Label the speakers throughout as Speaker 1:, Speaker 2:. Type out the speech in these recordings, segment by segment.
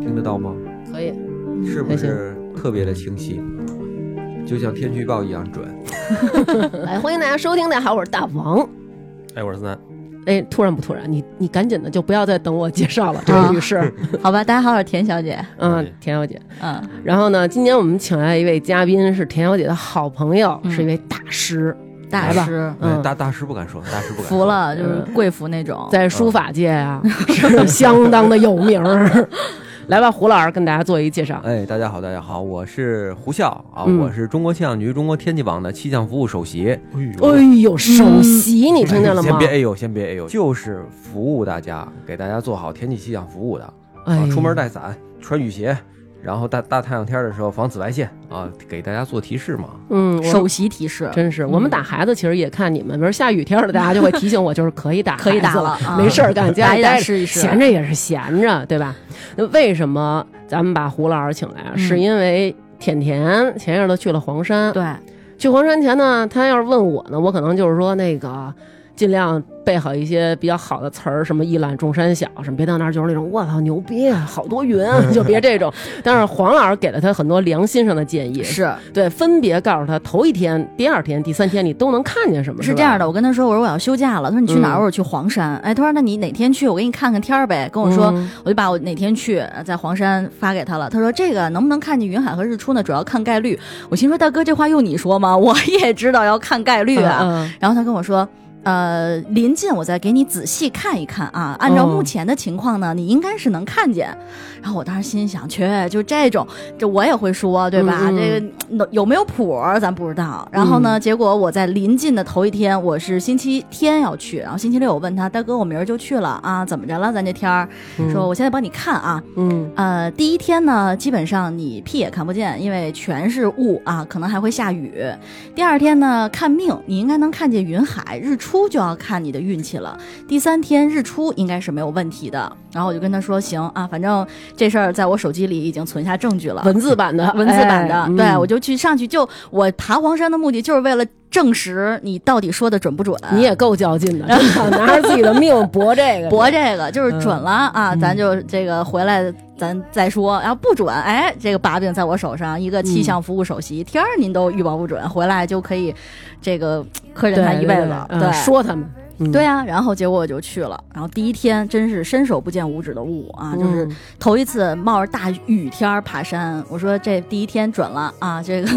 Speaker 1: 听得到吗？
Speaker 2: 可以，
Speaker 1: 是不
Speaker 2: 嗯还行
Speaker 1: 是特别的清晰？就像天气预报一样准。
Speaker 2: 来哎欢迎大家收听，大家好，我是大王。
Speaker 3: 哎，我是三，
Speaker 2: 哎，突然不突然，你你赶紧的，就不要再等我介绍了，这位
Speaker 4: 啊
Speaker 2: 女士，
Speaker 4: 好吧，大家好，我是田小姐。
Speaker 2: 嗯， 田小姐。
Speaker 4: 嗯，
Speaker 2: 然后呢，今年我们请来一位嘉宾是田小姐的好朋友，
Speaker 4: 嗯
Speaker 2: 是一位大师，
Speaker 4: 大
Speaker 2: 来吧
Speaker 4: 师
Speaker 2: 嗯
Speaker 1: 哎大大师不敢说，大师不敢说。
Speaker 4: 服了，就是贵服那种。
Speaker 2: 在书法界 啊、是相当的有名儿。来吧，胡老师跟大家做一介绍。
Speaker 1: 哎，大家好，大家好，我是胡笑啊，
Speaker 2: 嗯
Speaker 1: 我是中国气象局中国天气网的气象服务首席。
Speaker 2: 哎呦，首席，你听见了
Speaker 1: 先
Speaker 2: 吗
Speaker 1: 别？哎呦，先别哎呦，就是服务大家，给大家做好天气气象服务的。
Speaker 2: 哎
Speaker 1: 啊，，出门带伞，穿雨鞋，然后大大太阳天的时候防紫外线啊，给大家做提示嘛。
Speaker 2: 嗯，我
Speaker 4: 首席提示，
Speaker 2: 真是，我们打孩子其实也看你们，比如下雨天了，大家就会提醒我，就是可以打，
Speaker 4: 可以打
Speaker 2: 了
Speaker 4: 了，啊
Speaker 2: 没事儿干，家
Speaker 4: 打
Speaker 2: 里
Speaker 4: 一
Speaker 2: 待
Speaker 4: 打
Speaker 2: 着
Speaker 4: 试一试。
Speaker 2: 闲着也是闲着，对吧？那为什么咱们把胡老师请来啊？
Speaker 4: 嗯
Speaker 2: 是因为甜甜前一阵子去了黄山，
Speaker 4: 对，
Speaker 2: 去黄山前呢，他要是问我呢，我可能就是说那个。尽量备好一些比较好的词儿，什么一览众山小，什么别到那儿就是那种我操牛逼，好多 云，就别这种。但是黄老师给了他很多良心上的建议，
Speaker 4: 是
Speaker 2: 对，分别告诉他头一天、第二天、第三天你都能看见什么。
Speaker 4: 是
Speaker 2: 吧
Speaker 4: 这样的，，我跟他说，我说我要休假了，他说你去哪
Speaker 2: 嗯
Speaker 4: 儿？我说我去黄山。哎，他说那你哪天去？我给你看看天儿呗。跟我说，
Speaker 2: 嗯
Speaker 4: 我就把我哪天去呃在黄山发给他了。他说这个能不能看见云海和日出呢？主要看概率。我心说大哥，这话用你说吗？我也知道要看概率啊。
Speaker 2: 嗯嗯
Speaker 4: 然后他跟我说。呃，临近我再给你仔细看一看啊。按照
Speaker 2: 哦
Speaker 4: 目前的情况呢，你应该是能看见。然后我当时心想，去，就这种，这我也会说，对吧？
Speaker 2: 嗯嗯嗯
Speaker 4: 这个嗯有没有谱儿咱不知道。然后呢，结果我在临近的头一天，我是星期天要去，然后星期六我问他，大哥，我明儿就去了啊，怎么着了？咱这天儿，
Speaker 2: 嗯
Speaker 4: 说我现在帮你看啊。
Speaker 2: 嗯
Speaker 4: 呃，第一天呢，基本上你屁也看不见，因为全是雾啊，可能还会下雨。第二天呢，看命，你应该能看见云海，日出就要看你的运气了。第三天日出应该是没有问题的。然后我就跟他说，行啊，反正这事儿在我手机里已经存下证据了。
Speaker 2: 文字版的
Speaker 4: 文字版的，
Speaker 2: 哎嗯
Speaker 4: 对、我就去上去就我爬黄山的目的就是为了证实你到底说的准不准。
Speaker 2: 你也够较劲的，真的拿着自己的命搏这个，
Speaker 4: 博这个就是准了啊，
Speaker 2: 嗯
Speaker 4: 咱就这个回来咱再说。然后不准，哎，这个把柄在我手上，一个
Speaker 2: 嗯
Speaker 4: 气象服务首席，天儿您都预报不准，回来就可以这个客
Speaker 2: 对
Speaker 4: 人他一辈子
Speaker 2: 对
Speaker 4: 了。
Speaker 2: 对嗯说他们，嗯
Speaker 4: 对啊，然后结果我就去了，然后第一天真是伸手不见五指的雾啊，就是
Speaker 2: 嗯
Speaker 4: 头一次冒着大雨天儿爬山，我说这第一天准了啊，这个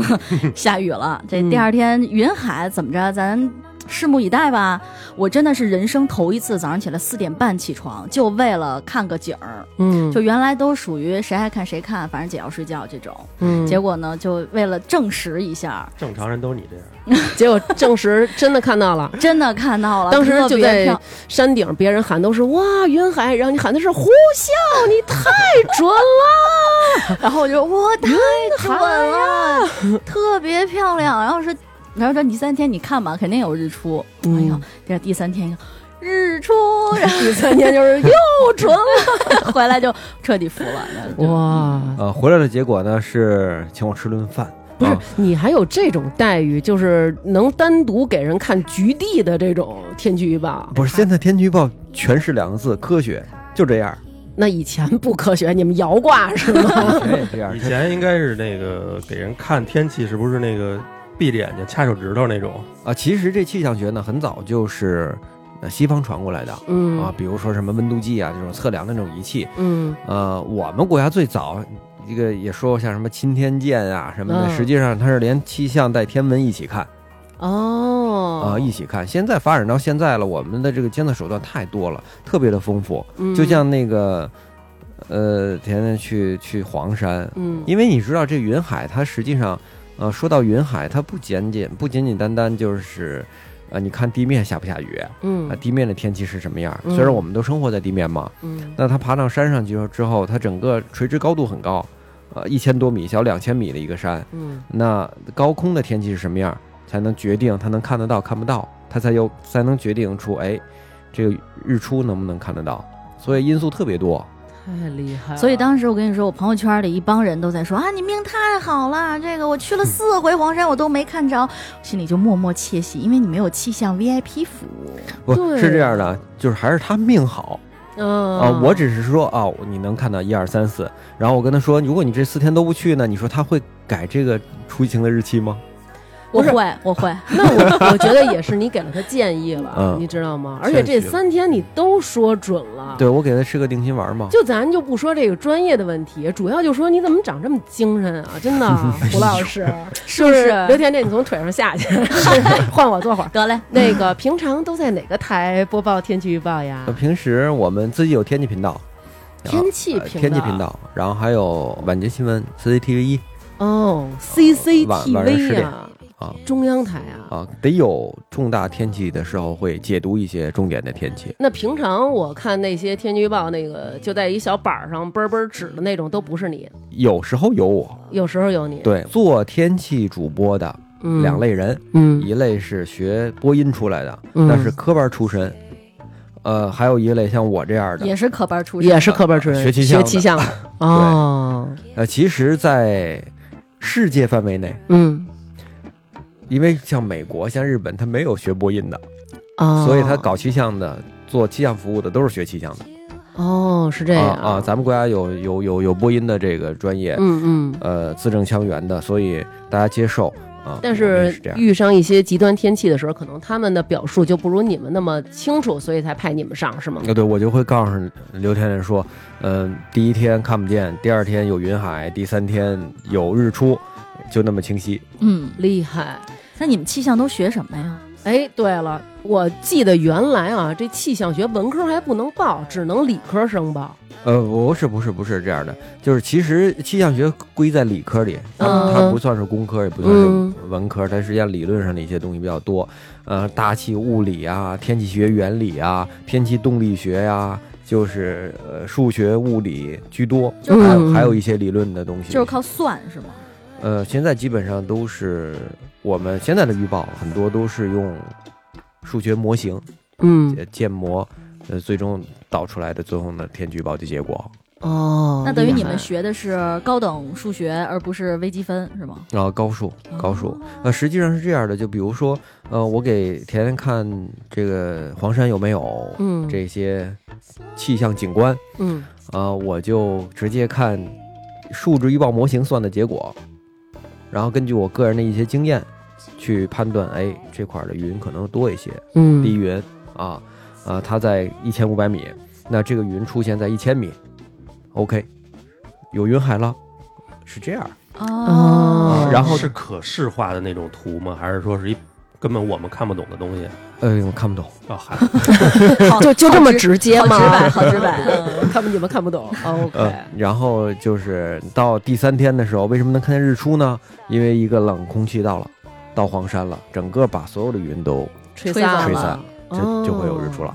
Speaker 4: 下雨了，这
Speaker 2: 嗯
Speaker 4: 第二天云海怎么着，咱。拭目以待吧，我真的是人生头一次早上起来四点半起床，就为了看个景儿。
Speaker 2: 嗯，
Speaker 4: 就原来都属于谁爱看谁看，反正姐要睡觉这种。
Speaker 2: 嗯
Speaker 4: 结果呢，就为了证实一下，
Speaker 3: 正常人都是你这样。
Speaker 2: 结果证实真的看到了。
Speaker 4: 真的看到了。
Speaker 2: 当时就
Speaker 4: 特别
Speaker 2: 在
Speaker 4: 漂
Speaker 2: 山顶，别人喊都是哇云海，然后你喊的是呼啸，你太准了。
Speaker 4: 然后我就我太准了，啊特别漂亮。然后说，然后说第三天你看吧，肯定有日出。
Speaker 2: 嗯
Speaker 4: 哎呦，这第三天日出，然后
Speaker 2: 第三天就是又
Speaker 4: 准了， 回来就彻底服了。然后 就
Speaker 2: 哇，
Speaker 1: 呃，回来的结果呢是请我吃顿饭，
Speaker 2: 不是
Speaker 1: 啊
Speaker 2: 你还有这种待遇，就是能单独给人看局地的这种天气预报，啊
Speaker 1: 不是现在天气预报全是两个字 科学，就这 样，
Speaker 2: 那以前不科学，你们摇挂
Speaker 1: 啊
Speaker 2: 是吗？
Speaker 1: 以前也这样
Speaker 3: 以。前应该是那个给人看天气，是不是那个闭着眼睛掐手指头那种？
Speaker 1: 啊，其实这气象学呢很早就是呃西方传过来的。
Speaker 2: 嗯
Speaker 1: 啊，比如说什么温度计啊，这种测量的那种仪器，
Speaker 2: 嗯
Speaker 1: 呃，我们国家最早这个也说过，像什么钦天监啊什么的，
Speaker 2: 嗯
Speaker 1: 实际上它是连气象带天文一起看，啊、
Speaker 2: 哦
Speaker 1: 一起看。现在发展到现在了，我们的这个监测手段太多了，特别的丰富。
Speaker 2: 嗯
Speaker 1: 就像那个，呃，甜甜去去黄山，
Speaker 2: 嗯
Speaker 1: 因为你知道这云海，它实际上，呃，说到云海，它不仅仅不简简单单就是，呃，你看地面下不下雨啊、
Speaker 2: 嗯
Speaker 1: 地面的天气是什么样儿？
Speaker 2: 嗯
Speaker 1: 虽然我们都生活在地面嘛，
Speaker 2: 嗯
Speaker 1: 那它爬到山上去之后，它整个垂直高度很高，呃，一千多米，小两千米的一个山，
Speaker 2: 嗯
Speaker 1: 那高空的天气是什么样，才能决定它能看得到看不到，它才有才能决定出哎，这个日出能不能看得到。所以因素特别多，
Speaker 2: 太厉害了。
Speaker 4: 所以当时我跟你说，我朋友圈里一帮人都在说啊，你命太好了，这个我去了四回黄山，我都没看着，心里就默默窃喜，因为你没有气象 VIP 服务。
Speaker 1: 不
Speaker 2: 对
Speaker 1: 是这样的，就是还是他命好
Speaker 2: 嗯
Speaker 1: 啊、我只是说啊、你能看到一二三四，然后我跟他说，如果你这四天都不去呢，你说他会改这个出行的日期吗？
Speaker 4: 我
Speaker 2: 不是
Speaker 4: 会， 我会，
Speaker 2: 那我我觉得也是你给了他建议了，
Speaker 1: 嗯
Speaker 2: 你知道吗？而
Speaker 1: 确
Speaker 2: 且
Speaker 1: 实
Speaker 2: 这三天你都说准了，
Speaker 1: 对，我给他吃个定心丸嘛。
Speaker 2: 啊就咱就不说这个专业的问题，主要就说你怎么长这么精神啊？真的，
Speaker 1: 哎
Speaker 2: 胡老师，
Speaker 4: 是不
Speaker 2: 就是刘甜甜，你从腿上 下去， 换我坐会儿。
Speaker 4: 得嘞，
Speaker 2: 那个平常都在哪个台播报天气预报呀
Speaker 1: 那？呃平时我们自己有天气频道，然后
Speaker 2: 天气
Speaker 1: 呃
Speaker 2: 频
Speaker 1: 天气
Speaker 2: 道
Speaker 1: 频道，然后还有晚间新闻 CCTV 一
Speaker 2: 哦
Speaker 1: 呃晚晚上十
Speaker 2: ，CCTV
Speaker 1: 点
Speaker 2: 啊，
Speaker 1: 啊
Speaker 2: 中央台啊。
Speaker 1: 啊，得有重大天气的时候会解读一些重点的天气。
Speaker 2: 那平常我看那些天气预报，那个就在一小板儿上嘣嘣指的那种，都不是你，
Speaker 1: 有时候有我，
Speaker 2: 有时候有你。，
Speaker 1: 对，做天气主播的
Speaker 2: 嗯、
Speaker 1: 两，类人，
Speaker 2: 嗯
Speaker 1: 一类是学播音出来的，
Speaker 2: 嗯
Speaker 1: 那是科班出身，呃，还有一类像我这样的，
Speaker 4: 也是科班出身，
Speaker 2: 也是科班出身，
Speaker 1: 学气象
Speaker 2: 学
Speaker 1: 的
Speaker 2: 气象的 哦，
Speaker 1: 呃，其实，在世界范围内，
Speaker 2: 嗯
Speaker 1: 因为像美国、像日本，他没有学播音的，
Speaker 2: 哦，
Speaker 1: 所以他搞气象的、做气象服务的都是学气象的。
Speaker 2: 哦是这样
Speaker 1: 啊啊，咱们国家有有有有播音的这个专业，
Speaker 2: 嗯嗯，
Speaker 1: 呃，字正腔圆的，所以大家接受啊。
Speaker 2: 但
Speaker 1: 我们
Speaker 2: 是
Speaker 1: 是这样。
Speaker 2: 遇上一些极端天气的时候，可能他们的表述就不如你们那么清楚，所以才派你们上是吗？
Speaker 1: 呃，对，我就会告诉刘天天说，嗯、第一天看不见，第二天有云海，第三天有日出，就那么清晰。
Speaker 4: 嗯，
Speaker 2: 厉害。
Speaker 4: 那你们气象都学什么呀？
Speaker 2: 哎，对了，我记得原来啊，这气象学文科还不能报，只能理科生报。
Speaker 1: 呃，不是不是不是这样的，就是其实气象学归在理科里，它、它
Speaker 2: 嗯
Speaker 1: 不算是工科，也不算
Speaker 2: 嗯
Speaker 1: 是文科，它实际上理论上的一些东西比较多，呃，大气物理啊，天气学原理啊，天气动力学呀、就是呃数学物理居多，
Speaker 4: 就是
Speaker 1: 还
Speaker 2: 嗯
Speaker 1: 有还有一些理论的东西，
Speaker 4: 就是靠算是吗？
Speaker 1: 呃，现在基本上都是我们现在的预报很多都是用数学模型
Speaker 2: 嗯，
Speaker 1: 呃建模，呃，最终导出来的最后的天气预报的结果。
Speaker 2: 哦，
Speaker 1: 嗯
Speaker 4: 那等于你们
Speaker 2: 厉害
Speaker 4: 学的是高等数学，而不是微积分是吗？
Speaker 1: 然后啊高数，高数，呃，实际上是这样的，就比如说，呃，我给甜甜看这个黄山有没有
Speaker 2: 嗯
Speaker 1: 这些气象景观，
Speaker 2: 嗯
Speaker 1: 啊、我就直接看数值预报模型算的结果，然后根据我个人的一些经验去判断，哎，这块儿的云可能多一些，
Speaker 2: 嗯
Speaker 1: 低云啊啊，它在一千五百米，那这个云出现在一千米，OK，有云海了，是这样。
Speaker 4: 哦
Speaker 2: 哦，
Speaker 1: 然后
Speaker 3: 是可视化的那种图吗？还是说是一根本我们看不懂的东西？
Speaker 1: 哎呦，看不懂，
Speaker 3: 啊，还
Speaker 4: 好
Speaker 2: 哦就就这么直接
Speaker 4: 好
Speaker 2: 吗？
Speaker 4: 直白，好 直白。
Speaker 2: 嗯他们你们看不 懂。
Speaker 1: 呃
Speaker 2: OK，，
Speaker 1: 然后就是到第三天的时候，为什么能看见日出呢？因为一个冷空气到了，到黄山了，整个把所有的云都
Speaker 2: 吹
Speaker 4: 吹
Speaker 2: 散
Speaker 4: 散
Speaker 1: 吹
Speaker 2: 了，哦
Speaker 1: 散，就就会有日出了。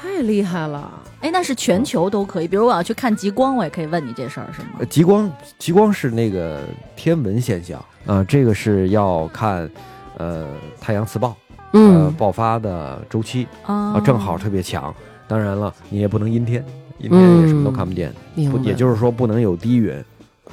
Speaker 2: 太厉害了。
Speaker 4: 哎，那是全球都可以，比如我要去看极光，我也可以问你这事儿是吗
Speaker 1: 呃？极光，极光是那个天文现象啊、呃这个是要看，呃，太阳磁暴呃
Speaker 2: 嗯，哦
Speaker 1: 爆发的周期啊、
Speaker 4: 啊
Speaker 1: 正好特别强。当然了，你也不能阴天，阴天也什么都看不见，
Speaker 2: 嗯明
Speaker 1: 不
Speaker 2: 白。
Speaker 1: 也就是说不能有低云啊、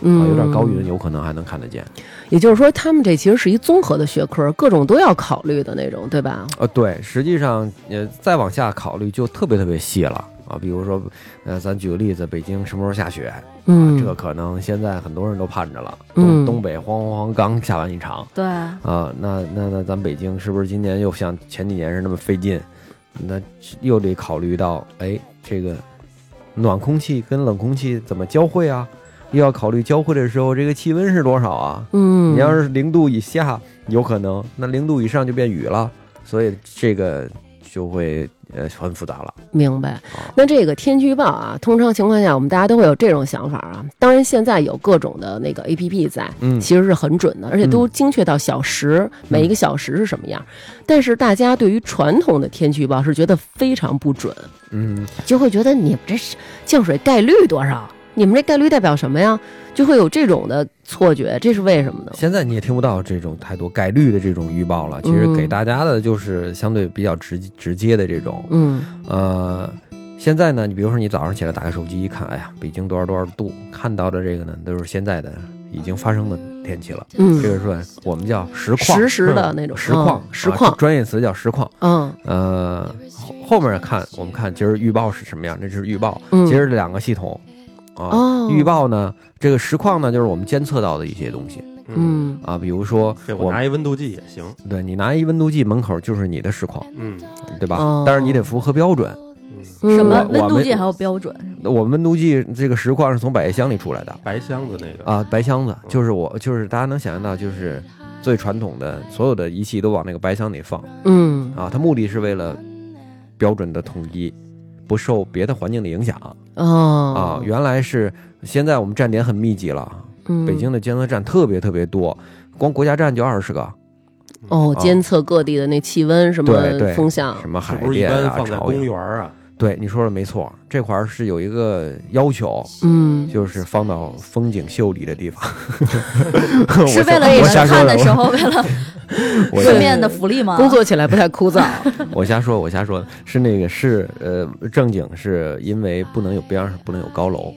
Speaker 2: 嗯
Speaker 1: 有点高云有可能还能看得见。
Speaker 2: 也就是说，他们这其实是一综合的学科，各种都要考虑的那种，对吧？
Speaker 1: 呃，对，实际上，呃，再往下考虑就特别特别细了啊。比如说，呃，咱举个例子，北京什么时候下雪？
Speaker 2: 嗯，
Speaker 1: 这可能现在很多人都盼着了。
Speaker 2: 嗯
Speaker 1: 东东北晃晃晃刚下完一场
Speaker 4: 对，
Speaker 1: 啊，那那那咱北京是不是今年又像前几年是那么费劲？那又得考虑到，哎，这个暖空气跟冷空气怎么交汇啊？又要考虑交汇的时候这个气温是多少啊？
Speaker 2: 嗯，
Speaker 1: 你要是零度以下有可能，那零度以上就变雨了，所以这个就会呃很复杂了。
Speaker 2: 明白，那这个天气预报啊，通常情况下我们大家都会有这种想法啊。当然，现在有各种的那个 A P P 在，
Speaker 1: 嗯
Speaker 2: 其实是很准的，而且都精确到小时，每一个小时是什么样。但是大家对于传统的天气预报是觉得非常不准，
Speaker 1: 嗯，
Speaker 2: 就会觉得你们这是降水概率多少？你们这概率代表什么呀？就会有这种的错觉，这是为什么呢？
Speaker 1: 现在你也听不到这种太多概率的这种预报
Speaker 2: 嗯
Speaker 1: 了，其实给大家的就是相对比较直直接的这种，
Speaker 2: 嗯
Speaker 1: 呃，现在呢，你比如说你早上起来打开手机一看，哎呀，北京多少多少度，看到的这个呢都是现在的已经发生的天气了。
Speaker 2: 嗯
Speaker 1: 这个算我们叫实况，
Speaker 2: 实时的那种
Speaker 1: 实况，
Speaker 2: 嗯实
Speaker 1: 啊
Speaker 2: 况，
Speaker 1: 专业词叫实况。
Speaker 2: 嗯
Speaker 1: 呃，后后面看我们看今儿预报是什么样，这是预报。
Speaker 2: 嗯
Speaker 1: 今儿这两个系统啊，
Speaker 2: 哦
Speaker 1: 预报呢，这个实况呢，就是我们监测到的一些东西
Speaker 2: 嗯
Speaker 1: 啊，比如说
Speaker 3: 对
Speaker 1: 我
Speaker 3: 我
Speaker 1: 们
Speaker 3: 拿一温度计也行，
Speaker 1: 对你拿一温度计，门口就是你的实况，
Speaker 3: 嗯
Speaker 1: 对吧？
Speaker 2: 哦
Speaker 1: 但是你得符合标准。
Speaker 3: 嗯，
Speaker 2: 嗯
Speaker 4: 什么
Speaker 1: 我
Speaker 4: 温度
Speaker 1: 们
Speaker 4: 计还有标准？
Speaker 1: 那我们温度计这个实况是从百叶箱里出来的
Speaker 3: 白箱子那个，
Speaker 1: 啊，白箱子就是我就是大家能想象到就是。最传统的，所有的仪器都往那个白箱里放
Speaker 2: 嗯
Speaker 1: 啊，它目的是为了标准的统一，不受别的环境的影响。啊
Speaker 2: 哦，
Speaker 1: 原来是现在我们站点很密集了，
Speaker 2: 嗯
Speaker 1: 北京的监测站特别特别多，光国家站就二十个，
Speaker 2: 哦，
Speaker 1: 啊
Speaker 2: 监测各地的那气温什么
Speaker 1: 对对
Speaker 2: 风向，
Speaker 1: 什么
Speaker 3: 是
Speaker 1: 海
Speaker 3: 嗯不是一
Speaker 1: 淀
Speaker 3: 般
Speaker 1: 啊、
Speaker 3: 放在
Speaker 1: 朝
Speaker 3: 公
Speaker 1: 阳。
Speaker 3: 园儿啊？
Speaker 1: 对，你说的没错，这块儿是有一个要求，
Speaker 2: 嗯，
Speaker 1: 就是放到风景秀丽的地方。
Speaker 4: 是为了
Speaker 1: 我
Speaker 4: 你们
Speaker 1: 瞎说
Speaker 4: 看的
Speaker 1: 我
Speaker 4: 时 候，为了
Speaker 1: 我
Speaker 4: 顺便的福利吗？
Speaker 2: 工作起来不太枯燥，
Speaker 1: 我瞎说，我瞎说，是那个是呃正经是因为不能有边上不能有高楼，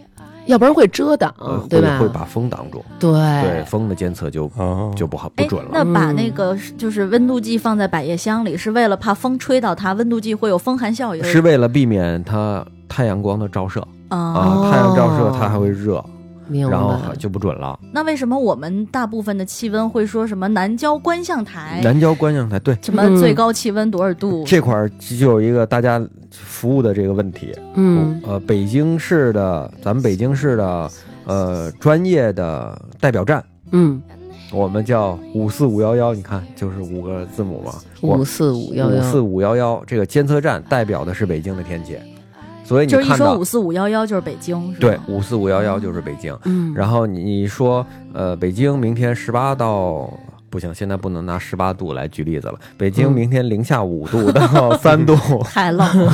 Speaker 2: 要不然会遮挡
Speaker 4: 哦
Speaker 1: 呃，
Speaker 2: 对
Speaker 1: 会
Speaker 2: 吧？
Speaker 1: 会把风挡住，对
Speaker 2: 对，
Speaker 1: 风的监测就
Speaker 3: 哦
Speaker 1: 就不好不
Speaker 4: 哎
Speaker 1: 准，了。
Speaker 4: 那把
Speaker 2: 嗯
Speaker 4: 那个就是温度计放在百叶箱里，是为了怕风吹到它，温度计会有风寒效应。
Speaker 1: 是为了避免它太阳光的照射
Speaker 4: 啊，
Speaker 1: 啊，太阳照射它
Speaker 2: 哦
Speaker 1: 还会热，
Speaker 2: 明白。
Speaker 1: 然后就不准了。
Speaker 4: 那为什么我们大部分的气温会说什么南郊观象台，
Speaker 1: 南郊观象台对
Speaker 4: 什么最高气温多少
Speaker 2: 嗯
Speaker 4: 度？
Speaker 1: 这块儿就有一个大家服务的这个问题。
Speaker 2: 嗯
Speaker 1: 呃，北京市的咱们北京市的呃专业的代表站，
Speaker 2: 嗯，
Speaker 1: 我们叫五四五幺幺，你看就是五个字母嘛。我
Speaker 2: 五四五幺
Speaker 1: 五四
Speaker 2: 幺，
Speaker 1: 五幺幺这个监测站代表的是北京的天气，所以你
Speaker 4: 就是一
Speaker 1: 看
Speaker 4: 说
Speaker 1: 到
Speaker 4: 五四五幺幺就是北京，是吧
Speaker 1: 对五四五幺幺就是北京。
Speaker 2: 嗯，
Speaker 1: 然后你说，呃，北京明天十八到不行，现在不能拿十八度来举例子了。北京
Speaker 2: 嗯
Speaker 1: 明天零下五度到三 度
Speaker 4: 太冷了。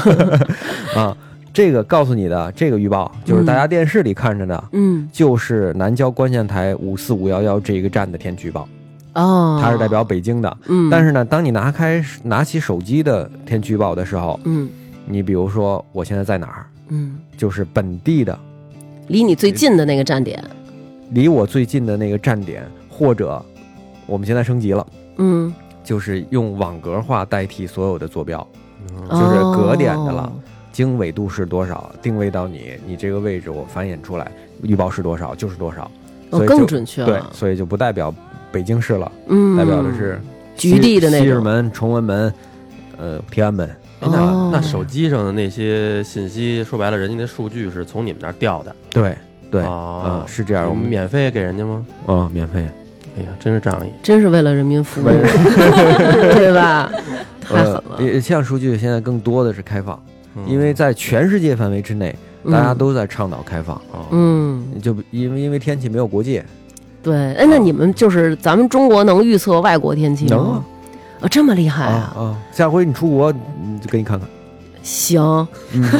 Speaker 1: 啊，这个告诉你的这个预报就是大家电视里看着的，
Speaker 2: 嗯
Speaker 1: 就是南郊观象台五四五幺幺这一个站的天气预报，
Speaker 2: 哦，
Speaker 1: 它是代表北京的。
Speaker 2: 嗯，
Speaker 1: 但是呢，当你拿开拿起手机的天气预报的时候，
Speaker 2: 嗯
Speaker 1: 你比如说我现在在哪儿，
Speaker 2: 嗯，
Speaker 1: 就是本地的，
Speaker 2: 离你最近的那个站点，
Speaker 1: 离我最近的那个站点，或者我们现在升级了。
Speaker 2: 嗯，
Speaker 1: 就是用网格化代替所有的坐标，
Speaker 3: 嗯
Speaker 1: 就是隔点的了
Speaker 2: 哦
Speaker 1: 经纬度是多少，定位到你，你这个位置我繁衍出来，预报是多少就是多少，
Speaker 2: 哦
Speaker 1: 所以就
Speaker 2: 更准确
Speaker 1: 对
Speaker 2: 了，，
Speaker 1: 所以就不代表北京市了，
Speaker 2: 嗯，
Speaker 1: 代表的是
Speaker 2: 局地的那
Speaker 1: 西直
Speaker 2: 种，
Speaker 1: 门、崇文门，呃，天安门，
Speaker 3: 哎那
Speaker 2: 哦
Speaker 3: 那手机上的那些信息，说白了，人家那数据是从你们那儿调的，
Speaker 1: 对对，啊、
Speaker 3: 啊，
Speaker 1: 是这样，我
Speaker 3: 我们
Speaker 1: 们免
Speaker 3: 免费给人家吗？
Speaker 1: 啊、免费，
Speaker 3: 哎呀，真是仗义，
Speaker 2: 真是为了人民服务，
Speaker 1: 为了
Speaker 2: 对吧？ 太狠了
Speaker 1: 呃，也像数据现在更多的是开放，
Speaker 3: 嗯
Speaker 1: 因为在全世界范围之内，
Speaker 2: 嗯
Speaker 1: 大家都在倡导开放，
Speaker 3: 哦
Speaker 2: 嗯。
Speaker 1: 就因为因为天气没有国界，
Speaker 2: 对，哎，那你们就是咱们中国能预测外国天气吗？
Speaker 1: 能啊
Speaker 2: 哦，这么厉害
Speaker 1: 啊
Speaker 2: 啊！
Speaker 1: 啊，下回你出国，嗯就给你看看，
Speaker 2: 行
Speaker 1: 嗯。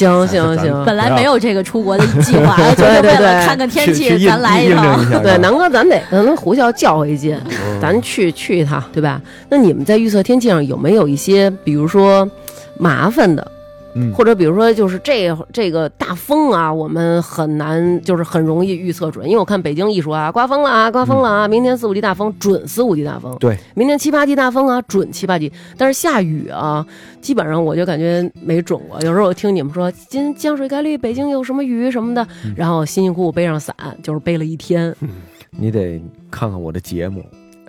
Speaker 2: 行行
Speaker 1: 咱
Speaker 2: 行，
Speaker 4: 本来没有这个出国的计 划，哎就是为
Speaker 2: 啊对对
Speaker 4: 了
Speaker 2: 对
Speaker 4: 看看天
Speaker 1: 去去
Speaker 4: 气，
Speaker 1: 印
Speaker 4: 咱来一
Speaker 1: 印
Speaker 4: 趟
Speaker 1: 证。一下，
Speaker 2: 对，南哥，咱得咱跟胡校较回一劲，
Speaker 3: 嗯
Speaker 2: 咱去去一趟，对吧？那你们在预测天气上有没有一些，比如说麻烦的，
Speaker 1: 嗯，
Speaker 2: 或者比如说就是这这个大风啊，我们很难，就是很容易预测准，因为我看北京一说啊，刮风了啊，刮风了啊，明天四五级大风，准四五级大风，
Speaker 1: 对，
Speaker 2: 明天七八级大风啊，准七八级，但是下雨啊，基本上我就感觉没准过。有时候我听你们说今降水概率，北京有什么雨什么的，然后辛辛苦苦背上伞，就是背了一天，
Speaker 1: 你得看看我的节目，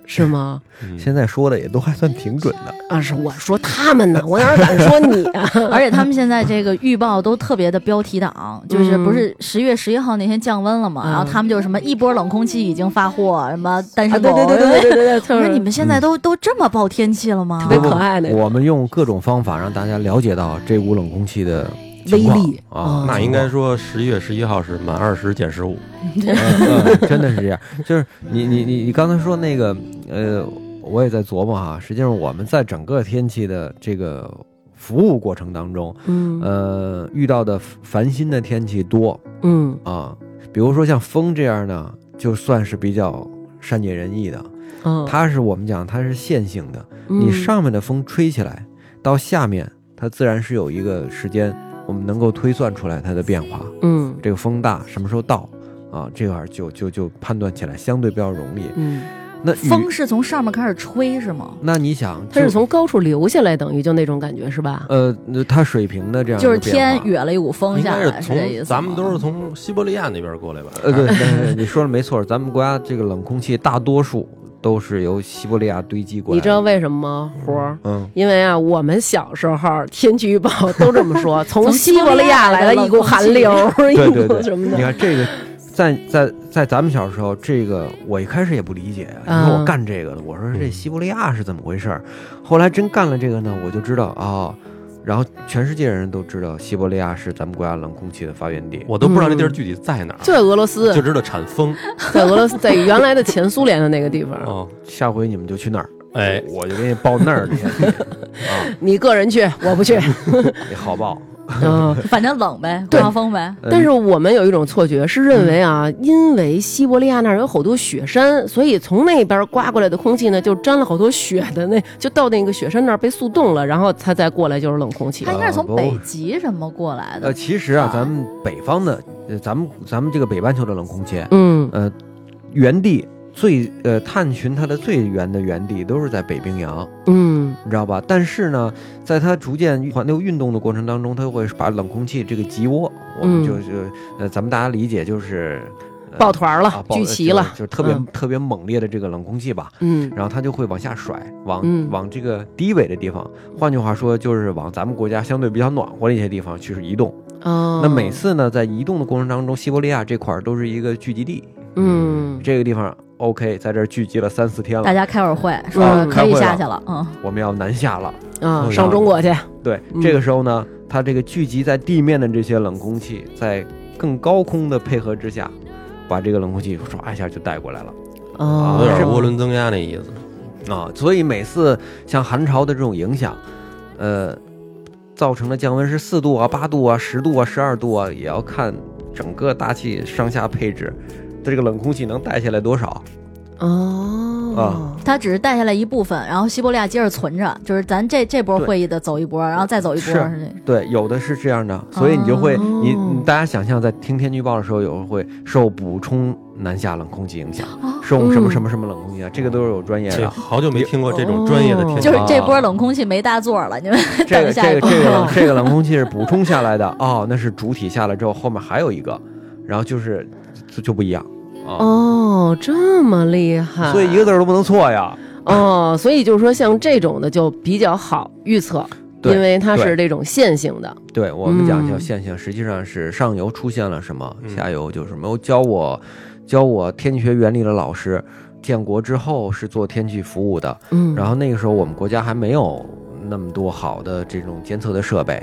Speaker 2: 是吗？
Speaker 3: 嗯
Speaker 1: 现在说的也都还算挺准的。
Speaker 2: 啊，是我说他们呢，我哪敢说你啊？
Speaker 4: 而且他们现在这个预报都特别的标题党，就是不是十月十一号那天降温了嘛，
Speaker 2: 嗯
Speaker 4: 然后他们就是什么一波冷空气已经发货，什么单
Speaker 2: 啊，
Speaker 4: 身
Speaker 2: 对
Speaker 4: 狗，
Speaker 2: 对对对对对对，
Speaker 4: 我
Speaker 2: 特
Speaker 4: 说你
Speaker 2: 别
Speaker 4: 们现在都、都这么报天气了吗
Speaker 1: 嗯
Speaker 2: 特？别可爱那种
Speaker 1: 我们用各种方法让大家了解到这股冷空气 的
Speaker 2: 威
Speaker 1: 情况
Speaker 2: 力
Speaker 1: 啊
Speaker 2: 嗯，
Speaker 3: 哦那应该说十一月十一号是满二十减十五，
Speaker 1: 嗯嗯真的是这样。就是你你你你刚才说那个呃，我也在琢磨哈，实际上我们在整个天气的这个服务过程当中，
Speaker 2: 嗯
Speaker 1: 呃，遇到的烦心的天气多
Speaker 2: 嗯
Speaker 1: 啊，比如说像风这样呢，就算是比较善解人意的。
Speaker 2: 嗯，
Speaker 1: 它是我们讲它是线性的，
Speaker 2: 嗯
Speaker 1: 你上面的风吹起来，到下面它自然是有一个时间我们能够推算出来它的变化，
Speaker 2: 嗯
Speaker 1: 这个风大什么时候到啊，这块儿就就就判断起来相对比较容易。
Speaker 2: 嗯，
Speaker 1: 那雨
Speaker 4: 风是从上面开始吹是吗？
Speaker 1: 那你想，
Speaker 2: 它
Speaker 1: 就是
Speaker 2: 从高处流下来，等于就那种感觉是吧？
Speaker 1: 呃，那它水平的这样一
Speaker 4: 就
Speaker 1: 个
Speaker 4: 是
Speaker 1: 变
Speaker 4: 天
Speaker 1: 化。
Speaker 4: 哕了一股风
Speaker 3: 应
Speaker 4: 下
Speaker 3: 该
Speaker 4: 来，
Speaker 3: 是
Speaker 4: 是这意思吗
Speaker 3: 从咱们都是从西伯利亚那边过来吧？
Speaker 1: 呃，对，对对你说的没错，咱们国家这个冷空气大多数都是由西伯利亚堆积呃过来的。
Speaker 2: 你知道为什么吗？活儿。
Speaker 1: 嗯，
Speaker 2: 因为啊，我们小时候天气预报 都这么说，从
Speaker 4: 从
Speaker 2: 西伯利亚来的一股寒流， 一
Speaker 1: 对对
Speaker 2: 股
Speaker 1: 对，
Speaker 2: 什么
Speaker 1: 你
Speaker 2: 的，
Speaker 1: 看这个，在在在咱们小时候，这个我一开始也不理解，因
Speaker 2: 嗯
Speaker 1: 为我干这个的，我说这西伯利亚是怎么回事儿？后来真干了这个呢，我就知道啊、哦然后全世界人都知道西伯利亚是咱们国家冷空气的发源地。
Speaker 3: 我都不知道这地儿
Speaker 1: 嗯
Speaker 3: 具体在哪儿，
Speaker 2: 就在俄罗斯
Speaker 3: 就，知道产风。
Speaker 2: 在俄罗斯，在原来的前苏联的那个地
Speaker 1: 嗯
Speaker 2: 方，
Speaker 3: 哦，
Speaker 1: 下回你们就去那儿，
Speaker 3: 哎，
Speaker 1: 我就给你报那儿去 啊，
Speaker 2: 你个人去，我不去。
Speaker 1: 你好报。
Speaker 2: 嗯，
Speaker 4: 反正冷呗，不
Speaker 2: 对
Speaker 4: 让风呗。
Speaker 1: 呃
Speaker 2: 但是我们有一种错觉，是认为啊，因为西伯利亚那儿有好多雪山，所以从那边刮过来的空气呢，就沾了好多雪的那，就到那个雪山那儿被速冻了，然后它再过来就是冷空 气
Speaker 4: 它。应该是从
Speaker 1: 不
Speaker 4: 北极什么过来
Speaker 1: 呃，
Speaker 4: 的，
Speaker 1: 其实啊
Speaker 4: 啊，
Speaker 1: 咱们北方的，呃，咱们咱们这个北半球的冷空气，
Speaker 2: 嗯
Speaker 1: 呃，原地最呃探寻它的最源的源地都是在北冰洋，
Speaker 2: 嗯
Speaker 1: 你知道吧？但是呢，在它逐渐环流运动的过程当中，它会把冷空气这个集窝，我
Speaker 2: 嗯
Speaker 1: 们就就呃，咱们大家理解就是、呃
Speaker 2: 抱团儿
Speaker 1: 啊
Speaker 2: 了，
Speaker 1: 抱
Speaker 2: 聚
Speaker 1: 呃
Speaker 2: 齐
Speaker 1: 就
Speaker 2: 了，
Speaker 1: 就特别、
Speaker 2: 嗯
Speaker 1: 特别猛烈的这个冷空气吧，
Speaker 2: 嗯
Speaker 1: 然后它就会往下甩，往、
Speaker 2: 嗯
Speaker 1: 往这个低纬的地方，换句话说，就是往咱们国家相对比较暖和的一些地方去移动。
Speaker 2: 哦，
Speaker 1: 那每次呢，在移动的过程当中，西伯利亚这块儿都是一个聚集地，
Speaker 2: 嗯
Speaker 1: 这个地方 OK，在这儿聚集了三四天
Speaker 4: 大
Speaker 1: 了，
Speaker 4: 家开会儿会说
Speaker 2: 嗯
Speaker 4: 可以
Speaker 1: 开会
Speaker 4: 下
Speaker 1: 了
Speaker 4: 去了，嗯，
Speaker 1: 我们要南下了。
Speaker 2: 啊
Speaker 1: 哦
Speaker 2: 上中国去，
Speaker 1: 对，
Speaker 2: 嗯
Speaker 1: 这个时候呢，它这个聚集在地面的这些冷空气，在更高空的配合之下，把这个冷空气唰一下就带过来了
Speaker 2: 哦，
Speaker 3: 有点
Speaker 1: 是
Speaker 3: 涡轮增压那意思。
Speaker 1: 啊。所以每次像寒潮的这种影响，呃，造成的降温是四度啊、八度啊、十度啊、十二度啊，也要看整个大气上下配置，这个冷空气能带下来多少。
Speaker 2: 哦
Speaker 1: 啊，
Speaker 4: 它只是带下来一部分，然后西伯利亚接着存着，就是咱这这波
Speaker 1: 对
Speaker 4: 会议的走一波，然后再走一
Speaker 1: 是
Speaker 4: 波，是这
Speaker 1: 对，有的是这样的，所以你就会，
Speaker 2: 哦
Speaker 1: 你你大家想象在听天气预报的时候，有时候会受补充南下冷空气影响，
Speaker 4: 哦
Speaker 1: 受什么
Speaker 2: 嗯
Speaker 1: 什么什么冷空气啊，这个都是有专业
Speaker 3: 这
Speaker 1: 的。
Speaker 3: 好久没听过这种专业的天气，
Speaker 4: 哦就是这波
Speaker 1: 啊
Speaker 4: 冷空气没大座了，你们
Speaker 1: 这
Speaker 4: 等
Speaker 1: 个
Speaker 4: 一下
Speaker 1: 这
Speaker 4: 一
Speaker 1: 个
Speaker 4: 波。
Speaker 1: 这
Speaker 2: 哦
Speaker 1: 个这个冷空气是补充下来的哦，那是主体下来之后，后面还有一个，然后就是就就不一样啊，
Speaker 2: 哦，这么厉害，
Speaker 1: 所以一个字儿都不能错呀。
Speaker 4: 嗯
Speaker 2: 哦，所以就是说像这种的就比较好预测，
Speaker 1: 对
Speaker 2: 因为它是
Speaker 1: 对
Speaker 2: 这种线性的，
Speaker 1: 对我们讲叫
Speaker 2: 嗯
Speaker 1: 现象，实际上是上游出现了什么，
Speaker 3: 嗯
Speaker 1: 下游就是没有教我教我天气学原理的老师，建国之后是做天气服务的，
Speaker 2: 嗯，
Speaker 1: 然后那个时候我们国家还没有那么多好的这种监测的设备，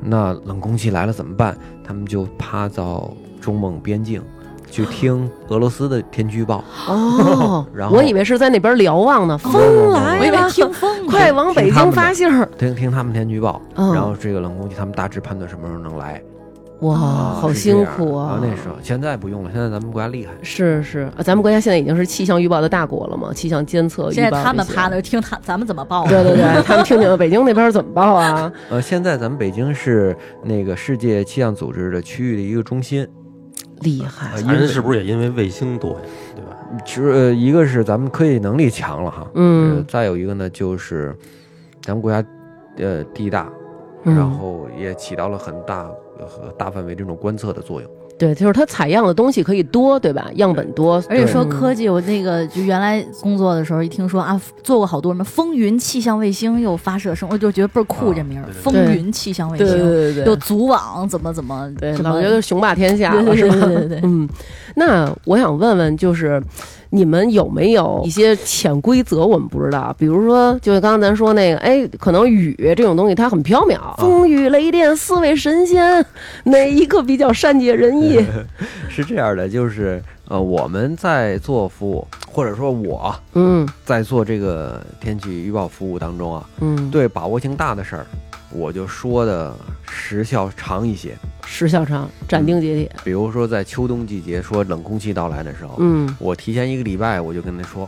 Speaker 1: 那冷空气来了怎么办？他们就趴到中蒙边境去听俄罗斯的天气预报，，
Speaker 2: 哦
Speaker 1: 然后哦
Speaker 2: 我以为是在那边瞭望呢，风
Speaker 4: 我
Speaker 2: 来
Speaker 4: 以为
Speaker 2: 了，
Speaker 4: 听风呢，
Speaker 2: 快往北京发信儿，
Speaker 1: 听听他们天气预报，
Speaker 2: 嗯
Speaker 1: 然后这个冷空气他们大致判断什么时候能来。
Speaker 2: 哇，
Speaker 1: 啊
Speaker 2: 好
Speaker 1: 是这
Speaker 2: 辛
Speaker 1: 样
Speaker 2: 苦
Speaker 1: 啊
Speaker 2: 啊！！
Speaker 1: 那时候现在不用了，现在咱们国家厉害。
Speaker 2: 是是，啊咱们国家现在已经是气象预报的大国了嘛，气象监测预报这
Speaker 4: 现
Speaker 2: 些。
Speaker 4: 在他们趴那儿听他咱们怎么报 啊，
Speaker 2: 对对 对，他们听听北京那边怎么报啊？
Speaker 1: 呃，现在咱们北京是那个世界气象组织的区域的一个中心，
Speaker 2: 厉害
Speaker 1: 呃，因为
Speaker 3: 人是不是也因为卫星多呀？对吧？
Speaker 1: 其实呃一个是咱们科技能力强了哈，呃
Speaker 2: 嗯，
Speaker 1: 再有一个呢就是咱们国家呃地大，
Speaker 2: 嗯
Speaker 1: 然后也起到了很大呃和大范围这种观测的作用。
Speaker 2: 对，就是它采样的东西可以多，对吧？样本多，
Speaker 4: 而且说
Speaker 2: 嗯
Speaker 4: 科技，我那个就原来工作的时候，一听说啊，做过好多什么风云气象卫星又发射什么，我就觉得倍儿酷
Speaker 3: 啊
Speaker 4: 这名儿，
Speaker 3: 对对
Speaker 4: 风
Speaker 2: 对
Speaker 4: 云气象卫
Speaker 2: 对对
Speaker 4: 星，
Speaker 2: 对对
Speaker 4: 有
Speaker 2: 对，
Speaker 4: 组网怎么怎么，
Speaker 2: 对
Speaker 4: 什
Speaker 2: 老
Speaker 4: 么
Speaker 2: 觉得雄霸天下了，是
Speaker 4: 对
Speaker 2: 吧？
Speaker 4: 对对对对
Speaker 2: 嗯，那我想问问，就是你们有没有一些潜规则我们不知道？比如说，就是刚刚咱说那个，哎，可能雨这种东西它很缥缈，
Speaker 1: 啊
Speaker 2: 风雨雷电四位神仙，哪一个比较善解人意？
Speaker 1: 是这样的，就是呃我们在做服务，或者说我
Speaker 2: 嗯
Speaker 1: 在做这个天气预报服务当中啊，
Speaker 2: 嗯，，
Speaker 1: 对把握性大的事儿，我就说的时效长一些。
Speaker 2: 时效长，斩钉截铁。
Speaker 1: 比如说在秋冬季节，说冷空气到来的时候，
Speaker 2: 嗯，
Speaker 1: 我提前一个礼拜我就跟他说，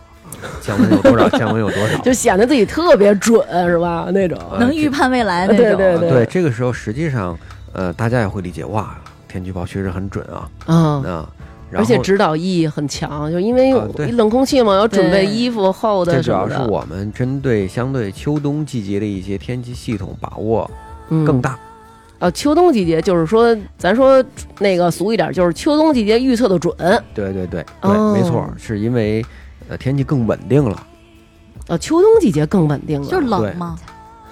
Speaker 1: 降温有多少，降温有多少。
Speaker 2: 就显得自己特别准，是吧？那种。
Speaker 1: 呃
Speaker 4: 能预判未来那
Speaker 2: 对
Speaker 4: 种。
Speaker 1: 啊
Speaker 2: 对
Speaker 1: 啊对这个时候实际上，呃，大家也会理解哇，天气预报确实很准啊，
Speaker 2: 嗯，
Speaker 1: 啊，然后
Speaker 2: 而且指导意义很强，就因为
Speaker 1: 啊对
Speaker 2: 冷空气嘛，要准备
Speaker 4: 对
Speaker 2: 衣服厚
Speaker 1: 这
Speaker 2: 的
Speaker 1: 主
Speaker 2: 什么
Speaker 1: 要是
Speaker 2: 的，
Speaker 1: 我们针对相对秋冬季节的一些天气系统把握
Speaker 2: 嗯
Speaker 1: 更大，
Speaker 2: 啊，秋冬季节就是说，咱说那个俗一点，就是秋冬季节预测的准
Speaker 1: 对对对对，
Speaker 2: 哦
Speaker 1: 没错，是因为呃天气更稳定了，
Speaker 2: 啊，秋冬季节更稳定了。
Speaker 4: 就是
Speaker 1: 对
Speaker 4: 冷吗？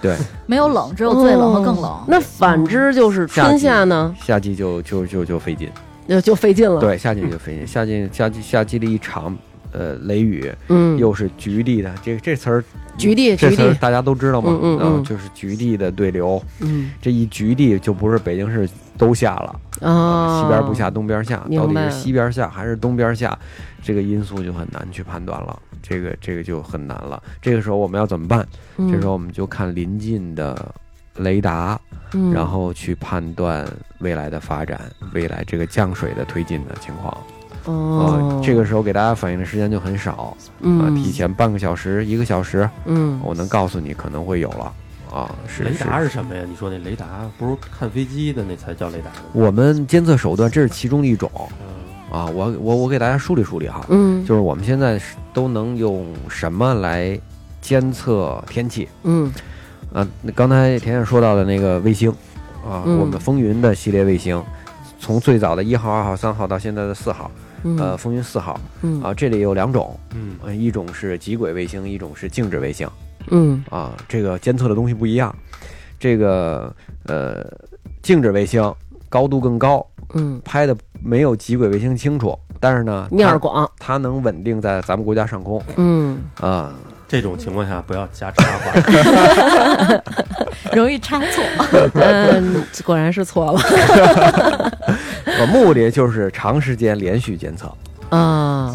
Speaker 1: 对，
Speaker 4: 没有冷，只有最冷和更冷
Speaker 2: 哦。那反之就是春夏呢，呃
Speaker 1: 夏季就就就就费劲，
Speaker 2: 就就费劲了。，
Speaker 1: 对，夏季就费劲，夏季夏季夏季的一场呃雷雨
Speaker 2: 嗯，
Speaker 1: 又是局地的，这这词儿
Speaker 2: 局地
Speaker 1: 这
Speaker 2: 局
Speaker 1: 词儿
Speaker 2: 地，
Speaker 1: 大家都知道嘛，
Speaker 2: 嗯嗯嗯
Speaker 1: 啊就是局地的对流，
Speaker 2: 嗯
Speaker 1: 这一局地就不是北京市都下了。
Speaker 2: 啊，
Speaker 1: 呃西边不下，东边下，
Speaker 2: 明
Speaker 1: 到底
Speaker 2: 白
Speaker 1: 是西边下还是东边下，这个因素就很难去判断了。这个这个就很难了。这个时候我们要怎么办？
Speaker 2: 嗯，
Speaker 1: 这时候我们就看临近的雷达，
Speaker 2: 嗯，
Speaker 1: 然后去判断未来的发展，未来这个降水的推进的情况。
Speaker 2: 哦
Speaker 1: 呃，这个时候给大家反应的时间就很少啊、
Speaker 2: 嗯
Speaker 1: 提前半个小时、一个小时，
Speaker 2: 嗯
Speaker 1: 我能告诉你可能会有了啊。是
Speaker 3: 雷达
Speaker 1: 是
Speaker 3: 是什么呀？你说那雷达不是看飞机的那才叫雷达吗？
Speaker 1: 我们监测手段，这是其中的一种
Speaker 3: 嗯
Speaker 1: 啊。我我我给大家梳理梳理哈。
Speaker 2: 嗯
Speaker 1: 就是我们现在是都能用什么来监测天气？
Speaker 2: 嗯
Speaker 1: 啊，那刚才甜甜说到的那个卫星，啊，
Speaker 2: 嗯
Speaker 1: 我们风云的系列卫星，从最早的一号、二号、三号到现在的四号，
Speaker 2: 嗯
Speaker 1: 呃，风云四号
Speaker 2: 嗯
Speaker 1: 啊，这里有两种，
Speaker 3: 嗯，
Speaker 1: 呃一种是极轨卫星，一种是静止卫星
Speaker 2: 嗯
Speaker 1: 啊，这个监测的东西不一样。这个呃，静止卫星高度更高，
Speaker 2: 嗯，
Speaker 1: 拍的没有极轨卫星清楚，但是呢，
Speaker 2: 面儿
Speaker 1: 它
Speaker 2: 广，
Speaker 1: 它能稳定在咱们国家上空
Speaker 2: 嗯
Speaker 1: 啊。
Speaker 3: 这种情况下不要加插 话。
Speaker 4: 容易差错。
Speaker 2: 嗯， 果然是错了
Speaker 1: 我呃目的就是长时间连续监测
Speaker 2: 啊，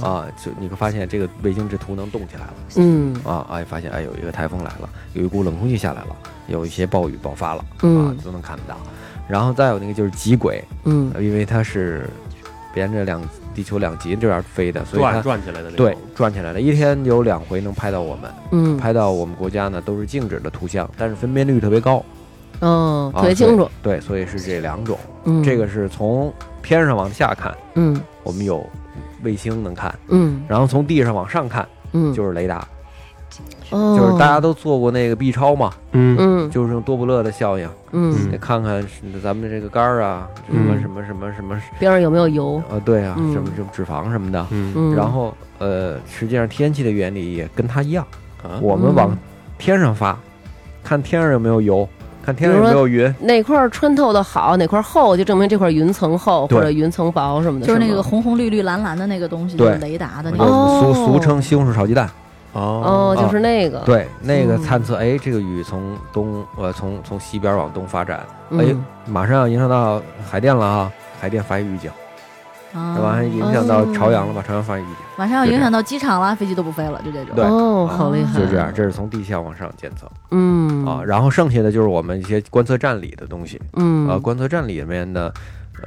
Speaker 1: 啊，就你会发现这个卫星这图能动起来了
Speaker 2: 嗯
Speaker 1: 啊，哎，发现哎有一个台风来了，有一股冷空气下来了，有一些暴雨爆发了啊
Speaker 2: 嗯，
Speaker 1: 都能看得到。然后再有那个就是极轨，
Speaker 2: 嗯
Speaker 1: 因为它是沿着两地球两极这边飞的，所以
Speaker 3: 转
Speaker 1: 它
Speaker 3: 转起来的那种
Speaker 1: 啊对转起来了，一天有两回能拍到我们，
Speaker 2: 嗯，
Speaker 1: 拍到我们国家呢都是静止的图像，但是分辨率特别高，
Speaker 2: 嗯，
Speaker 1: 啊
Speaker 2: 特别清楚，
Speaker 1: 对，所以是这两种，
Speaker 2: 嗯，
Speaker 1: 这个是从天上往下看，
Speaker 2: 嗯
Speaker 1: 我们有卫星能看。
Speaker 2: 嗯
Speaker 1: 然后从地上往上看
Speaker 2: 嗯，
Speaker 1: 就是雷达，
Speaker 2: 哦
Speaker 1: 就是大家都做过那个 B 超嘛，
Speaker 3: 嗯，
Speaker 2: 嗯
Speaker 1: 就是用多布勒的效应，
Speaker 2: 嗯，
Speaker 1: 得看看是咱们的这个杆儿啊，什么
Speaker 3: 嗯
Speaker 1: 什么什么什么，
Speaker 2: 边上有没有油？
Speaker 1: 呃，对啊，
Speaker 2: 嗯
Speaker 1: 什么什么脂肪什么的。
Speaker 3: 嗯
Speaker 2: 嗯，
Speaker 1: 然后呃，实际上天气的原理也跟它一样，
Speaker 3: 啊，
Speaker 1: 我们往
Speaker 2: 嗯
Speaker 1: 天上发，看天上有没有油，看天上有
Speaker 2: 比如
Speaker 1: 没
Speaker 2: 说
Speaker 1: 有云。
Speaker 2: 哪块儿穿透的好，哪块儿厚，就证明这块云层厚
Speaker 1: 对哦
Speaker 2: 或者云层薄什么的，
Speaker 4: 就是那
Speaker 2: 吗
Speaker 4: 个红红绿绿蓝蓝的那个东西，
Speaker 1: 对
Speaker 4: 就是雷达的
Speaker 1: 我
Speaker 4: 那
Speaker 1: 就
Speaker 4: 个。
Speaker 2: 哦
Speaker 1: 俗俗称西红柿炒鸡蛋，
Speaker 2: 哦，就是那个，
Speaker 1: 啊对，那个
Speaker 2: 嗯
Speaker 1: 探测，哎，这个雨从东，呃，从从西边往东发展，哎
Speaker 2: 嗯，
Speaker 1: 马上要影响到海淀了啊，海淀发预警。
Speaker 4: 啊
Speaker 1: 是吧？还影响到
Speaker 2: 哦
Speaker 1: 朝阳了吧？朝阳发育
Speaker 4: 晚上要影响到机场了，飞机都不飞了，就这种。
Speaker 1: 对
Speaker 2: 哦，
Speaker 1: 啊
Speaker 2: 好厉害，
Speaker 1: 就这样，这是从地下往上监测
Speaker 2: 嗯
Speaker 1: 啊。然后剩下的就是我们一些观测站里的东西
Speaker 2: 嗯
Speaker 1: 啊。观测站里面的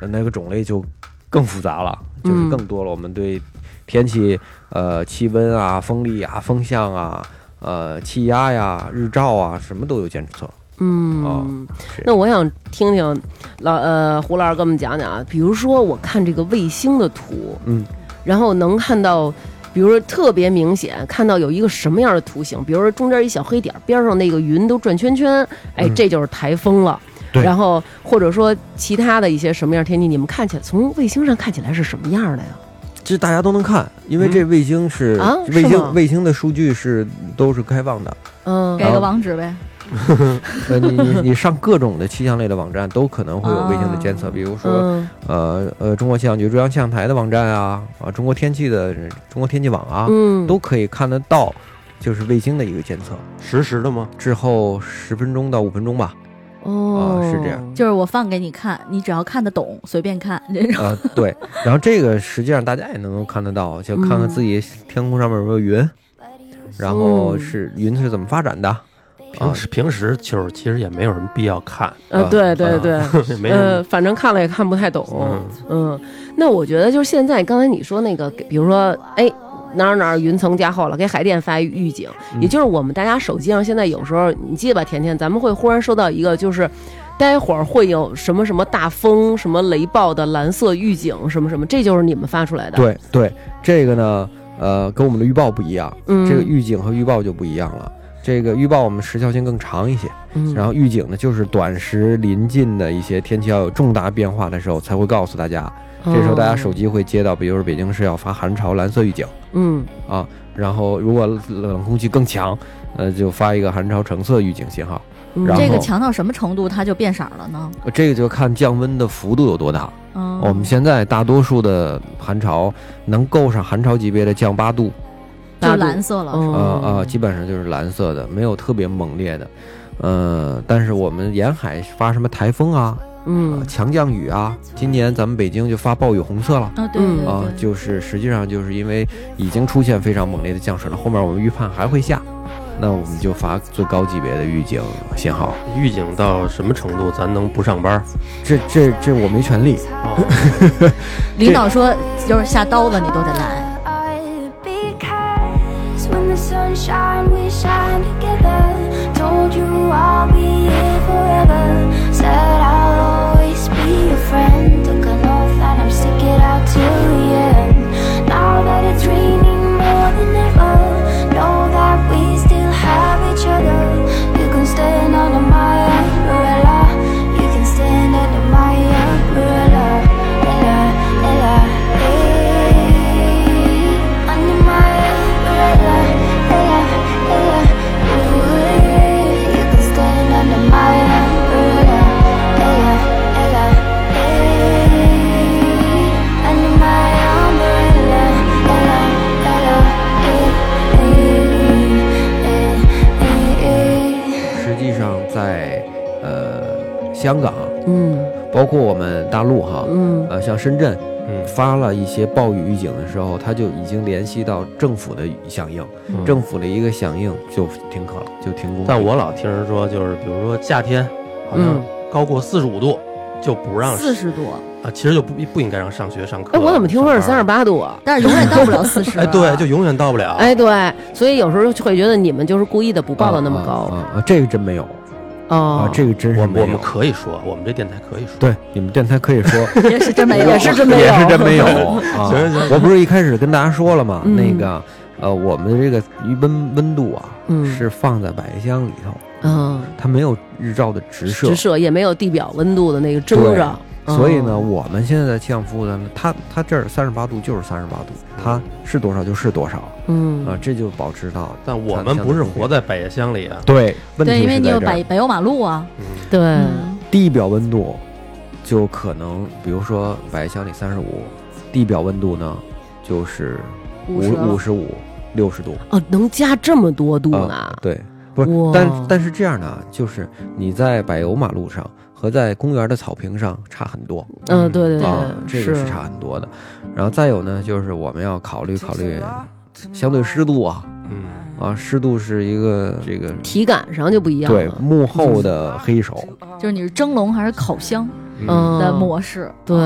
Speaker 1: 呃那个种类就更复杂了，就是
Speaker 2: 嗯
Speaker 1: 更多了。我们对天气、呃气温啊、风力啊、风向啊、呃气压呀、日照啊，什么都有监测。
Speaker 2: 嗯
Speaker 1: 哦，是
Speaker 2: 那我想听听老呃胡老师给我们讲讲啊，比如说我看这个卫星的图，
Speaker 1: 嗯，
Speaker 2: 然后能看到。比如说特别明显，看到有一个什么样的图形，比如说中间一小黑点儿，边上那个云都转圈圈，哎，
Speaker 1: 嗯
Speaker 2: 这就是台风了。
Speaker 1: 对
Speaker 2: 然后或者说其他的一些什么样的天气，你们看起来从卫星上看起来是什么样的呀？
Speaker 1: 这大家都能看，因为这卫星是、
Speaker 2: 啊
Speaker 1: 卫
Speaker 2: 是吗
Speaker 1: 星卫星的数据是都是开放的，
Speaker 2: 嗯
Speaker 4: 给
Speaker 1: 哎
Speaker 4: 个网址呗。
Speaker 1: 呃，你你你上各种的气象类的网站都可能会有卫星的监测，
Speaker 4: 啊
Speaker 1: 比如说
Speaker 2: 嗯
Speaker 1: 呃呃中国气象局中央气象台的网站啊啊中国天气的中国天气网啊，
Speaker 2: 嗯
Speaker 1: 都可以看得到，就是卫星的一个监测。
Speaker 3: 实时的吗？
Speaker 1: 之后十分钟到五分钟吧，
Speaker 2: 哦、
Speaker 1: 啊是这样，
Speaker 4: 就是我放给你看，你只要看得懂，随便看这种。
Speaker 1: 啊、 对，然后这个实际上大家也能够看得到，就看看自己天空上面有没有云，然后
Speaker 2: 嗯
Speaker 1: 是云是怎么发展的，啊
Speaker 2: 啊
Speaker 3: 平时平时就是其实也没有什么必要 看，
Speaker 1: 啊
Speaker 2: 呃，对对对，
Speaker 3: 没什
Speaker 2: 呃，
Speaker 3: 么。
Speaker 2: 反正看了也看不太懂，嗯，那我觉得就是现在，刚才你说那个，给比如说，哎，哪儿哪儿云层加厚了，给海淀发预
Speaker 1: 嗯
Speaker 2: 警，也就是我们大家手机上现在有时候，你记得吧，甜甜，咱们会忽然收到一个就是。待会儿会有什么什么大风、什么雷暴的蓝色预警，什么什么，这就是你们发出来的。，
Speaker 1: 对对，这个呢，呃，跟我们的预报不一样，
Speaker 2: 嗯，
Speaker 1: 这个预警和预报就不一样了。这个预报我们时效性更长一些，
Speaker 2: 嗯，
Speaker 1: 然后预警呢就是短时临近的一些天气要有重大变化的时候才会告诉大家。
Speaker 2: 嗯
Speaker 1: 这时候大家手机会接到，比如说北京市要发寒潮蓝色预警
Speaker 2: 嗯，
Speaker 1: 啊，然后如果冷空气更强，呃，就发一个寒潮橙色预警信号。
Speaker 2: 嗯，
Speaker 1: 然后
Speaker 4: 这个强到什么程度它就变色儿了呢？
Speaker 1: 呃这个就看降温的幅度有多大。
Speaker 4: 嗯，
Speaker 1: 我们现在大多数的寒潮能够上寒潮级别的降八度，
Speaker 4: 就蓝色了。
Speaker 1: 啊、啊、
Speaker 2: 啊
Speaker 1: 基本上就是蓝色的，没有特别猛烈的。呃，但是我们沿海发什么台风啊、
Speaker 2: 嗯
Speaker 1: 呃强降雨啊，今年咱们北京就发暴雨红色了。
Speaker 4: 啊，对
Speaker 2: 嗯
Speaker 4: 对
Speaker 1: 啊，
Speaker 4: 对，
Speaker 1: 就是实际上就是因为已经出现非常猛烈的降水了，后面我们预判还会下，那我们就发最高级别的预警信号。
Speaker 3: 预警到什么程度，咱能不上班？
Speaker 1: 这这这我没权利，
Speaker 4: 领导说就是下刀子你都得来。
Speaker 5: Because when the sun shines, we shine together. Told you I'll be here forever. Said I'll always be your friend. Took an oath that I'm sticking out till the end. Now that it's raining more than ever, know that we still have each other. You can stand under my umbrella. You can stand under my umbrella. Ella, Ella, eh. Under my umbrella. Ella, Ella, ooh, eh. You can stand under my umbrella. Ella, Ella, eh. Under my umbrella. Ella, Ella, eh, eh, eh, eh.
Speaker 1: 实际上在呃香港，
Speaker 2: 嗯
Speaker 1: 包括我们大陆哈，
Speaker 2: 嗯
Speaker 1: 呃像深圳
Speaker 3: 嗯，
Speaker 1: 发了一些暴雨预警的时候，它就已经联系到政府的响应，
Speaker 3: 嗯
Speaker 1: 政府的一个响应就停课了，就停工。
Speaker 3: 但我老听人说，就是比如说夏天，好像
Speaker 2: 嗯，
Speaker 3: 高过四十五度就不让
Speaker 4: 四十度，
Speaker 3: 啊，其实就不不应该让上学上课。
Speaker 2: 哎，我怎么听说是三十
Speaker 3: 上班？
Speaker 2: 八度啊？
Speaker 4: 但是永远到不了四十。
Speaker 3: 哎，对，就永远到不
Speaker 1: 啊
Speaker 3: 了。
Speaker 2: 哎，对，所以有时候就会觉得你们就是故意的不报的那么
Speaker 1: 啊
Speaker 2: 高
Speaker 1: 啊啊这个真没有啊
Speaker 2: 哦，，
Speaker 1: 这个真是
Speaker 3: 我
Speaker 1: 没
Speaker 3: 们
Speaker 1: 有。
Speaker 3: 我们可以说，我们这电台可以说。
Speaker 1: 对你们电台可以说。
Speaker 4: 也是真没有，
Speaker 2: 也是真没有，
Speaker 1: 也是真没有啊！
Speaker 3: 行行
Speaker 1: 我不是一开始跟大家说了吗？
Speaker 2: 嗯
Speaker 1: 那个呃，我们的这个余温温度啊，
Speaker 2: 嗯
Speaker 1: 是放在百叶箱里头，
Speaker 2: 嗯，
Speaker 1: 它没有日照的直射
Speaker 2: 直，射也没有地表温度的那个蒸着，嗯
Speaker 1: 所以呢，，我们现在的气象服务单位，它它这儿三十八度就是三十八度，它是多少就是多少啊
Speaker 2: 嗯，
Speaker 1: 这就保持到。
Speaker 3: 但我们不是活在百叶箱里啊。
Speaker 1: 对，问
Speaker 4: 对，
Speaker 1: 题
Speaker 4: 因为
Speaker 1: 是
Speaker 4: 你
Speaker 1: 在
Speaker 4: 有
Speaker 1: 这儿
Speaker 4: 柏，柏油马路啊。
Speaker 3: 嗯，
Speaker 2: 对，
Speaker 4: 嗯，
Speaker 1: 地表温度就可能，比如说百叶箱里三十五，地表温度呢就是五五
Speaker 4: 五十
Speaker 1: 十五六十度。
Speaker 2: 哦，能加这么多度
Speaker 1: 啊
Speaker 2: 呢？哦
Speaker 1: 对，不是，
Speaker 2: 哇
Speaker 1: 但但是这样的啊，就是你在柏油马路上和在公园的草坪上差很多
Speaker 2: 嗯，对对
Speaker 1: 啊，
Speaker 2: 对，
Speaker 1: 这个是差很多的。然后再有呢，就是我们要考虑考虑
Speaker 2: 啊
Speaker 1: 相对湿度啊
Speaker 3: 嗯，
Speaker 1: 啊，湿度是一个这个
Speaker 2: 体啊感上就不一样
Speaker 1: 对
Speaker 2: 了，
Speaker 1: 幕后的黑手。
Speaker 4: 就是你是蒸笼还是烤箱
Speaker 2: 嗯，
Speaker 4: 的模式？
Speaker 2: 对，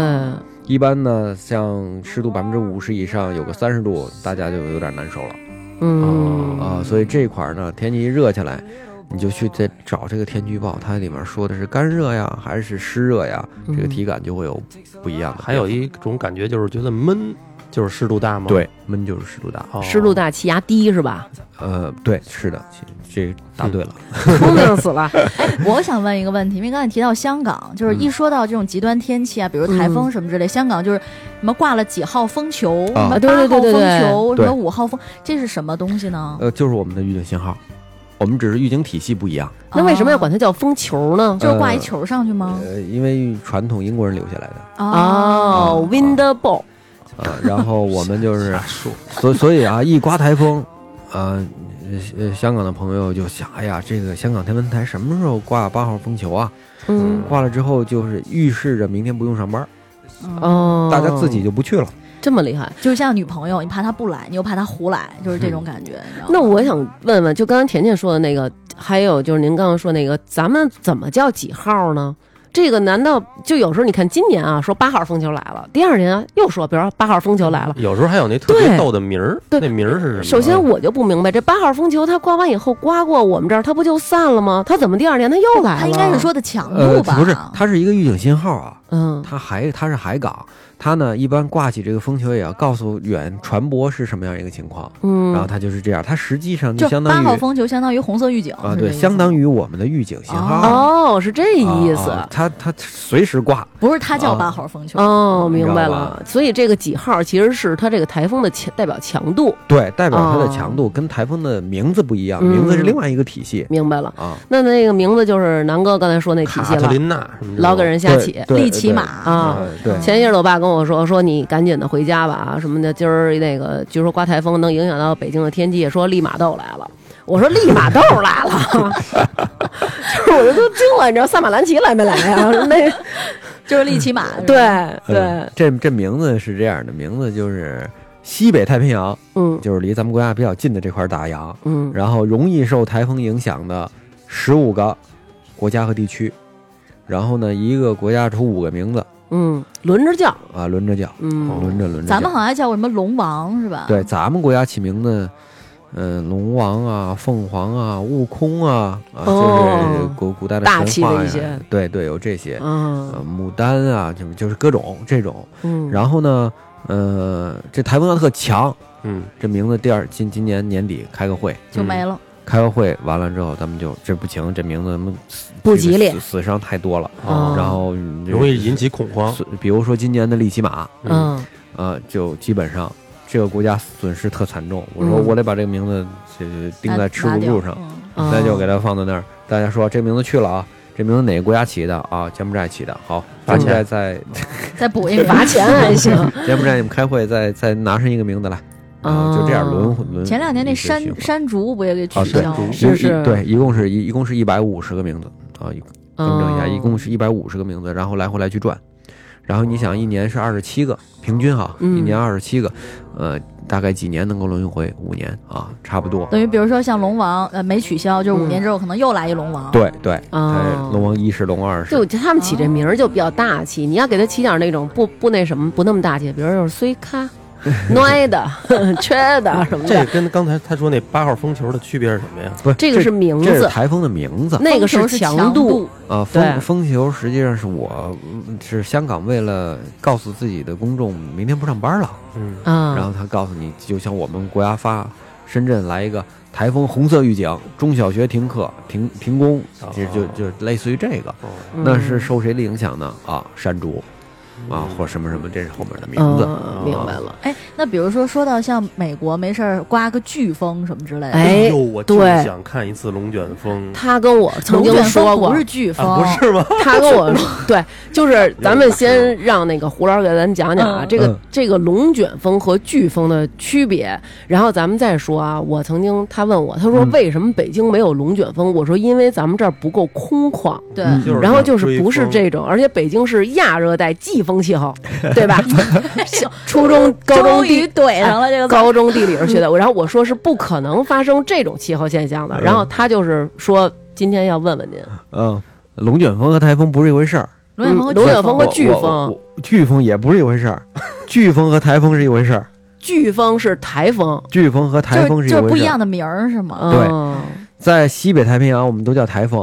Speaker 1: 一般呢，像湿度百分之五十以上，有个三十度，大家就有点难受了。
Speaker 2: 嗯
Speaker 1: 啊，所以这块儿呢，天气一热起来，你就去再找这个天气预报，它里面说的是干热呀，还是湿热呀，这个
Speaker 2: 嗯
Speaker 1: 体感就会有不一样的变化。
Speaker 3: 还有一种感觉就是觉得闷，就是湿度大吗？，
Speaker 1: 对闷就是湿度大，
Speaker 3: 哦、
Speaker 2: 湿度大，气压低 是吧？
Speaker 1: 呃，对，是的，其这个答对了。
Speaker 2: 聪明死了，
Speaker 4: 我想问一个问题，因为刚才提到香港，就是一说到这种极端天气啊，比如台风什么之类，香港就是什么挂了几号风球，什么
Speaker 2: 啊
Speaker 4: 八
Speaker 2: 对对
Speaker 4: 号
Speaker 2: 对
Speaker 4: 风
Speaker 2: 对
Speaker 4: 球，什
Speaker 1: 对
Speaker 4: 么五号风，这是什么东西呢？
Speaker 3: 嗯
Speaker 1: 呃，就是我们的预警信号，我们只是预警体系不一样。
Speaker 2: 那为什么要管
Speaker 4: 它？
Speaker 2: 它叫风球呢？
Speaker 4: 哦就是挂一球上去
Speaker 3: 嗯
Speaker 4: 吗？
Speaker 1: 呃，因为传统英国人留下来的
Speaker 2: 哦，wind ball，
Speaker 1: 啊，然后我们就是
Speaker 3: 大树，
Speaker 1: 所所以啊，一刮台风，啊、呃，呃香港的朋友就想，哎呀，这个香港天文台什么时候挂八号风球啊？
Speaker 2: 嗯，
Speaker 1: 挂了之后就是预示着明天不用上班，
Speaker 4: 哦，
Speaker 2: 哦，
Speaker 1: 嗯大家自己就不去了。
Speaker 2: 这么厉害。
Speaker 4: 就像女朋友，你怕她不来，你又怕她胡来，就是这种感觉。你知道吗
Speaker 2: 那我想问问，就刚刚甜甜说的那个，还有就是您刚刚说那个，咱们怎么叫几号呢？这个难道就有时候你看今年啊，说八号风球来了，第二年啊又说，比如说八号风球来了。
Speaker 3: 有时候还有那特别
Speaker 2: 对
Speaker 3: 逗的名儿，
Speaker 2: 对
Speaker 3: 那名儿
Speaker 1: 嗯
Speaker 3: 是什么？
Speaker 2: 嗯首先，我就不明白，这八号风球它刮完以后刮过我们这儿，它不就散了吗？它怎么第二年它又来了？
Speaker 4: 他应该是，说的强
Speaker 1: 呃，
Speaker 4: 度吧？
Speaker 1: 不是，它是一个预警信号啊。
Speaker 2: 嗯，
Speaker 1: 它还它是海港，它呢一般挂起这个风球也要告诉远船舶是什么样一个情况，
Speaker 2: 嗯，
Speaker 1: 然后它就是这样，它实际上就
Speaker 4: 就
Speaker 1: 相
Speaker 4: 八
Speaker 1: 当
Speaker 4: 号
Speaker 1: 于
Speaker 4: 风球相当于红色预警，
Speaker 1: 啊
Speaker 2: 是
Speaker 1: 对，
Speaker 2: 这意思
Speaker 1: 相当于我们的预警信号，
Speaker 2: 哦，是这
Speaker 1: 啊
Speaker 2: 意思。
Speaker 1: 啊它它随时挂，
Speaker 4: 不是它叫
Speaker 1: 啊
Speaker 4: 八号风球。
Speaker 2: 哦，
Speaker 1: 你知
Speaker 2: 明
Speaker 1: 道
Speaker 2: 白
Speaker 1: 吧
Speaker 2: 了。所以这个几号其实是它这个台风的强代表强度，
Speaker 1: 对，代表它的
Speaker 2: 哦
Speaker 1: 强度跟台风的名字不一样，
Speaker 2: 嗯
Speaker 1: 名字是另外一个体系
Speaker 2: 明白了。
Speaker 1: 啊，
Speaker 2: 那那个名字就是南哥刚才说那体系
Speaker 3: 卡特
Speaker 2: 了，
Speaker 3: 琳娜什么这种
Speaker 2: 老给人瞎起
Speaker 1: 对。对
Speaker 4: 利奇
Speaker 1: 对
Speaker 4: 马
Speaker 2: 啊
Speaker 1: 呃对
Speaker 4: 嗯
Speaker 2: 前一阵儿我爸跟我说，说你赶紧的回家吧啊什么的，今儿那个据说刮台风能影响到北京的天气，说利马豆来了。我说利马豆来了，就是我就都惊了，你知道萨马兰奇来没来啊？ 那
Speaker 4: 就是利奇马。
Speaker 1: 呃
Speaker 4: 是吧
Speaker 2: 对，对
Speaker 1: 嗯，这这名字是这样的，名字就是西北太平洋，
Speaker 2: 嗯
Speaker 1: 就是离咱们国家比较近的这块大洋，
Speaker 2: 嗯，
Speaker 1: 然后容易受台风影响的十五个国家和地区，然后呢，一个国家出五个名字
Speaker 2: 嗯，轮着叫，
Speaker 1: 啊，轮着叫，
Speaker 2: 嗯
Speaker 1: 轮着轮着叫。
Speaker 4: 咱们好像还叫过什么龙王是
Speaker 2: 啊
Speaker 4: 吧？
Speaker 1: 对，咱们国家起名字，呃，龙王啊、凤凰啊、悟空啊，啊，就是
Speaker 2: 哦
Speaker 1: 古古代的
Speaker 2: 大
Speaker 1: 神
Speaker 2: 气的
Speaker 1: 话呀
Speaker 2: 一些
Speaker 1: 对对，有这些，呃，
Speaker 2: 啊
Speaker 1: 牡丹啊，就就是各种这种。
Speaker 2: 嗯，
Speaker 1: 然后呢，呃，这台风要特强，
Speaker 3: 嗯，
Speaker 1: 这名字第二今今年年底开个会，
Speaker 4: 就没了。
Speaker 1: 开完会完了之后，咱们就这不行，这名字咱们
Speaker 2: 不吉利
Speaker 1: 死死伤太多了，
Speaker 2: 哦
Speaker 1: 然后嗯
Speaker 3: 容易引起恐慌。
Speaker 1: 损，比如说今年的利奇马，
Speaker 3: 嗯，
Speaker 2: 嗯
Speaker 1: 呃，就基本上这个国家损失特惨重。我说
Speaker 2: 嗯
Speaker 1: 我得把这个名字这这钉在吃
Speaker 4: 拿
Speaker 1: 葫
Speaker 4: 掉
Speaker 1: 芦上，
Speaker 4: 嗯
Speaker 2: 嗯
Speaker 1: 那就给它放在那儿。大家说这名字去了啊，这名字哪个国家起的啊？柬埔寨起的，好，
Speaker 3: 罚
Speaker 4: 嗯
Speaker 1: 柬埔
Speaker 3: 钱
Speaker 1: 寨在
Speaker 4: 再补一个
Speaker 2: 罚钱还行。
Speaker 1: 柬埔寨你们开会再再拿上一个名字来，啊，就这样轮
Speaker 2: 哦
Speaker 1: 轮。
Speaker 4: 前两年那
Speaker 1: 一直
Speaker 4: 山
Speaker 1: 循环
Speaker 4: 山竹不也给取
Speaker 1: 嗯啊对
Speaker 4: 消了？
Speaker 2: 是
Speaker 1: 一
Speaker 2: 是
Speaker 1: 对，一共是一一共是一百五十个名字啊，
Speaker 2: 更
Speaker 1: 更正一下，一共是一百五十个名字，然后来回来去转。然后你想，一年是二十七个，平均哈，
Speaker 2: 哦嗯
Speaker 1: 一年二十七个，呃，大概几年能够轮回？五年啊，差不多。
Speaker 4: 等于比如说像龙王，呃，没取消，就是五
Speaker 2: 嗯
Speaker 4: 年之后可能又来一龙王。，
Speaker 1: 对对，
Speaker 2: 哦
Speaker 1: 哎龙王一世，龙王二世
Speaker 2: 就，他们起这名儿就比较大
Speaker 1: 哦
Speaker 2: 气，你要给他起点那种不不那什么不那么大气，比如就是虽咖、 孬的、缺的什么
Speaker 3: 这
Speaker 2: 的，
Speaker 3: 跟刚才他说那八号风球的区别是什么呀？
Speaker 1: 不是
Speaker 2: 这个是名
Speaker 1: 这是
Speaker 2: 字，
Speaker 1: 台风的名字
Speaker 2: 那个
Speaker 4: 风球是
Speaker 2: 强
Speaker 4: 度，
Speaker 1: 啊。
Speaker 2: 对
Speaker 1: 风风球实际上是我嗯是香港为了告诉自己的公众，明天不上班了，
Speaker 3: 嗯，
Speaker 1: 然
Speaker 2: 啊
Speaker 1: 后他告诉你，就像我们国家发深圳来一个台风红色预警，中小学停课、停停工，
Speaker 2: 哦
Speaker 1: 就就就类似于这个。
Speaker 3: 哦
Speaker 2: 嗯
Speaker 1: 那是受谁的影响呢？啊，山竹啊，或什么什么，这是后面的名字。哦
Speaker 2: 嗯明白了，
Speaker 4: 哎，那比如说说到像美国没事儿刮个飓风什么之类的，
Speaker 2: 哎
Speaker 3: 呦，我就
Speaker 2: 对
Speaker 3: 想看一次龙卷风
Speaker 2: 他跟我曾
Speaker 4: 龙
Speaker 2: 经
Speaker 4: 卷风
Speaker 2: 说过
Speaker 4: 不是，飓风，
Speaker 3: 啊，不是吗？
Speaker 2: 他跟我说， 对，就是咱们先
Speaker 3: 嗯
Speaker 2: 让那个胡老师给咱讲讲啊，
Speaker 4: 嗯
Speaker 2: 这个
Speaker 1: 嗯
Speaker 2: 这个龙卷风和飓风的区别，然后咱们再说啊。我曾经他问我，他说
Speaker 1: 嗯
Speaker 2: 为什么北京没有龙卷风？我说因为咱们这儿不够空旷。
Speaker 4: 对，
Speaker 1: 嗯
Speaker 3: 就是
Speaker 2: 然后就
Speaker 3: 追
Speaker 2: 是不是
Speaker 3: 风
Speaker 2: 这种，而且北京是亚热带季风气 候，对吧？初 中、高中
Speaker 4: 终于
Speaker 2: 地。哎
Speaker 4: 怼上了这个词儿。
Speaker 2: 高中地理上学 的，然后我说是不可能发生这种气候现象
Speaker 3: 嗯
Speaker 2: 的，然后他就是说今天要问问您，
Speaker 1: 嗯，龙卷风和台风不是一回事儿，
Speaker 4: 龙卷
Speaker 2: 龙卷风
Speaker 4: 风和飓风
Speaker 2: 和
Speaker 1: 我
Speaker 2: 飓
Speaker 1: 我
Speaker 2: 风
Speaker 1: 我飓风也不是一回事儿， 飓风和台风是一回事 儿，
Speaker 2: 飓风是台风，
Speaker 1: 飓风和台风
Speaker 4: 就是
Speaker 1: 一
Speaker 4: 就是不
Speaker 1: 回
Speaker 4: 一
Speaker 1: 事
Speaker 4: 样
Speaker 1: 儿。
Speaker 4: 的名儿是吗？啊
Speaker 2: 嗯
Speaker 1: 在西北太平洋，我们都叫台风，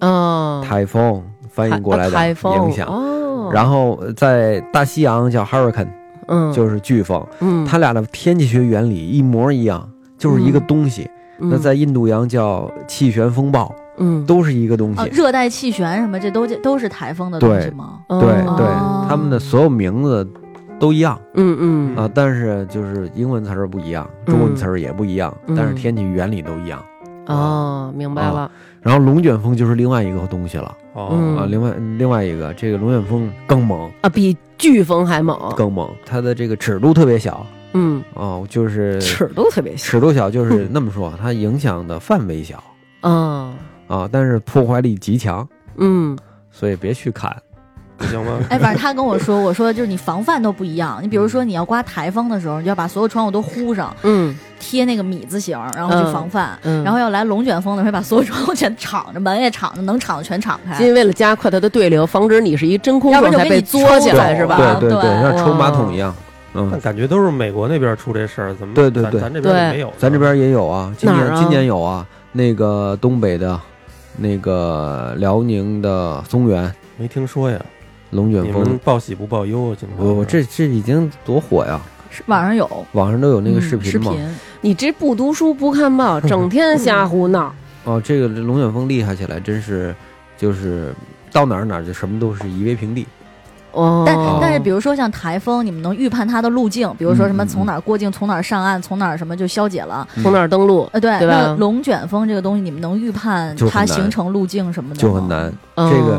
Speaker 2: 嗯，
Speaker 1: 台风翻译过来
Speaker 2: 啊
Speaker 1: 的
Speaker 2: 台风
Speaker 1: 影响。
Speaker 2: 哦，
Speaker 1: 然后呃在大西洋叫 hurricane，
Speaker 2: 嗯
Speaker 1: 就是飓风，
Speaker 2: 嗯，
Speaker 1: 它俩的天气学原理一模一样，就是一个
Speaker 2: 嗯
Speaker 1: 东西。那在印度洋叫气旋风暴，
Speaker 2: 嗯
Speaker 1: 都是一个东
Speaker 4: 啊，
Speaker 1: 西。
Speaker 4: 热带气旋什么，这都都是台风的东西吗？
Speaker 2: 对
Speaker 1: 对
Speaker 4: 哦
Speaker 1: 对，他们的所有名字都一样
Speaker 2: 嗯嗯
Speaker 1: 啊，但是就是英文词儿不一样，中文词儿也不一样，
Speaker 2: 嗯
Speaker 1: 但是天气原理都一样。
Speaker 2: 哦，明白了，
Speaker 1: 然后龙卷风就是另外一个东西了
Speaker 3: 哦，
Speaker 1: 啊，
Speaker 2: 嗯
Speaker 1: 另外另外一个这个龙卷风更猛
Speaker 2: 啊，比飓风还猛，
Speaker 1: 更猛，它的这个尺度特别小
Speaker 2: 嗯，
Speaker 1: 啊，就是
Speaker 2: 尺度特别小，
Speaker 1: 尺度小，就是那么说，它影响的范围小
Speaker 2: 嗯
Speaker 1: 啊，但是破坏力极强，
Speaker 2: 嗯。
Speaker 1: 所以别去看。
Speaker 3: 不行吗？
Speaker 4: 哎，反正他跟我说，我说就是你防范都不一样。你比如说你要刮台风的时候，你就要把所有窗户都糊上，
Speaker 2: 嗯
Speaker 4: 贴那个米字形，然后去防范。
Speaker 2: 嗯，
Speaker 4: 然后要来龙卷风的时候，把所有窗户全敞着，门也敞着，能敞的全敞开。
Speaker 2: 因为为了加快它的对流，防止你是一真空
Speaker 4: 要不
Speaker 2: 状
Speaker 4: 然就
Speaker 2: 态
Speaker 4: 给
Speaker 2: 被
Speaker 4: 你
Speaker 2: 作起
Speaker 4: 抽
Speaker 2: 来
Speaker 4: 走
Speaker 2: 是吧？
Speaker 4: 了
Speaker 1: 对对，
Speaker 4: 对
Speaker 1: 像抽马桶
Speaker 2: 哇
Speaker 1: 一样，
Speaker 3: 但
Speaker 1: 嗯，
Speaker 3: 感觉都是美国那边出这事儿，怎么
Speaker 1: 对对对
Speaker 3: 咱咱这边
Speaker 2: 对
Speaker 3: 就没有？
Speaker 1: 咱这边也有啊，今
Speaker 2: 哪儿
Speaker 1: 年
Speaker 2: 啊
Speaker 1: 今年有啊，那个东北的，那个辽宁的松原
Speaker 3: 没听说呀。
Speaker 1: 龙
Speaker 3: 你
Speaker 1: 卷
Speaker 3: 们
Speaker 1: 风，
Speaker 3: 报喜不报忧啊？经常
Speaker 1: 我我这这已经多火呀，
Speaker 4: 是网上有
Speaker 1: 网上都有那个
Speaker 4: 嗯
Speaker 1: 视
Speaker 4: 视
Speaker 1: 频嘛。
Speaker 4: 频，
Speaker 2: 你这不读书不看报，整天瞎胡闹，
Speaker 1: 哦，这个龙卷风厉害起来，真是就是到哪儿哪儿就什么都是夷为平地。
Speaker 2: 哦，
Speaker 4: 嗯但但是，比如说像台风，你们能预判它的路径，比如说什么
Speaker 1: 嗯嗯
Speaker 4: 从哪儿过境，从哪儿上岸，从哪儿什么就消解了。
Speaker 2: 从哪儿登录，
Speaker 4: 呃，对，
Speaker 2: 对吧
Speaker 4: 那龙卷风这个东西，你们能预判
Speaker 1: 就很
Speaker 4: 它
Speaker 1: 难
Speaker 4: 形成路径什么的
Speaker 1: 就
Speaker 4: 吗
Speaker 1: 很难，
Speaker 2: 这
Speaker 1: 这个，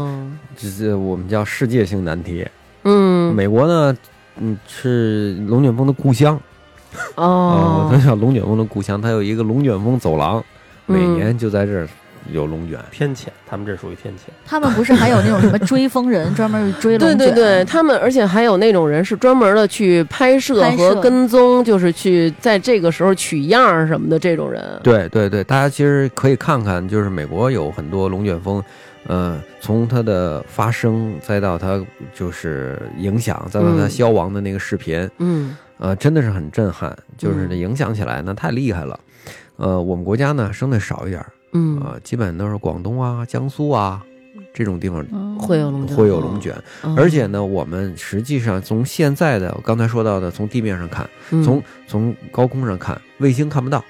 Speaker 1: 这这我们叫世界性难题。
Speaker 2: 嗯，
Speaker 1: 美国呢，嗯，是龙卷风的故乡啊，它
Speaker 2: 哦，
Speaker 1: 叫龙卷风的故乡，它有一个龙卷风走廊，每
Speaker 2: 嗯
Speaker 1: 年就在这儿有龙卷。
Speaker 3: 天谴，他们这属于天谴。
Speaker 4: 他们不是还有那种什么追风人，专门追龙
Speaker 2: 对
Speaker 4: 卷？
Speaker 2: 对对，他们而且还有那种人是专门的去拍摄
Speaker 4: 拍摄
Speaker 2: 和跟踪，就是去在这个时候取样儿什么的这种人。
Speaker 1: 对对对，大家其实可以看看，就是美国有很多龙卷风，呃，从它的发生再到它就是影响，再到它
Speaker 2: 嗯
Speaker 1: 消亡的那个视频，
Speaker 2: 嗯
Speaker 1: 呃，真的是很震撼，就是这
Speaker 2: 嗯
Speaker 1: 影响起来呢太厉害了。呃，我们国家呢生的少一点儿，
Speaker 2: 嗯，
Speaker 1: 呃，基本都是广东啊、江苏啊这种地方
Speaker 4: 嗯，
Speaker 2: 会有龙卷，
Speaker 1: 会有龙，卷，
Speaker 2: 嗯
Speaker 1: 而且呢，我们实际上从现在的我刚才说到的，从地面上看，从从高空上看，卫星看不到，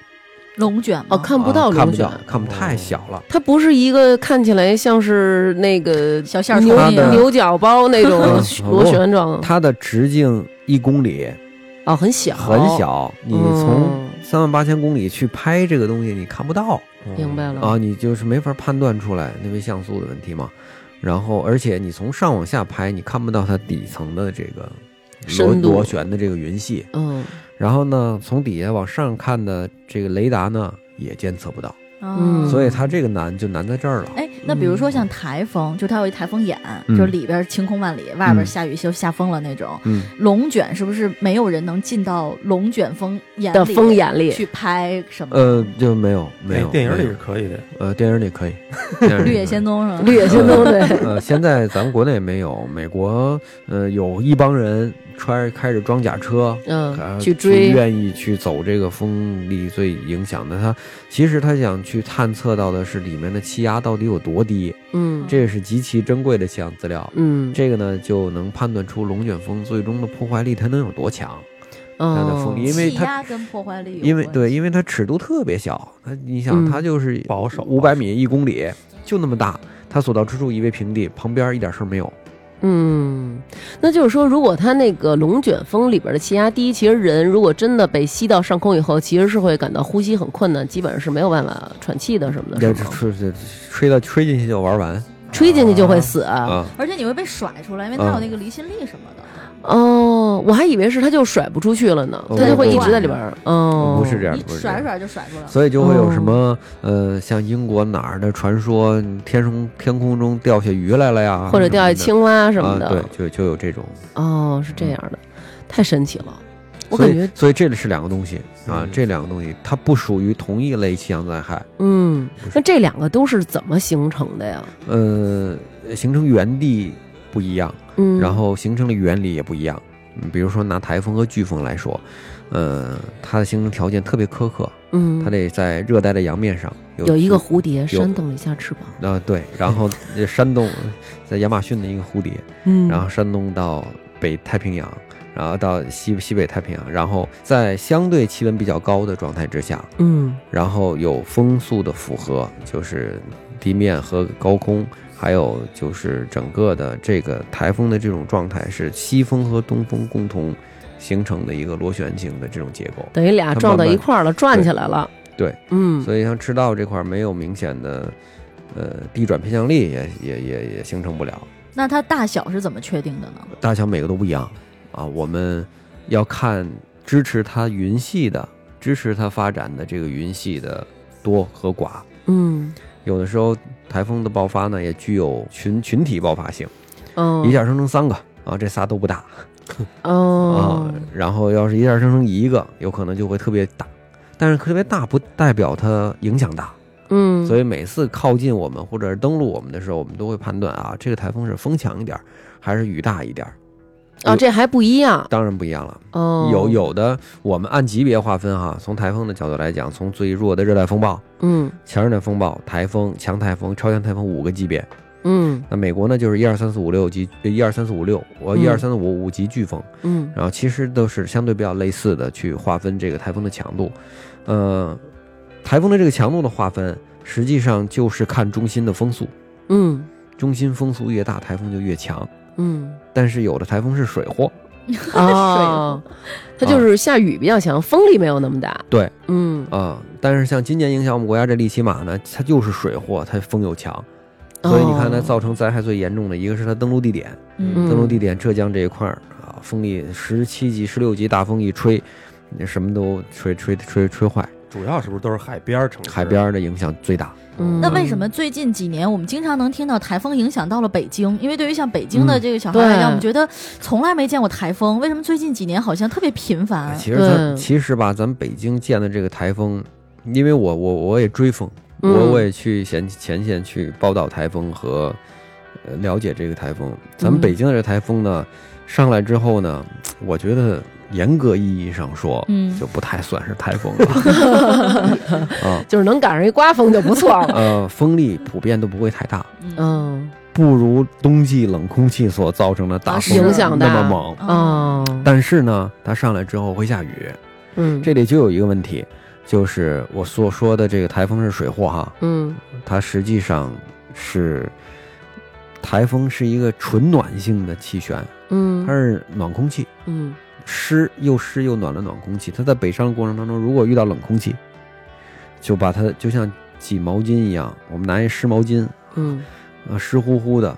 Speaker 4: 龙卷吗
Speaker 2: 哦看不
Speaker 1: 啊
Speaker 2: 到
Speaker 1: 看
Speaker 2: 龙
Speaker 1: 不
Speaker 2: 卷哦
Speaker 1: 到，，看不太小了。
Speaker 2: 它不是一个看起来像是那个
Speaker 4: 小线儿
Speaker 2: 牛
Speaker 1: 穿的
Speaker 2: 牛角包那种
Speaker 1: 嗯
Speaker 2: 螺旋状，
Speaker 1: 它的直径一公里，
Speaker 2: 哦，很小，
Speaker 1: 很。小，你从
Speaker 2: 嗯
Speaker 1: 三万八千公里去拍这个东西，你看不到
Speaker 3: 嗯
Speaker 2: 明白了
Speaker 1: 啊，你就是没法判断出来那位像素的问题嘛。然后，而且你从上往下拍，你看不到它底层的这个螺
Speaker 2: 深度
Speaker 1: 螺旋的这个云系。
Speaker 2: 嗯
Speaker 1: 然后呢，从底下往上看的这个雷达呢，也监测不到，
Speaker 2: 嗯
Speaker 1: 所以它这个难就难在这儿了。
Speaker 4: 哎，那比如说像台风，就它有一台风眼，
Speaker 1: 嗯
Speaker 4: 就是里边晴空万里，外边
Speaker 1: 嗯
Speaker 4: 下雨就下风了那种。
Speaker 1: 嗯，
Speaker 4: 龙卷是不是没有人能进到龙卷风眼
Speaker 2: 的
Speaker 4: 里
Speaker 2: 风眼里，
Speaker 4: 去拍什么？
Speaker 1: 呃，就没有没
Speaker 3: 哎
Speaker 1: 有，
Speaker 3: 电影里
Speaker 1: 没有
Speaker 3: 是可以的，
Speaker 1: 呃，电影里 可以，电影里
Speaker 4: 绿
Speaker 1: 可
Speaker 4: 野
Speaker 1: 以
Speaker 4: 仙踪是吗？
Speaker 2: 绿野仙踪对，
Speaker 1: 呃，现在咱们国内没有，美国呃有一帮人穿开着装甲车，
Speaker 2: 嗯，
Speaker 1: 呃
Speaker 2: 去追，
Speaker 1: 愿意去走这个风力最影响的。他其实他想去探测到的是里面的气压到底有多低，
Speaker 2: 嗯
Speaker 1: 这是极其珍贵的气象资料。
Speaker 2: 嗯，
Speaker 1: 这个呢，就能判断出龙卷风最终的破坏力它能有多强，它的
Speaker 2: 哦
Speaker 1: 风，力，因为
Speaker 4: 气
Speaker 1: 它
Speaker 4: 压跟破坏力有关系，
Speaker 1: 因为对，因为它尺度特别小，它你想
Speaker 2: 嗯
Speaker 1: 它就是
Speaker 3: 保守
Speaker 1: 五百米一公里就那么大，它所到之处夷为平地，旁边一点事儿没有。
Speaker 2: 嗯，那就是说，如果它那个龙卷风里边的气压低，其实人如果真的被吸到上空以后，其实是会感到呼吸很困难，基本上是没有办法喘气的什么的，
Speaker 1: 这
Speaker 2: 是吗？
Speaker 1: 吹吹吹到吹进去就玩完
Speaker 2: 吹进去就会死。
Speaker 1: 啊！
Speaker 4: 而且你会被甩出来，因为它有那个离心力什么的，
Speaker 1: 啊
Speaker 2: 哦，我还以为是它就甩不出去了呢，
Speaker 1: 哦
Speaker 2: 它就
Speaker 4: 不
Speaker 2: 会
Speaker 4: 不
Speaker 2: 一
Speaker 4: 不
Speaker 2: 直在里边儿。哦，
Speaker 1: 啊不是这样，
Speaker 4: 你
Speaker 1: 不是这
Speaker 4: 甩
Speaker 1: 样。
Speaker 4: 甩就甩出来了。
Speaker 1: 所以就会
Speaker 2: 嗯
Speaker 1: 有什么呃，像英国哪儿的传说，天空天空中掉下鱼来了呀，
Speaker 2: 或者掉下
Speaker 1: 什么
Speaker 2: 青蛙什么
Speaker 1: 的
Speaker 2: 的。
Speaker 1: 啊，对，就就有这种。
Speaker 2: 哦，是这样的，太神奇了。我
Speaker 1: 所
Speaker 2: 感
Speaker 1: 以
Speaker 2: 觉，
Speaker 1: 所以这是两个东西啊
Speaker 3: 嗯，
Speaker 1: 这两个东西它不属于同一类气象灾害，
Speaker 2: 嗯，那这两个都是怎么形成的呀？
Speaker 1: 呃，形成原地不一样。
Speaker 2: 嗯，
Speaker 1: 然后形成的原理也不一样。嗯，比如说拿台风和飓风来说，呃，它的形成条件特别苛刻，
Speaker 2: 嗯，
Speaker 1: 它得在热带的洋面上有
Speaker 2: 有一个
Speaker 1: 足
Speaker 2: 蝴蝶扇动了一下翅膀，
Speaker 1: 啊、对，然 后呃山东在亚马逊的一个蝴蝶，
Speaker 2: 嗯，
Speaker 1: 然后山东到北太平洋，然后到西西北太平洋，然后在相对气温比较高的状态之下，
Speaker 2: 嗯
Speaker 1: 然后有风速的符合，就是地面和高空，还有就是整个的这个台风的这种状态是西风和东风共同形成的一个螺旋形的这种结构。
Speaker 2: 等于俩
Speaker 1: 它
Speaker 2: 撞到
Speaker 1: 慢慢
Speaker 2: 一块儿了，转起来了。
Speaker 1: 对，
Speaker 2: 嗯，
Speaker 1: 所以像赤道这块没有明显的呃地转偏向力也，也也也形成不了。
Speaker 4: 那它大小是怎么确定的呢？
Speaker 1: 大小每个都不一样啊，我们要看支持它云系的、支持它发展的这个云系的多和寡。
Speaker 2: 嗯，
Speaker 1: 有的时候台风的爆发呢，也具有群群体爆发性。
Speaker 2: 嗯，
Speaker 1: 一下生成三个啊，这仨都不大
Speaker 2: 哦
Speaker 1: 啊。，然后要是一下生成一个，有可能就会特别大，但是特别大不代表它影响大，
Speaker 2: 嗯，
Speaker 1: 所
Speaker 2: 以
Speaker 1: 以每次靠近我们或者是登陆我们的时候，我们都会判断啊，这个台风是风强一点儿还是雨大一点儿。
Speaker 2: 啊，这还不一样
Speaker 1: 当然不一样了，
Speaker 2: 哦，
Speaker 1: 有，有的我们按级别划分哈，从台风的角度来讲，从最弱的热带风暴、
Speaker 2: 嗯
Speaker 1: 强热带风暴、台风、强台风、超强台风五个级别，
Speaker 2: 嗯
Speaker 1: 那美国呢，就是一二三四五六级，一二三四五六，我
Speaker 2: 嗯
Speaker 1: 一二三四五五级飓风，
Speaker 2: 嗯
Speaker 1: 然后其实都是相对比较类似的去划分这个台风的强度。呃，台风的这个强度的划分，实际上就是看中心的风速，
Speaker 2: 嗯
Speaker 1: 中心风速越大，台风就越强。
Speaker 2: 嗯，
Speaker 1: 但是有的台风是水货，
Speaker 2: 哦，它就是下雨比较强，风力没有那么大，
Speaker 1: 对，
Speaker 2: 嗯，
Speaker 1: 啊、但是像今年影响我们国家这利奇马呢，它就是水货，它风又强，所以你看它
Speaker 2: 哦
Speaker 1: 造成灾害最严重的一个是它登陆地点，
Speaker 4: 嗯
Speaker 1: 登陆地点浙江这一块儿啊，风力十七级、十六级大风一吹，你什么都吹吹吹吹坏，
Speaker 3: 主要是不是都是海边儿城市？
Speaker 1: 海边儿的影响最大。
Speaker 2: 嗯
Speaker 4: 那为什么最近几年我们经常能听到台风影响到了北京？因为对于像北京的
Speaker 1: 嗯
Speaker 4: 这个小孩来
Speaker 2: 对
Speaker 4: 讲，我们觉得从来没见过台风，为什么最近几年好像特别频繁？
Speaker 1: 哎其实咱
Speaker 2: 对
Speaker 1: 其实吧，咱们北京见的这个台风，因为我我我也追风，我
Speaker 2: 嗯
Speaker 1: 我也去前前线去报道台风和呃了解这个台风。咱们
Speaker 2: 嗯
Speaker 1: 北京的这台风呢，上来之后呢，我觉得严格意义上说，
Speaker 5: Mm.
Speaker 4: 嗯
Speaker 1: 就不太算是台风了 啊。
Speaker 2: 就是能赶上一刮风就不错 了，
Speaker 1: 呃，风力普遍都不会太大，
Speaker 4: 嗯，
Speaker 2: 嗯
Speaker 1: 不如冬季冷空气所造成的大
Speaker 4: 啊
Speaker 1: 风
Speaker 4: 影响
Speaker 1: 那么
Speaker 2: 大
Speaker 1: 猛。
Speaker 2: 哦，
Speaker 1: 但是呢，它上来之后会下雨，
Speaker 2: 嗯
Speaker 1: 这里就有一个问题，就是我所说的这个台风是水货哈，
Speaker 2: 嗯
Speaker 1: 它实际上是台风是一个纯暖性的气旋，
Speaker 2: 嗯，
Speaker 1: 它是暖空气，
Speaker 2: 嗯
Speaker 1: 湿又湿又暖的暖空气。它在北上的过程当中，如果遇到冷空气，就把它就像挤毛巾一样，我们拿一湿毛巾
Speaker 2: 嗯
Speaker 1: 啊，湿乎乎的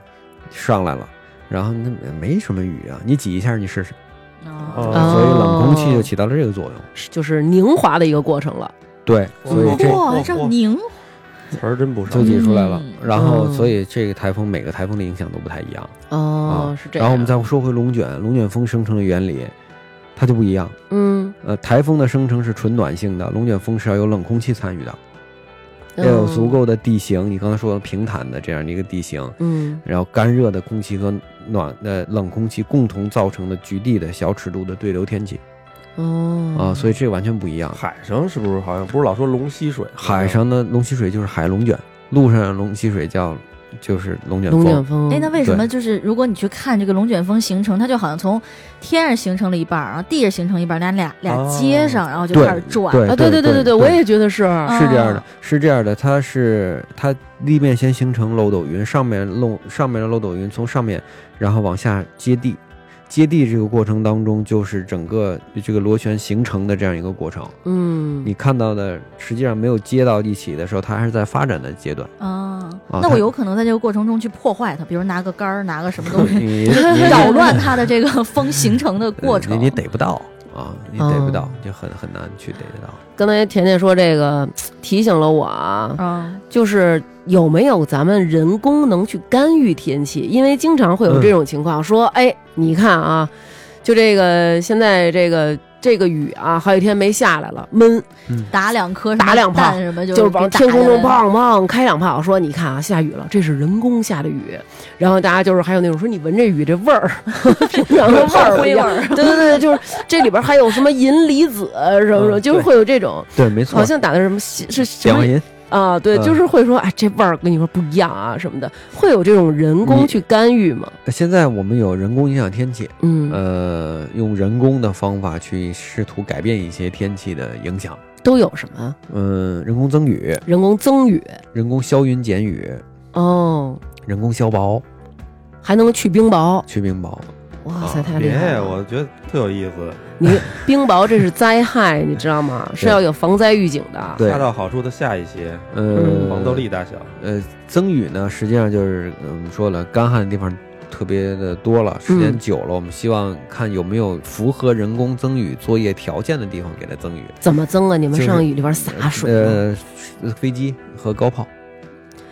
Speaker 1: 上来了，然后那没什么雨啊，你挤一下你试试，
Speaker 4: 哦
Speaker 3: 哦
Speaker 1: 所以冷空气就起到了这个作用。
Speaker 2: 是就是凝华的一个过程了，
Speaker 1: 对，所以这哦
Speaker 4: 哇，还叫凝
Speaker 3: 词儿真不少
Speaker 1: 就。挤出来了。
Speaker 4: 嗯
Speaker 1: 然后，
Speaker 2: 嗯
Speaker 1: 所以这个台风每个台风的影响都不太一样啊，。
Speaker 2: 哦是这样，
Speaker 1: 然后我们再说回龙卷，龙卷风生成的原理，它就不一样。
Speaker 2: 嗯
Speaker 1: 呃，台风的生成是纯暖性的，龙卷风是要有冷空气参与的，要
Speaker 2: 嗯
Speaker 1: 有足够的地形。你刚才说的平坦的这样的一个地形，
Speaker 2: 嗯
Speaker 1: 然后干热的空气和暖呃冷空气共同造成的局地的小尺度的对流天气
Speaker 2: 哦
Speaker 1: 啊，所以这完全不一样。
Speaker 3: 嗯海上是不是好像不是老说龙吸水？
Speaker 1: 海上的龙吸水就是海龙卷，陆上的龙吸水叫就是龙卷
Speaker 2: 龙
Speaker 1: 风
Speaker 2: 卷。风，
Speaker 4: 哎，那为什么就是如果你去看这个龙卷风形成，它就好像从天上形成了一半儿，然后地上形成一半儿，俩俩俩接上，然后就开始转。
Speaker 1: 哦对
Speaker 2: 啊？对对对对，我也觉得是，
Speaker 1: 是这样的
Speaker 2: 哦
Speaker 4: 啊，
Speaker 1: 是这样的，它是它地面先形成漏斗云，上面漏上面的漏斗云从上面，然后往下接地，接地这个过程当中就是整个这个螺旋形成的这样一个过程。
Speaker 2: 嗯，
Speaker 1: 你看到的实际上没有接到一起的时候，它还是在发展的阶段。
Speaker 4: 啊，
Speaker 1: 啊
Speaker 4: 那我
Speaker 1: 它
Speaker 4: 有可能在这个过程中去破坏它，比如拿个杆儿，拿个什么
Speaker 2: 嗯
Speaker 4: 东西，
Speaker 1: 你你
Speaker 4: 扰乱它的这个风形成的过
Speaker 1: 你
Speaker 4: 程。
Speaker 1: 你逮不到啊，你逮不到
Speaker 2: 哦，
Speaker 1: 就很很难去逮得到。
Speaker 2: 刚才甜甜说这个提醒了我啊，
Speaker 4: 啊，
Speaker 2: 就是有没有咱们人工能去干预天气？因为经常会有
Speaker 1: 嗯
Speaker 2: 这种情况，说哎，你看啊，就这个现在这个这个雨啊，好几天没下来了，闷，
Speaker 4: 打两颗什么
Speaker 2: 打两炮
Speaker 4: 蛋什么就
Speaker 2: 就是是往
Speaker 4: 给
Speaker 2: 天空
Speaker 4: 打下
Speaker 2: 中
Speaker 4: 来
Speaker 2: 砰砰开两炮，说你看啊，下雨了，这是人工下的雨。然后大家就是还有那种说你闻这雨这味儿， 平常 的味儿
Speaker 4: 炮
Speaker 2: 不一
Speaker 4: 灰味
Speaker 2: 样。
Speaker 4: 儿。
Speaker 2: 对对对，就是这里边还有什么银离子啊什么什么，
Speaker 3: 嗯
Speaker 2: 就是会有这种，
Speaker 1: 对，没错
Speaker 2: 好，像打的是什么是什
Speaker 1: 两
Speaker 2: 么
Speaker 1: 块银。
Speaker 2: 啊，对，
Speaker 1: 嗯
Speaker 2: 就是会说，哎，这味儿跟你说不一样啊什么的，会有这种人工
Speaker 1: 你
Speaker 2: 去干预吗？
Speaker 1: 现在我们有人工影响天气，
Speaker 2: 嗯，
Speaker 1: 呃，用人工的方法去试图改变一些天气的影响。
Speaker 2: 都有什么
Speaker 1: 嗯，人工增雨、
Speaker 2: 人工增雨
Speaker 1: 人工消云减雨、
Speaker 2: 哦，
Speaker 1: 人工消雹、
Speaker 2: 还能去冰雹，
Speaker 1: 去冰雹。
Speaker 2: 哇塞，
Speaker 1: 啊
Speaker 2: 太厉
Speaker 3: 别
Speaker 2: 害
Speaker 3: 呀，
Speaker 2: 了！
Speaker 3: 我觉得特有意思。
Speaker 2: 你冰雹这是灾害，你知道吗？是要有防灾预警的。
Speaker 1: 对
Speaker 3: 恰，到好处的下一些，
Speaker 1: 呃，
Speaker 3: 黄豆粒大小。
Speaker 1: 呃，增雨呢，实际上就是呃我们说了，干旱的地方特别的多了，时间
Speaker 2: 嗯
Speaker 1: 久了，我们希望看有没有符合人工增雨作业条件的地方给它增雨。
Speaker 2: 怎么增啊？你们
Speaker 1: 就是呃
Speaker 2: 上雨里边洒水吗？
Speaker 1: 呃，飞机和高炮，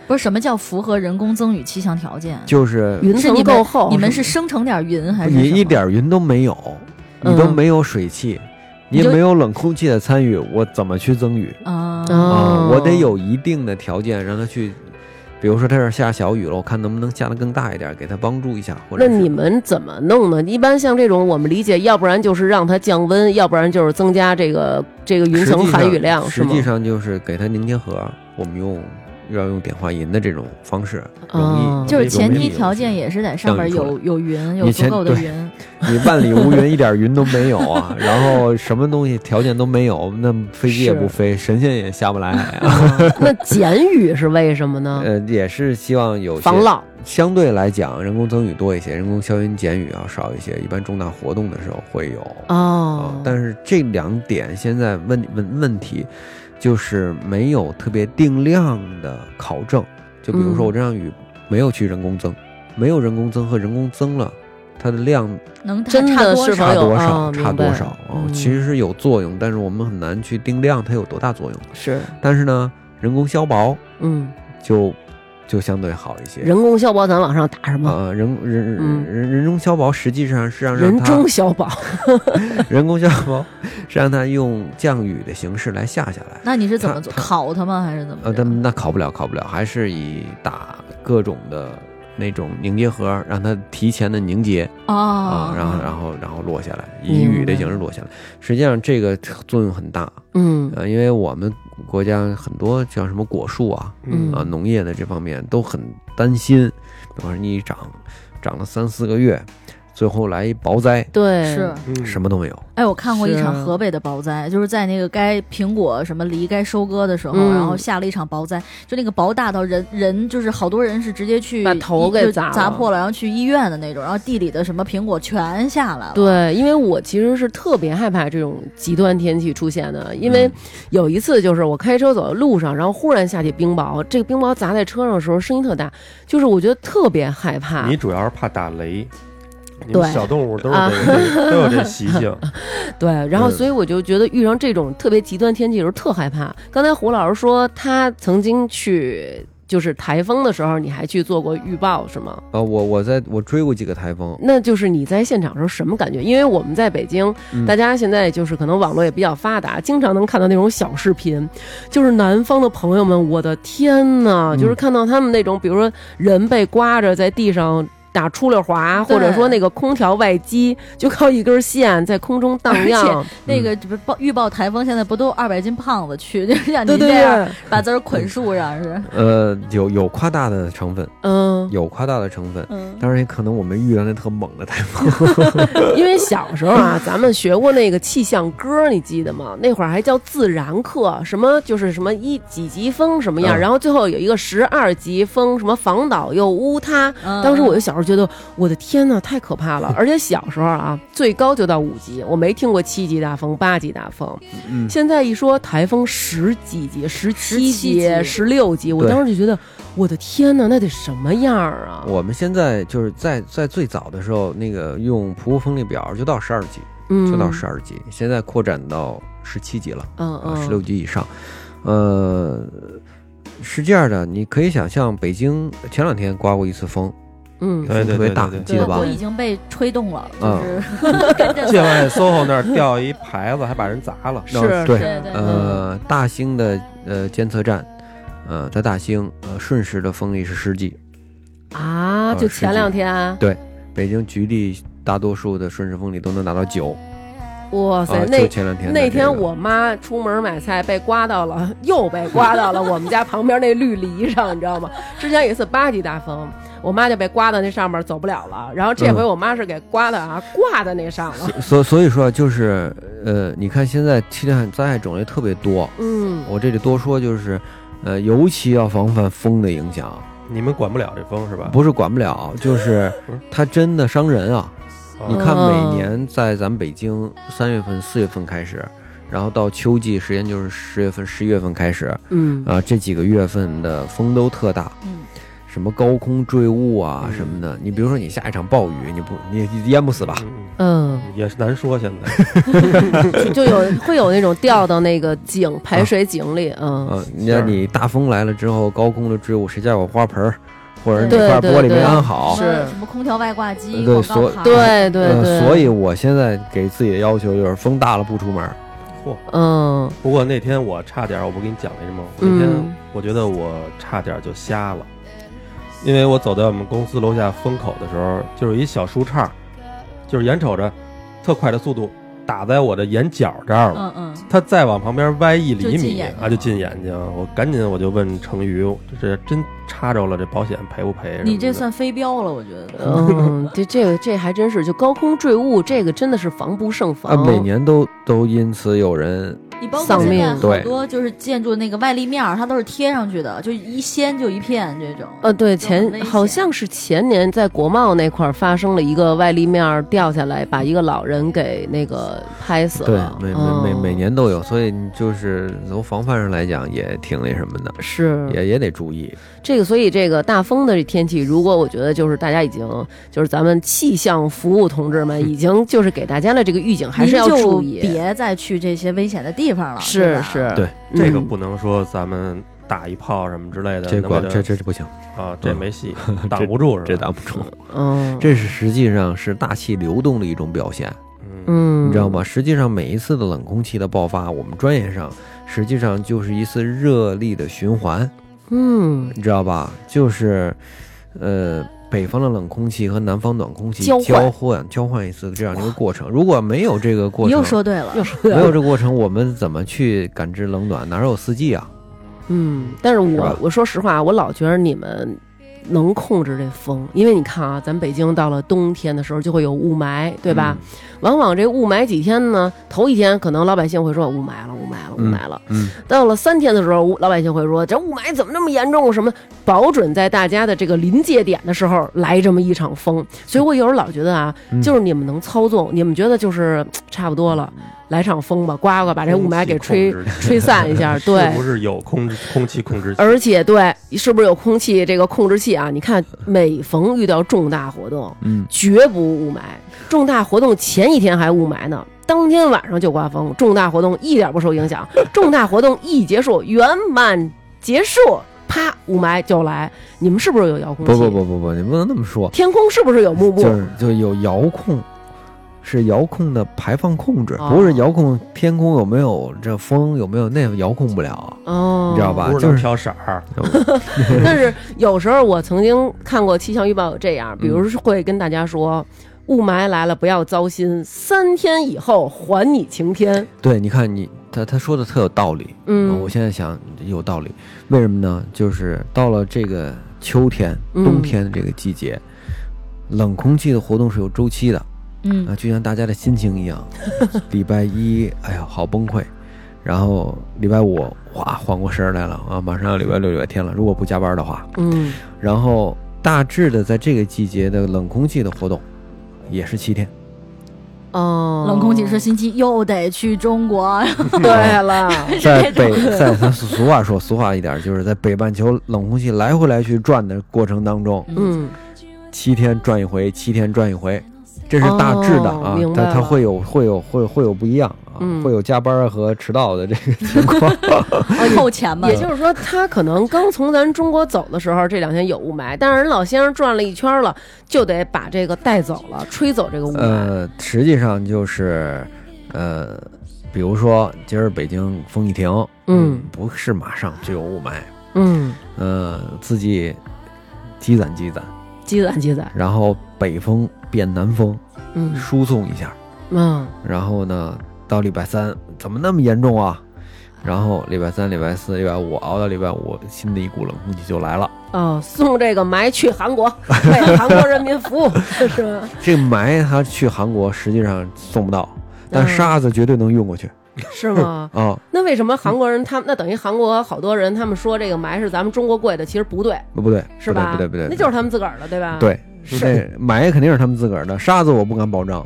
Speaker 4: 不是什么叫符合人工增雨气象条件？
Speaker 1: 就是
Speaker 2: 云
Speaker 4: 是
Speaker 2: 层
Speaker 4: 你们
Speaker 2: 够厚，
Speaker 4: 你们
Speaker 2: 是
Speaker 4: 是生成点云还是
Speaker 1: 你
Speaker 4: 什
Speaker 1: 一
Speaker 4: 么
Speaker 1: 点云都没有，你都
Speaker 2: 嗯
Speaker 1: 没有水汽，你
Speaker 4: 你
Speaker 1: 也
Speaker 4: 就
Speaker 1: 没有冷空气的参与，我怎么去增雨？
Speaker 4: 啊？
Speaker 2: 吗
Speaker 1: 啊，
Speaker 2: 哦
Speaker 1: 我得有一定的条件让它去，比如说它这儿下小雨了，我看能不能下得更大一点，给它帮助一下。或者
Speaker 2: 那
Speaker 1: 是
Speaker 2: 你们怎么弄呢？一般像这种，我们理解，要不然就是让它降温，要不然就是增加这个这个云
Speaker 1: 实际
Speaker 2: 层
Speaker 1: 上
Speaker 2: 含雨量，是
Speaker 1: 实
Speaker 2: 吗
Speaker 1: 际？上就是给它凝结核，我们用要用碘化银的这种方式，容
Speaker 2: 哦
Speaker 1: 易
Speaker 4: 就是前
Speaker 1: 容易
Speaker 4: 提条件也是得上面
Speaker 1: 让
Speaker 4: 有
Speaker 1: 你
Speaker 4: 有云，有
Speaker 1: 你
Speaker 4: 足
Speaker 1: 前
Speaker 4: 够的
Speaker 1: 对
Speaker 4: 云。
Speaker 1: 你万里无云，一点云都没有啊，然后什么东西条件都没有，那飞机也
Speaker 2: 是
Speaker 1: 不飞，神仙也下不来海啊。
Speaker 4: 哦
Speaker 2: 那减雨是为什么呢？
Speaker 1: 呃，也是希望有些
Speaker 2: 嗯防涝。
Speaker 1: 相对来讲，人工增雨多一些，人工消音减雨要少一些。一般重大活动的时候会有啊、
Speaker 2: 哦，
Speaker 1: 但是这两点现在问问问题，就是没有特别定量的考证。就比如说
Speaker 2: 嗯
Speaker 1: 我这场雨没有去人工增，没有人工增和人工增了，它的量
Speaker 4: 能它
Speaker 2: 真
Speaker 4: 差
Speaker 2: 的
Speaker 4: 多
Speaker 2: 是
Speaker 4: 少
Speaker 1: 差
Speaker 2: 否有
Speaker 1: 多少？
Speaker 2: 哦
Speaker 1: 差
Speaker 2: 明
Speaker 1: 多
Speaker 2: 白
Speaker 1: 少啊、
Speaker 2: 嗯
Speaker 1: 其实是有作用，但是我们很难去定量它有多大作用。
Speaker 2: 是
Speaker 1: 但是呢，人工消薄
Speaker 2: 嗯，
Speaker 1: 就就相对好一些。
Speaker 2: 人工消薄，咱往上打什么？
Speaker 1: 啊，人人人
Speaker 2: 嗯
Speaker 1: 人人工消薄实际上是让让
Speaker 2: 人
Speaker 1: 它
Speaker 2: 中消薄，
Speaker 1: 人工消薄是让它用降雨的形式来下下来。
Speaker 4: 那你是怎么做？
Speaker 1: 它它
Speaker 4: 烤它吗？还是怎么
Speaker 1: 呃，
Speaker 4: 着？
Speaker 1: 但那烤不了，烤不了，还是以打各种的那种凝结核，让它提前的凝结
Speaker 4: 哦
Speaker 1: 啊，，然后然后然后落下来，以
Speaker 2: 明白
Speaker 1: 雨的形式落下来。实际上这个作用很大，
Speaker 2: 嗯
Speaker 1: 呃，因为我们国家很多像什么果树啊，
Speaker 2: 嗯
Speaker 1: 啊，农业的这方面都很担心，比方说你一长，长了三四个月，最后来一雹灾，
Speaker 2: 对
Speaker 4: 是。
Speaker 3: 嗯
Speaker 1: 什么都没有。
Speaker 4: 哎，我看过一场
Speaker 2: 是
Speaker 4: 河北的雹灾，就是在那个该苹果什么梨该收割的时候，
Speaker 2: 嗯
Speaker 4: 然后下了一场雹灾，就那个雹大到人人就是好多人是直接去
Speaker 2: 把头给
Speaker 4: 就
Speaker 2: 砸
Speaker 4: 砸
Speaker 2: 了
Speaker 4: 破了，然后去医院的那种，然后地里的什么苹果全下来了。，
Speaker 2: 对，因为我其实是特别害怕这种极端天气出现的，因为
Speaker 1: 嗯
Speaker 2: 有一次就是我开车走在路上，然后忽然下起冰雹，这个冰雹砸在车上的时候声音特大，就是我觉得特别害怕
Speaker 3: 你。主要是怕打雷，你
Speaker 2: 对
Speaker 3: 们小动物都是
Speaker 2: 啊
Speaker 3: 这个都有这习性，
Speaker 2: 对，然后
Speaker 1: 嗯
Speaker 2: 所以我就觉得遇上这种特别极端天气的时候特害怕。刚才胡老师说他曾经去就是台风的时候，你还去做过预报是吗？
Speaker 1: 啊，我我在我追过几个台风，
Speaker 2: 那就是你在现场的时候什么感觉？因为我们在北京，
Speaker 1: 嗯
Speaker 2: 大家现在就是可能网络也比较发达，经常能看到那种小视频，就是南方的朋友们，我的天呐，
Speaker 1: 嗯
Speaker 2: 就是看到他们那种，比如说人被刮着在地上。打出溜滑，
Speaker 4: 对
Speaker 2: 或者说那个空调外机就靠一根线在空中荡漾，
Speaker 4: 那个这不报预报台风现在不都二百斤胖子去，就像
Speaker 2: 对
Speaker 4: 您
Speaker 2: 对
Speaker 4: 这样
Speaker 2: 对，
Speaker 4: 把字儿捆树上是？
Speaker 1: 呃，有有夸大的成分，
Speaker 2: 嗯，
Speaker 1: 有夸大的成分。
Speaker 4: 嗯，
Speaker 1: 当然，也可能我们遇到那特猛的台风，
Speaker 2: 因为小时候啊，咱们学过那个气象歌，你记得吗？那会儿还叫自然课，什么就是什么一几级风什么样，
Speaker 1: 嗯
Speaker 2: 然后最后有一个十二级风，什么防倒又乌塌。
Speaker 1: 嗯
Speaker 2: 当时
Speaker 4: 嗯
Speaker 2: 我就小时候觉得，我的天呐，太可 怕了！而且小时候啊，最高就到五级，我没听过七级大风、八级大风。
Speaker 1: 嗯，
Speaker 2: 现在一说台风十几级、十七
Speaker 4: 17级
Speaker 2: 十六级，我
Speaker 1: 对
Speaker 2: 当时就觉得，我的天呐，那得什么样啊？
Speaker 1: 我们现在就是在在最早的时候，那个用普乌风力表就到十二级，
Speaker 2: 嗯，
Speaker 1: 就到十二级，现在扩展到十七级了，
Speaker 2: 嗯
Speaker 1: 啊，
Speaker 2: 嗯，
Speaker 1: 十六级以上。呃，是这样的，你可以想象，北京前两天刮过一次风，
Speaker 2: 嗯
Speaker 3: 对
Speaker 1: 风特别大，
Speaker 3: 对对对对
Speaker 1: 记得吧
Speaker 4: 我？已经被吹动了，就
Speaker 1: 嗯
Speaker 4: 是
Speaker 3: 界外 SOHO 那儿掉一牌子，还把人砸了。
Speaker 2: 是
Speaker 1: 那
Speaker 2: 是
Speaker 1: 对
Speaker 4: 对对
Speaker 1: 呃，大兴的呃监测站，呃，在大兴，呃，瞬时的风力是十级，
Speaker 2: 啊，
Speaker 1: 呃
Speaker 2: 就
Speaker 1: 十
Speaker 2: 前
Speaker 1: 几
Speaker 2: 两天，啊
Speaker 1: 北京局地大多数的瞬时风力都能达到九，
Speaker 2: 哇
Speaker 1: 啊、
Speaker 2: 塞，
Speaker 1: 就
Speaker 2: 那
Speaker 1: 前两天的
Speaker 2: 那
Speaker 1: 这
Speaker 2: 天
Speaker 1: 个
Speaker 2: 我妈出门买菜被刮到了，又被刮到了我们家旁边那绿篱上，你知道吗？之前有一次八级大风，我妈就被刮到那上面走不了了，然后这回
Speaker 1: 嗯
Speaker 2: 我妈是给刮的啊，挂在那上了，
Speaker 1: 所所以说啊就是呃，你看现在气象灾害种类特别多，
Speaker 2: 嗯，
Speaker 1: 我这里多说就是，呃，尤其要防范风的影响，
Speaker 3: 你们管不了这风是吧？
Speaker 1: 不是管不了，就是
Speaker 3: 不是
Speaker 1: 它真的伤人啊！
Speaker 3: 啊
Speaker 1: 你看
Speaker 2: 哦
Speaker 1: 每年在咱们北京三月份、四月份开始，然后到秋季时间就是十月份、十一月份开始，啊、
Speaker 2: 嗯
Speaker 1: 这几个月份的风都特大，
Speaker 4: 嗯
Speaker 1: 什么高空坠物啊
Speaker 3: 嗯
Speaker 1: 什么的。你比如说你下一场暴雨，你不你你淹不死吧？
Speaker 3: 嗯
Speaker 2: 嗯，
Speaker 3: 嗯也是难说现在。
Speaker 2: 就就有会有那种掉到那个井
Speaker 1: 啊
Speaker 2: 排水井里，嗯，
Speaker 1: 嗯，那你大风来了之后，高空的坠物，谁家有花盆儿，或者
Speaker 4: 对
Speaker 1: 哪块
Speaker 2: 对
Speaker 1: 玻璃没
Speaker 2: 对
Speaker 1: 安好
Speaker 4: 什？么什么空调外挂机、
Speaker 1: 对
Speaker 4: 广告
Speaker 1: 所
Speaker 4: 牌，
Speaker 2: 对对对，
Speaker 1: 呃，所以我现在给自己的要求就是风大了不出门儿。
Speaker 2: 嗯
Speaker 3: 不过那天我差点儿，我不跟你讲那什么？我那
Speaker 2: 嗯
Speaker 3: 天我觉得我差点儿就瞎了，因为我走在我们公司楼下风口的时候，就是一小树杈儿，就是眼瞅着特快的速度打在我的眼角这儿了。
Speaker 4: 嗯嗯，
Speaker 3: 它再往旁边歪一厘
Speaker 4: 就进
Speaker 3: 米
Speaker 4: 眼睛
Speaker 3: 啊，就进眼睛。我赶紧我就问成宇，这真插着了，这保险赔不赔？
Speaker 4: 你这算飞镖了，我觉得。
Speaker 2: 嗯，这这个这还真是，就高空坠物这个真的是防不胜
Speaker 1: 啊，
Speaker 2: 防，
Speaker 1: 每年都都因此有人
Speaker 4: 你包括
Speaker 2: 丧
Speaker 4: 现
Speaker 2: 命
Speaker 4: 在好
Speaker 1: 对
Speaker 4: 多就是建筑那个外立面儿，它都是贴上去的，就一掀就一片这种。
Speaker 2: 呃，对，
Speaker 4: 就很
Speaker 2: 前
Speaker 4: 危
Speaker 2: 好
Speaker 4: 险
Speaker 2: 像是前年在国贸那块儿发生了一个外立面儿掉下来，把一个老人给那个拍死
Speaker 1: 对
Speaker 2: 了。
Speaker 1: 每
Speaker 2: 嗯
Speaker 1: 每每每年都有，所以你就是从防范上来讲也挺那什么的，
Speaker 2: 嗯是
Speaker 1: 也也得注意。
Speaker 2: 这个，所以这个大风的天气，如果我觉得就是大家已经就是咱们气象服务 同志们已经就是给大家的这个预警，还是要
Speaker 4: 您就
Speaker 2: 注意。
Speaker 4: 别再去这些危险的地方了。
Speaker 2: 是
Speaker 4: 吧
Speaker 2: 是，
Speaker 1: 对
Speaker 3: 这个
Speaker 2: 嗯
Speaker 3: 不能说咱们打一炮什么之类的，
Speaker 1: 这
Speaker 3: 能给
Speaker 1: 管
Speaker 3: 它
Speaker 1: 这这这不行，
Speaker 3: 啊，这 没戏，挡不住是吧？
Speaker 1: 这挡不住。
Speaker 2: 嗯，
Speaker 1: 这是实际上是大气流动的一种表现，
Speaker 3: 嗯
Speaker 2: 嗯，
Speaker 1: 你知道？吗？实际上每一次的冷空气的爆发，我们专业上实际上就是一次热力的循环，
Speaker 2: 嗯，
Speaker 1: 你知道吧？就是，呃。北方的冷空气和南方暖空气
Speaker 2: 交
Speaker 1: 交
Speaker 2: 换
Speaker 1: 换交换一次这样的一个过程，如果没有这个过
Speaker 4: 你
Speaker 1: 程，
Speaker 4: 又说对了，
Speaker 2: 又说
Speaker 1: 没有这个过程，我们怎么去感知冷暖？哪有四季啊？
Speaker 2: 嗯，但是
Speaker 1: 是
Speaker 2: 我
Speaker 1: 吧
Speaker 2: 我说实话，我老觉得你们能控制这风，因为你看啊，咱北京到了冬天的时候就会有雾霾，对吧？
Speaker 1: 嗯
Speaker 2: 往往这雾霾几天呢，头一天可能老百姓会说雾霾了，雾霾了，雾霾了。
Speaker 1: 嗯，
Speaker 2: 到了三天的时候，雾老百姓会说这雾霾怎么那么严重？什么？保准在大家的这个临界点的时候来这么一场风。所以我有时候老觉得啊，
Speaker 1: 嗯
Speaker 2: 就是你们能操纵，你们觉得就是嘖差不多了，来场风吧，刮刮把这雾霾给吹
Speaker 3: 空气控 制
Speaker 2: 吹散 一下，啊对。
Speaker 3: 是不是有空制空气控制器？
Speaker 2: 而且对，是不是有空气这个控制器啊？你看，每逢遇到重大活动，
Speaker 1: 嗯，
Speaker 2: 绝不雾霾。重大活动前一天还雾霾呢，当天晚上就刮风。重大活动一点不受影响，重大活动一结束，圆满结束，啪，雾霾就来。你们是不是有遥控器？
Speaker 1: 不不，不不不，你不能那么说，
Speaker 2: 天空是不是有幕布？
Speaker 1: 就是就有遥控，是遥控的排放控制，
Speaker 2: 哦
Speaker 1: 不是遥控天空有没有这风有没有，那遥控不了啊。
Speaker 2: 哦，
Speaker 1: 你知道 吧
Speaker 3: 不是能调色儿，
Speaker 2: 但是有时候我曾经看过气象预报有这样，比如说会跟大家说。雾霾来了，不要糟心，三天以后还你晴天。
Speaker 1: 对，你看你他他说的特有道理，
Speaker 2: 嗯
Speaker 1: 我现在想有道理，为什么呢？就是到了这个秋天、
Speaker 2: 嗯
Speaker 1: 冬天的这个季节，冷空气的活动是有周期的。
Speaker 4: 嗯，
Speaker 1: 啊，就像大家的心情一样， 礼拜一，哎呀，好崩溃，然后礼拜五，哇，缓过神儿来了啊，马上要礼拜六、礼拜天了，如果不加班的话，
Speaker 2: 嗯
Speaker 1: 然后大致的在这个季节的冷空气的活动也是七天，
Speaker 2: 哦，
Speaker 4: 冷空气是星期又得去中国，
Speaker 2: 对了，
Speaker 1: 在北， 在咱俗俗话说俗话一点儿，就是在北半球冷空气来回来去转的过程当中，
Speaker 2: 嗯，
Speaker 1: 七天转一回，七天转一回，这是大致的
Speaker 2: 哦
Speaker 1: 啊，
Speaker 2: 明白
Speaker 1: 它它
Speaker 2: 了
Speaker 1: 会有会有会有会有不一样啊，
Speaker 2: 嗯
Speaker 1: 会有加班儿和迟到的这个情 况。
Speaker 4: 扣钱吧
Speaker 2: 也。就是说，他可能刚从咱中国走的时候，这两天有雾霾，但是人老先生转了一圈了，就得把这个带走了，吹走这个雾霾。
Speaker 1: 呃，实际上就是，呃，比如说今儿北京风一停，
Speaker 2: 嗯
Speaker 1: 不是马上就有雾霾，
Speaker 2: 嗯，
Speaker 1: 呃，自己积攒积攒，
Speaker 2: 积攒积攒，
Speaker 1: 然后北风变南风，
Speaker 2: 嗯
Speaker 1: 输送一下，
Speaker 2: 嗯
Speaker 1: 然后呢，到礼拜三怎么那么严重啊？然后礼拜三、礼拜四、礼拜五熬到礼拜五，新的一股冷空气就来了。
Speaker 2: 哦，送这个霾去 韩国，为韩国人民服 务，是吧？
Speaker 1: 这个霾它去韩国实际上送不到，但
Speaker 2: 嗯
Speaker 1: 沙子绝对能运过去
Speaker 2: 是吗？
Speaker 1: 啊、
Speaker 2: 那为什么韩国人他们那等于韩国好多人他们说这个霾是咱们中国贵的，其实不对，
Speaker 1: 不对，
Speaker 2: 是吧？
Speaker 1: 不对，不对，不对，
Speaker 2: 那就是他们自个儿的，对吧？，
Speaker 1: 对，那买肯定是他们自个儿的，沙子我不敢保证，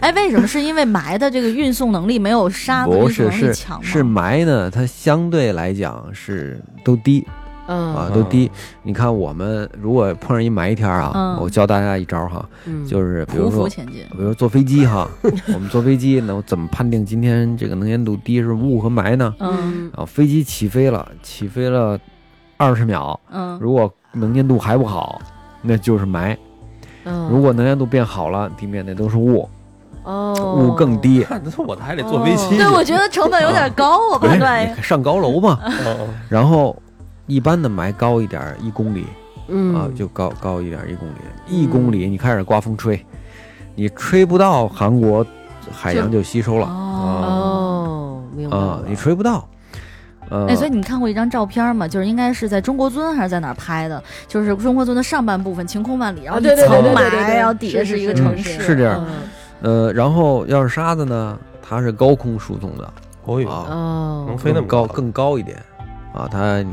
Speaker 4: 哎，为什么？是因为霾的这个运送能力没有沙子运
Speaker 1: 不
Speaker 4: 送
Speaker 1: 是
Speaker 4: 能力
Speaker 1: 是
Speaker 4: 强吗？
Speaker 1: 是霾呢，它相对来讲是都低，
Speaker 2: 嗯
Speaker 1: 啊，都低。你看我们如果碰上一埋天儿啊，
Speaker 4: 嗯
Speaker 1: 我教大家一招儿哈，
Speaker 2: 嗯，
Speaker 1: 就是比
Speaker 4: 匍
Speaker 1: 如
Speaker 4: 匐
Speaker 1: 说。
Speaker 4: 前进。
Speaker 1: 比如坐飞机哈，我们坐飞机，那我怎么判定今天这个能见度低是雾和霾呢？
Speaker 4: 嗯
Speaker 1: 啊，飞机起飞了，起飞了二十秒，
Speaker 4: 嗯
Speaker 1: 如果能见度还不好，那就是霾；
Speaker 2: 嗯，
Speaker 1: 如果能见度变好了，地面那都是雾，
Speaker 2: 哦
Speaker 1: 雾更，低。
Speaker 3: 看， 那我还得坐飞
Speaker 2: 嗯
Speaker 3: 机去。
Speaker 4: 对，我觉得成本有点高，我
Speaker 1: 不
Speaker 4: 判
Speaker 1: 是
Speaker 4: 断 一
Speaker 1: 你上高楼嘛，
Speaker 3: 哦
Speaker 1: 然后一般的霾高一点儿，一公里
Speaker 2: 嗯
Speaker 1: 啊，就高高一点儿一公里，一公里你开始刮风吹，你吹不到韩国海洋就吸收了
Speaker 4: 哦。
Speaker 2: 哦，明白
Speaker 1: 啊
Speaker 2: 了，
Speaker 1: 你吹不到。呃
Speaker 4: 哎，，所以你看过一张照片吗？就是应该是在中国尊还是在哪儿拍的？就是中国尊的上半部分晴空万里，然后一
Speaker 2: 啊对对对
Speaker 4: 层
Speaker 2: 对对对
Speaker 4: 霾，
Speaker 2: 对
Speaker 4: 然后底下
Speaker 2: 是
Speaker 4: 一个
Speaker 2: 是是
Speaker 4: 城
Speaker 2: 嗯是
Speaker 4: 市，
Speaker 1: 是这样
Speaker 2: 嗯
Speaker 1: 呃，然后要是沙子呢，它是高空输送的，
Speaker 3: 哦
Speaker 1: 啊
Speaker 3: 哟，
Speaker 2: 哦
Speaker 3: 能，飞那
Speaker 1: 更
Speaker 3: 么
Speaker 1: 高
Speaker 3: 高
Speaker 1: 更高一点啊，它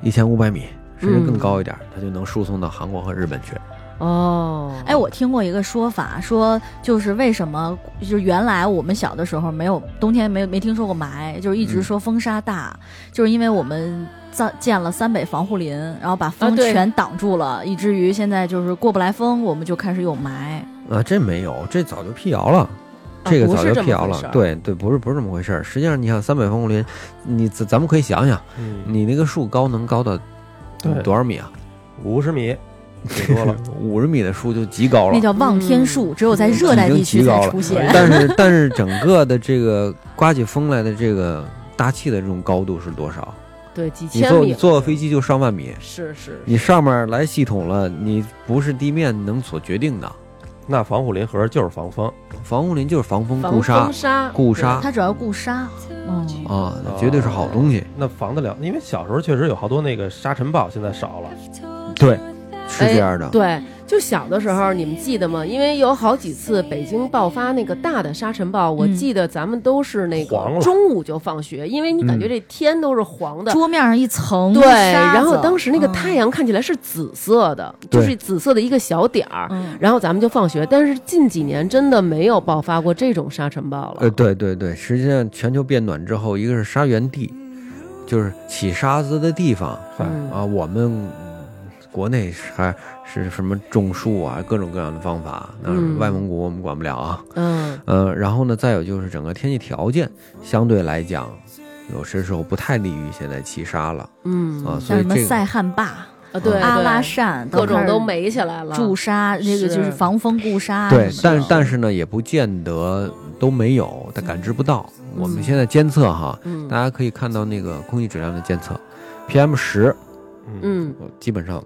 Speaker 1: 一千五百米甚至更
Speaker 2: 嗯
Speaker 1: 高一点儿，它就能输送到韩国和日本去。
Speaker 2: 哦，
Speaker 4: 哎，我听过一个说法，说就是为什么就是原来我们小的时候没有冬天没有没听说过霾，就是一直
Speaker 1: 嗯
Speaker 4: 说风沙大，就是因为我们造建了三北防护林，然后把风
Speaker 2: 啊对
Speaker 4: 全挡住了，以至于现在就是过不来风，我们就开始有霾。
Speaker 1: 啊，这没有，这早就辟谣了。这个
Speaker 2: 啊不
Speaker 1: 早
Speaker 2: 是
Speaker 1: 就
Speaker 2: 这
Speaker 1: 辟
Speaker 2: 么
Speaker 1: 谣
Speaker 2: 回
Speaker 1: 了
Speaker 2: 事，儿
Speaker 1: 对对，不是不是这么回事儿。实际上，你想三百风林，你咱咱们可以想想，
Speaker 3: 嗯，
Speaker 1: 你那个树高能高到
Speaker 3: 对
Speaker 1: 多少米啊？
Speaker 3: 五十米，别多了。
Speaker 1: 五十米的树就极高
Speaker 4: 那
Speaker 1: 了，
Speaker 4: 叫望天树，只有在
Speaker 2: 嗯
Speaker 4: 热
Speaker 1: 已
Speaker 4: 带
Speaker 1: 经
Speaker 4: 地区
Speaker 1: 极高
Speaker 4: 才
Speaker 1: 了
Speaker 4: 出现。
Speaker 1: 但是但是整个的这个刮起风来的这个大气的这种高度是多少？
Speaker 2: 对几
Speaker 1: 你
Speaker 2: 千
Speaker 1: 坐
Speaker 2: 米
Speaker 1: 你
Speaker 2: 了
Speaker 1: 坐飞机就上万米，
Speaker 2: 是是，
Speaker 1: 你上面来系统了，你不是地面能所决定的。
Speaker 3: 那防护林盒就是防风，
Speaker 1: 防护林就是防风
Speaker 2: 防
Speaker 1: 固沙
Speaker 2: 风沙
Speaker 1: 固沙
Speaker 4: 它主要固沙，嗯，
Speaker 1: 啊，绝对是好东西。
Speaker 3: 那防得了。因为小时候确实有好多那个沙尘暴，现在少了。
Speaker 1: 对，是这样的。
Speaker 2: 哦哎对，就小的时候你们记得吗？因为有好几次北京爆发那个大的沙尘暴，我
Speaker 4: 嗯
Speaker 2: 记得咱们都是那
Speaker 3: 黄
Speaker 2: 个
Speaker 3: 了
Speaker 2: 中午就放学，因为你
Speaker 1: 嗯
Speaker 2: 感觉这天都是黄的。
Speaker 4: 桌面上一层
Speaker 2: 对，
Speaker 4: 沙子
Speaker 2: 然后当时那个
Speaker 4: 嗯
Speaker 2: 太阳看起来是紫色的，就是
Speaker 1: 对
Speaker 2: 紫色的一个小点儿，
Speaker 4: 嗯
Speaker 2: 然后咱们就放学。但是近几年真的没有爆发过这种沙尘暴了。
Speaker 1: 呃，对对对，实际上全球变暖之后，一个是沙源地，就是起沙子的地方
Speaker 2: 嗯
Speaker 1: 啊，我们。嗯国内还是什么种树啊，各种各样的方法。那
Speaker 2: 嗯
Speaker 1: 外蒙古我们管不了啊。
Speaker 2: 嗯
Speaker 1: 呃，然后呢，再有就是整个天气条件相对来讲，有些时候不太利于现在起沙了
Speaker 2: 嗯
Speaker 1: 啊。所
Speaker 4: 像
Speaker 1: 以
Speaker 4: 什么
Speaker 1: 这个
Speaker 4: 塞罕坝、
Speaker 2: 啊对，
Speaker 4: 阿
Speaker 2: 对
Speaker 4: 拉善，
Speaker 2: 各种
Speaker 4: 开始
Speaker 2: 都美起来了。
Speaker 4: 驻沙，那个就是
Speaker 2: 是
Speaker 4: 防风固沙什么
Speaker 1: 对
Speaker 4: 的。，
Speaker 1: 但但是呢，也不见得都没有，他感知不到。我们现在监测哈，
Speaker 2: 嗯
Speaker 1: 大家可以看到那个空气质量的监测，PM 十
Speaker 3: 嗯
Speaker 2: 嗯
Speaker 1: 基本上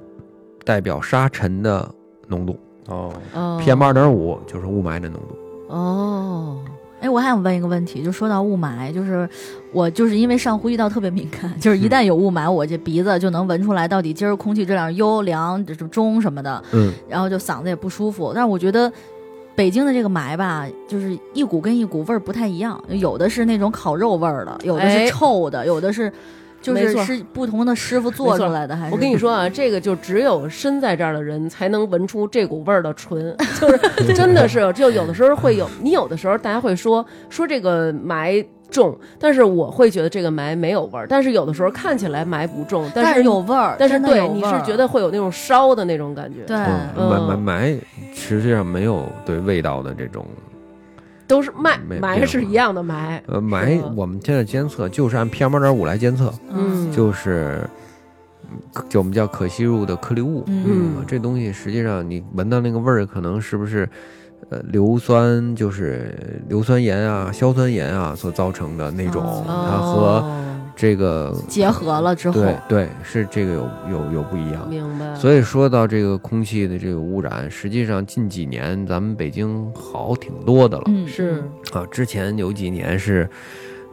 Speaker 1: 代表沙尘的浓度
Speaker 3: 哦，
Speaker 2: 哦
Speaker 1: ，PM 二点五就是雾霾的浓度。
Speaker 2: 哦，
Speaker 4: 哎，我还想问一个问题，就说到雾霾，就是我就是因为上呼吸道特别敏感，就是
Speaker 1: 嗯
Speaker 4: 一旦有雾霾，我这鼻子就能闻出来到底今儿空气质量优良、这是中什么的，
Speaker 1: 嗯，
Speaker 4: 然后就嗓子也不舒服。但是我觉得北京的这个霾吧，就是一股跟一股味儿不太一样，有的是那种烤肉味儿的，有的
Speaker 2: 哎
Speaker 4: 是臭的，有的是就
Speaker 2: 没
Speaker 4: 是
Speaker 2: 错
Speaker 4: 是不同的师傅
Speaker 2: 没
Speaker 4: 做出
Speaker 2: 错
Speaker 4: 来的，还是
Speaker 2: 我跟你说啊，这个就只有身在这儿的人才能闻出这股味儿的纯， 就是真的是，就有的时候会有，你有的时候大家会说说这个霾重，但是我会觉得这个霾没有味儿，但是有的时候看起来霾不重，
Speaker 4: 但
Speaker 2: 是
Speaker 4: 有，味儿，
Speaker 2: 但是
Speaker 4: 真的
Speaker 2: 对
Speaker 4: 有
Speaker 2: 你
Speaker 4: 味
Speaker 2: 是
Speaker 4: 儿
Speaker 2: 觉得会有那种烧的那种感觉，
Speaker 4: 对。
Speaker 1: 嗯，
Speaker 2: 嗯
Speaker 1: 霾霾霾实际上没有对味道的这种
Speaker 2: 都是霾
Speaker 1: 没没有
Speaker 2: 霾是一样的霾，
Speaker 1: 呃霾
Speaker 2: 是的，
Speaker 1: 我们现在监测就是按 PM 二点五来监测，
Speaker 2: 嗯，
Speaker 1: 就是嗯就我们叫可吸入的颗粒物。
Speaker 4: 嗯
Speaker 1: 啊这东西实际上你闻到那个味儿，可能是不是呃硫酸就是硫酸盐啊、硝酸盐啊所造成的那种，
Speaker 4: 哦
Speaker 1: 它和
Speaker 2: 哦
Speaker 1: 这个
Speaker 4: 结合了之后，
Speaker 1: 对对是这个有有有不一样。
Speaker 2: 明白，
Speaker 1: 所以说到这个空气的这个污染，实际上近几年咱们北京好挺多的了、
Speaker 4: 嗯，
Speaker 2: 是
Speaker 1: 啊。之前有几年是，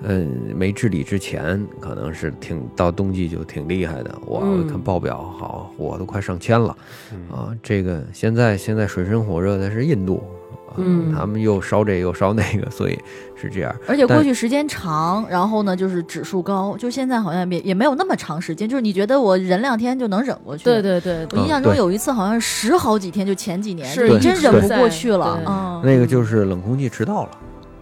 Speaker 1: 嗯，没治理之前，可能是挺到冬季就挺厉害的。我
Speaker 2: 嗯
Speaker 1: 看报表，好，我都快上千了。
Speaker 3: 嗯
Speaker 1: 啊，这个现在现在水深火热的是印度，啊、
Speaker 2: 嗯
Speaker 1: 他们又烧这个又烧那个，所以是这样。
Speaker 4: 而且过
Speaker 1: 但
Speaker 4: 去时间长，然后呢，就是指数高，就现在好像也也没有那么长时间，就是你觉得我忍两天就能忍过去。
Speaker 2: 对对对，
Speaker 4: 我印象中
Speaker 1: 嗯对
Speaker 4: 有一次好像是十好几天，就前几年，
Speaker 2: 是
Speaker 4: 就
Speaker 1: 对
Speaker 4: 真忍不过去了
Speaker 2: 对。
Speaker 4: 嗯，
Speaker 1: 那个就是冷空气迟到了、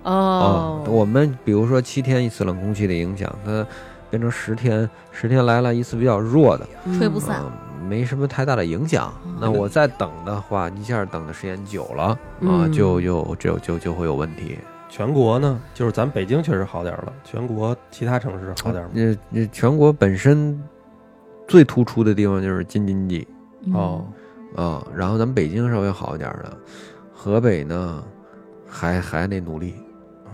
Speaker 2: 哦
Speaker 1: 啊，我们比如说七天一次冷空气的影响，它变成十天，十天来了一次比较弱的，
Speaker 4: 吹不散。
Speaker 1: 嗯，没什么太大的影响
Speaker 4: 啊嗯。
Speaker 1: 那我再等的话，一下等的时间久了啊，
Speaker 2: 嗯
Speaker 1: 就就就就就会有问题。
Speaker 3: 全国呢，就是咱北京确实好点儿了，全国其他城市好点儿吗？
Speaker 1: 呃，呃全国本身最突出的地方就是京津冀
Speaker 4: 嗯
Speaker 3: 哦，，
Speaker 1: 啊，然后咱们北京稍微好一点儿的，河北呢还还得努力，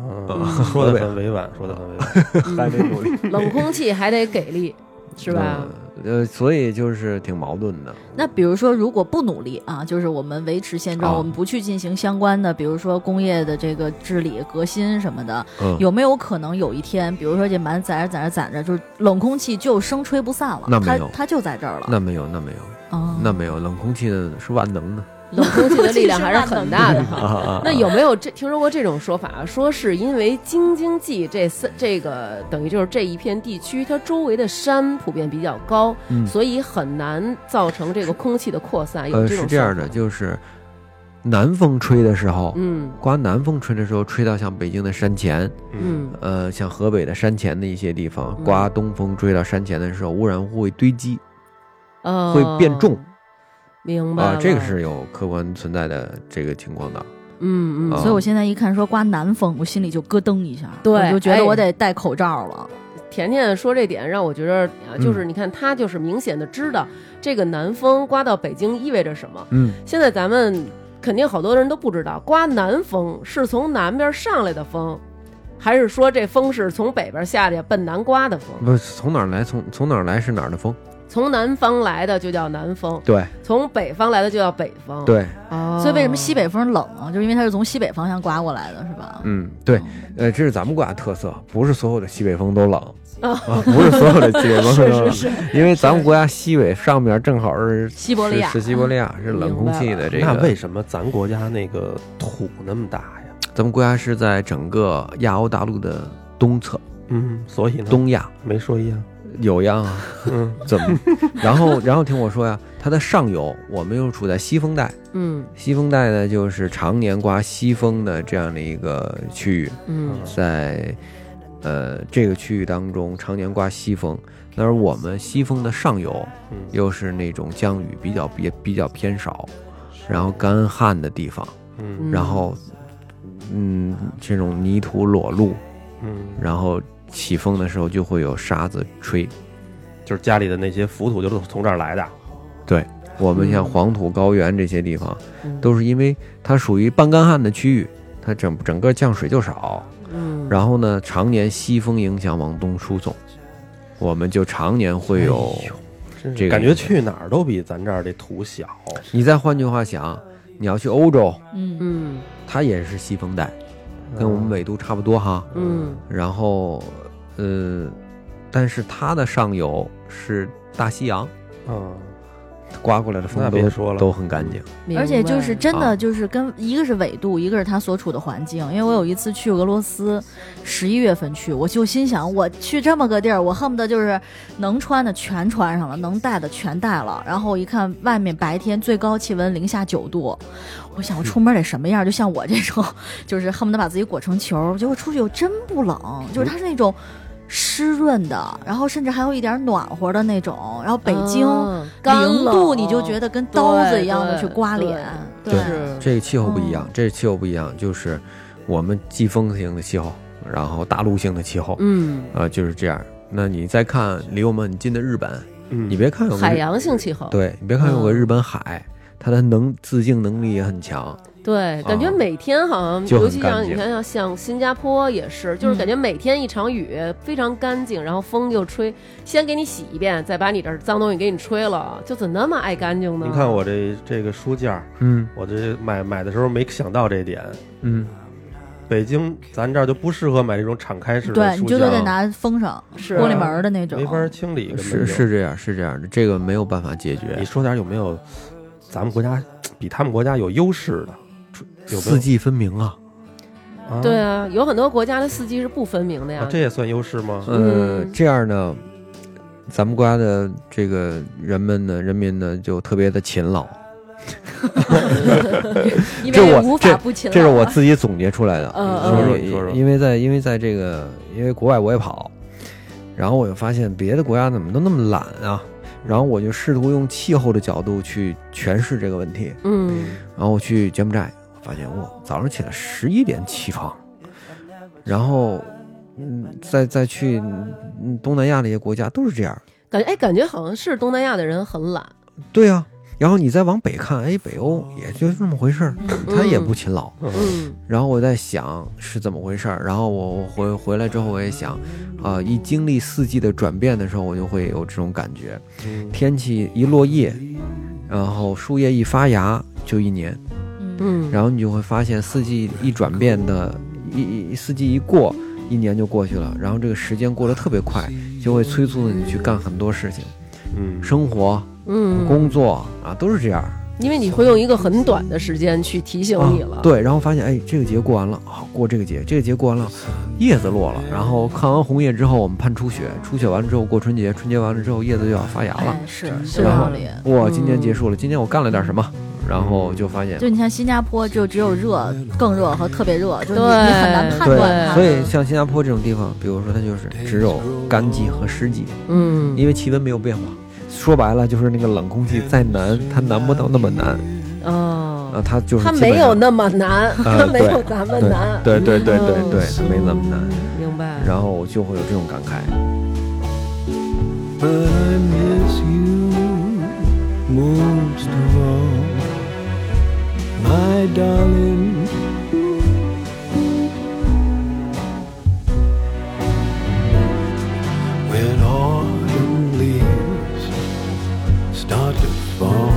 Speaker 3: 嗯
Speaker 1: 嗯，
Speaker 3: 说的很委婉，说的很委婉。
Speaker 1: 还得 努力，
Speaker 2: 嗯冷空气还得给力，是吧？
Speaker 1: 呃，所以就是挺矛盾的。
Speaker 4: 那比如说，如果不努力啊，就是我们维持现状，
Speaker 1: 啊
Speaker 4: 我们不去进行相关的，比如说工业的这个治理、革新什么的，
Speaker 1: 嗯，
Speaker 4: 有没有可能有一天，比如说这螨攒着攒着攒着，就是冷空气就生吹不散了？
Speaker 1: 那没有
Speaker 4: 它它就在这儿了。
Speaker 1: 那没有，那没有，
Speaker 4: 哦
Speaker 1: 那没有，冷空气呢是万能的
Speaker 2: 冷空气的力量还是很大的哈。
Speaker 1: 啊
Speaker 2: 那有没有这听说过这种说法、啊说是因为京津冀这三这个等于就是这一片地区，它周围的山普遍比较高，
Speaker 1: 嗯
Speaker 2: 所以很难造成这个空气的扩散。有
Speaker 1: 呃，
Speaker 2: 这
Speaker 1: 是
Speaker 2: 种
Speaker 1: 这样的，
Speaker 2: 说法
Speaker 1: 就是南风吹的时候，
Speaker 2: 嗯
Speaker 1: 刮南风吹的时候，吹到像北京的山前，
Speaker 2: 嗯
Speaker 1: 呃，像河北的山前的一些地方
Speaker 2: 嗯，
Speaker 1: 刮东风吹到山前的时候，污染物会堆积
Speaker 2: 呃
Speaker 1: 会变重，
Speaker 2: 明白
Speaker 1: 啊、
Speaker 2: 了
Speaker 1: 这个是有客观存在的这个情况的。
Speaker 2: 嗯嗯，
Speaker 1: 啊
Speaker 4: 所以我现在一看说刮南风，我心里就咯噔一下，
Speaker 2: 对
Speaker 4: 我就觉得
Speaker 2: 哎
Speaker 4: 我得戴口罩了。
Speaker 2: 甜甜说这点让我觉得，啊
Speaker 1: 嗯
Speaker 2: 就是你看她就是明显的知道这个南风刮到北京意味着什么。
Speaker 1: 嗯，
Speaker 2: 现在咱们肯定好多人都不知道，刮南风是从南边上来的风，还是说这风是从北边下去奔南刮的风？
Speaker 1: 不是从哪儿来，从从哪儿来是哪儿的风？
Speaker 2: 从南方来的就叫南风，
Speaker 1: 对
Speaker 2: 从北方来的就叫北风。，
Speaker 1: 对，
Speaker 2: 哦、
Speaker 4: 所以为什么西北风冷啊？就是因为它是从西北方向刮过来的，是吧？
Speaker 1: 嗯对，呃，这是咱们国家特色，不是所有的西北风都冷
Speaker 2: 哦
Speaker 1: 啊，不是所有的西北风都冷，
Speaker 4: 是
Speaker 1: 因为咱们国家西北上边正好是
Speaker 4: 西伯利亚
Speaker 1: 是是西伯利亚是冷空气的这个。
Speaker 3: 那为什么咱国家那个土那么大呀？
Speaker 1: 咱们国家是在整个亚欧大陆的东侧，
Speaker 3: 嗯，所以呢，
Speaker 1: 东亚
Speaker 3: 没说一样。
Speaker 1: 有样啊。
Speaker 3: 嗯，
Speaker 1: 怎么？ 然后，然后听我说呀，它的上游我们又处在西风带，
Speaker 2: 嗯
Speaker 1: 西风带呢就是常年刮西风的这样的一个区域，
Speaker 2: 嗯
Speaker 1: 在呃这个区域当中常年刮西风，那而我们西风的上游
Speaker 3: 嗯
Speaker 1: 又是那种降雨比较也比较偏少，然后干旱的地方，
Speaker 3: 嗯
Speaker 1: 然后嗯这种泥土裸露，
Speaker 3: 嗯，
Speaker 1: 然后起风的时候就会有沙子吹。
Speaker 3: 就是家里的那些浮土就是从这儿来的。
Speaker 1: 我们像黄土高原这些地方，
Speaker 2: 嗯
Speaker 1: 都是因为它属于半干旱的区域，它整整个降水就少，
Speaker 2: 嗯，
Speaker 1: 然后呢，常年西风影响往东输送，我们就常年会有。
Speaker 3: 哎呦真是
Speaker 1: 这个
Speaker 3: 感觉去哪儿都比咱这儿这土小。
Speaker 1: 你再换句话想，你要去欧洲，
Speaker 4: 嗯，
Speaker 2: 嗯
Speaker 1: 它也是西风带，跟我们纬度差不多哈。
Speaker 2: 嗯
Speaker 1: 然后，呃，但是它的上游是大西洋，
Speaker 3: 嗯，
Speaker 1: 刮过来的风
Speaker 3: 那
Speaker 1: 都
Speaker 3: 别说了
Speaker 1: 都很干净。
Speaker 2: 明白
Speaker 4: 而且就是真的
Speaker 1: 啊
Speaker 4: 就是跟一个是纬度，一个是它所处的环境。因为我有一次去俄罗斯，十一月份去，我就心想，我去这么个地儿，我恨不得就是能穿的全穿上了，能带的全带了。然后我一看外面白天最高气温零下九度，我想我出门得什么样？就像我这种， 就是恨不得把自己裹成球。结果出去又真不冷，
Speaker 2: 哎
Speaker 4: 就是它是那种。湿润的，然后甚至还有一点暖和的那种，然后北京
Speaker 2: 啊
Speaker 4: 零度你就觉得跟刀子一样的去刮脸，
Speaker 2: 对对是
Speaker 1: 这个气候不一样，这个气候不一样，就是我们季风型的气候，然后大陆性的气候，
Speaker 2: 嗯
Speaker 1: 呃，就是这样。那你再看离我们很近的日本，
Speaker 3: 嗯
Speaker 1: 你别看有个
Speaker 2: 海
Speaker 1: 日，
Speaker 2: 洋性气候。
Speaker 1: 对你别看有个
Speaker 2: 嗯
Speaker 1: 日本海，它的能自净能力也很强。
Speaker 2: 对，感觉
Speaker 1: 啊
Speaker 2: 每天好像，
Speaker 1: 就很
Speaker 2: 尤其像
Speaker 1: 干
Speaker 2: 你
Speaker 1: 净
Speaker 2: 看，像像新加坡也是，就是
Speaker 4: 嗯
Speaker 2: 感觉每天一场雨，非常干净，然后风又吹，先给你洗一遍，再把你这脏东西给你吹了，就怎么那么爱干净呢？
Speaker 3: 你看我这这个书架，
Speaker 1: 嗯
Speaker 3: 我这买买的时候没想到这点。
Speaker 1: 嗯，
Speaker 3: 北京咱这儿就不适合买这种敞开式的
Speaker 4: 对，
Speaker 3: 书
Speaker 4: 你
Speaker 3: 架
Speaker 4: 就，都得拿封上
Speaker 2: 是
Speaker 4: 玻璃门儿的那种
Speaker 3: 没。法清理。根本
Speaker 1: 是，
Speaker 3: 就是
Speaker 1: 这样，是这样的，这个没有办法解
Speaker 3: 你
Speaker 1: 决。
Speaker 3: 说点有没有咱们国家比他们国家有优势的？有没
Speaker 1: 四季分明啊，
Speaker 3: 有啊
Speaker 2: 对啊，有很多国家的四季是不分明的呀。
Speaker 3: 啊，这也算优势吗？
Speaker 1: 呃，
Speaker 2: 嗯
Speaker 1: 这样呢，咱们国家的这个人们呢，人民呢就特别的勤劳，
Speaker 4: 因
Speaker 1: 这
Speaker 4: 为
Speaker 1: 我
Speaker 4: 无法不勤劳。
Speaker 1: 这是我自己总结出来的。
Speaker 2: 嗯
Speaker 3: 说
Speaker 2: 嗯
Speaker 3: 说
Speaker 1: 因为
Speaker 3: 你说说
Speaker 1: 因为在因为在这个因为国外我也跑，然后我就发现别的国家怎么都那么懒啊，然后我就试图用气候的角度去诠释这个问题。
Speaker 2: 嗯，
Speaker 1: 然后我去柬埔寨，发现哇，早上起来十一点起床，然后嗯，再再去嗯东南亚那些国家都是这样。
Speaker 2: 感觉哎，感觉好像是东南亚的人很懒，
Speaker 1: 对啊，然后你再往北看，哎，北欧也就那么回事儿，他也不勤劳。
Speaker 2: 嗯
Speaker 1: 然后我在想是怎么回事儿，然后我我回回来之后我也想，啊、一经历四季的转变的时候，我就会有这种感觉，
Speaker 4: 嗯
Speaker 3: 嗯
Speaker 1: 天气一落叶，然后树叶一发芽就一年，
Speaker 4: 嗯，
Speaker 2: 嗯，
Speaker 1: 然后你就会发现四季一转变的，一一四季一过，一年就过去了，然后这个时间过得特别快，就会催促着你去干很多事情，
Speaker 3: 嗯，
Speaker 1: 生活、
Speaker 2: 嗯，
Speaker 1: 工作啊都是这样。
Speaker 2: 因为你会用一个很短的时间去提醒你了，
Speaker 1: 啊。对，然后发现哎，这个节过完了，好、过这个节，这个节过完了，叶子落了，然后看完红叶之后，我们盼初雪，初雪完了之后过春节，春节完了之后叶子就要发芽了
Speaker 4: 哎，。是
Speaker 2: 是
Speaker 4: 有
Speaker 1: 吧
Speaker 4: 道理。
Speaker 1: 哇，今年结束了，今年我干了点什么，然后就发现。
Speaker 4: 就你像新加坡，就只有热、更热和特别热，就你
Speaker 2: 对
Speaker 4: 你很难判断
Speaker 1: 对，
Speaker 4: 它。
Speaker 1: 所以像新加坡这种地方，比如说它就是只有干季和湿季，
Speaker 2: 嗯，
Speaker 1: 因为气温没有变化。说白了就是那个冷空气再难，它难不到那么难啊
Speaker 2: 哦，，
Speaker 1: 它就是
Speaker 2: 他
Speaker 1: 基
Speaker 2: 没
Speaker 1: 本
Speaker 2: 有
Speaker 1: 上啊
Speaker 2: 那么难，他没有咱们难，嗯
Speaker 1: 对对对对对，它没那么难。
Speaker 2: 明白。
Speaker 1: 然后我就会有这种感慨。
Speaker 6: But I miss you most of all, my darling. When autumn leaves start to fall.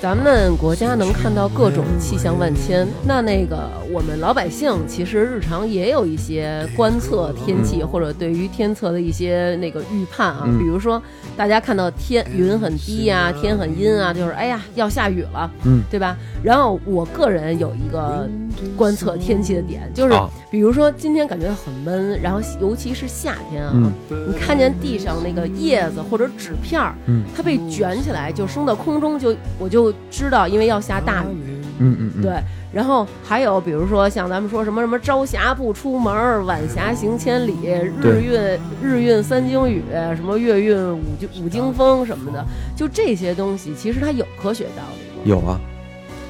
Speaker 2: 咱们国家能看到各种气象万千，那那个我们老百姓其实日常也有一些观测天气或者对于天测的一些那个预判啊，
Speaker 1: 嗯
Speaker 2: 比如说大家看到天
Speaker 1: 啊
Speaker 2: 云很低呀、天很阴啊，就是哎呀要下雨了，
Speaker 1: 嗯，
Speaker 2: 对吧？然后我个人有一个观测天气的点，就是
Speaker 1: 啊
Speaker 2: 比如说今天感觉很闷，然后尤其是夏天啊，
Speaker 1: 嗯
Speaker 2: 你看见地上那个叶子或者纸片儿，
Speaker 1: 嗯
Speaker 2: 它被卷起来就升到空中就，我就知道因为要下大雨。
Speaker 1: 嗯嗯嗯，
Speaker 2: 对，然后还有比如说像咱们说什么什么朝霞不出门儿，晚霞行千里，日
Speaker 1: 对
Speaker 2: 运日运三经雨，什么月运五经五经风什么的，就这些东西其实它有科学道理。
Speaker 1: 有啊，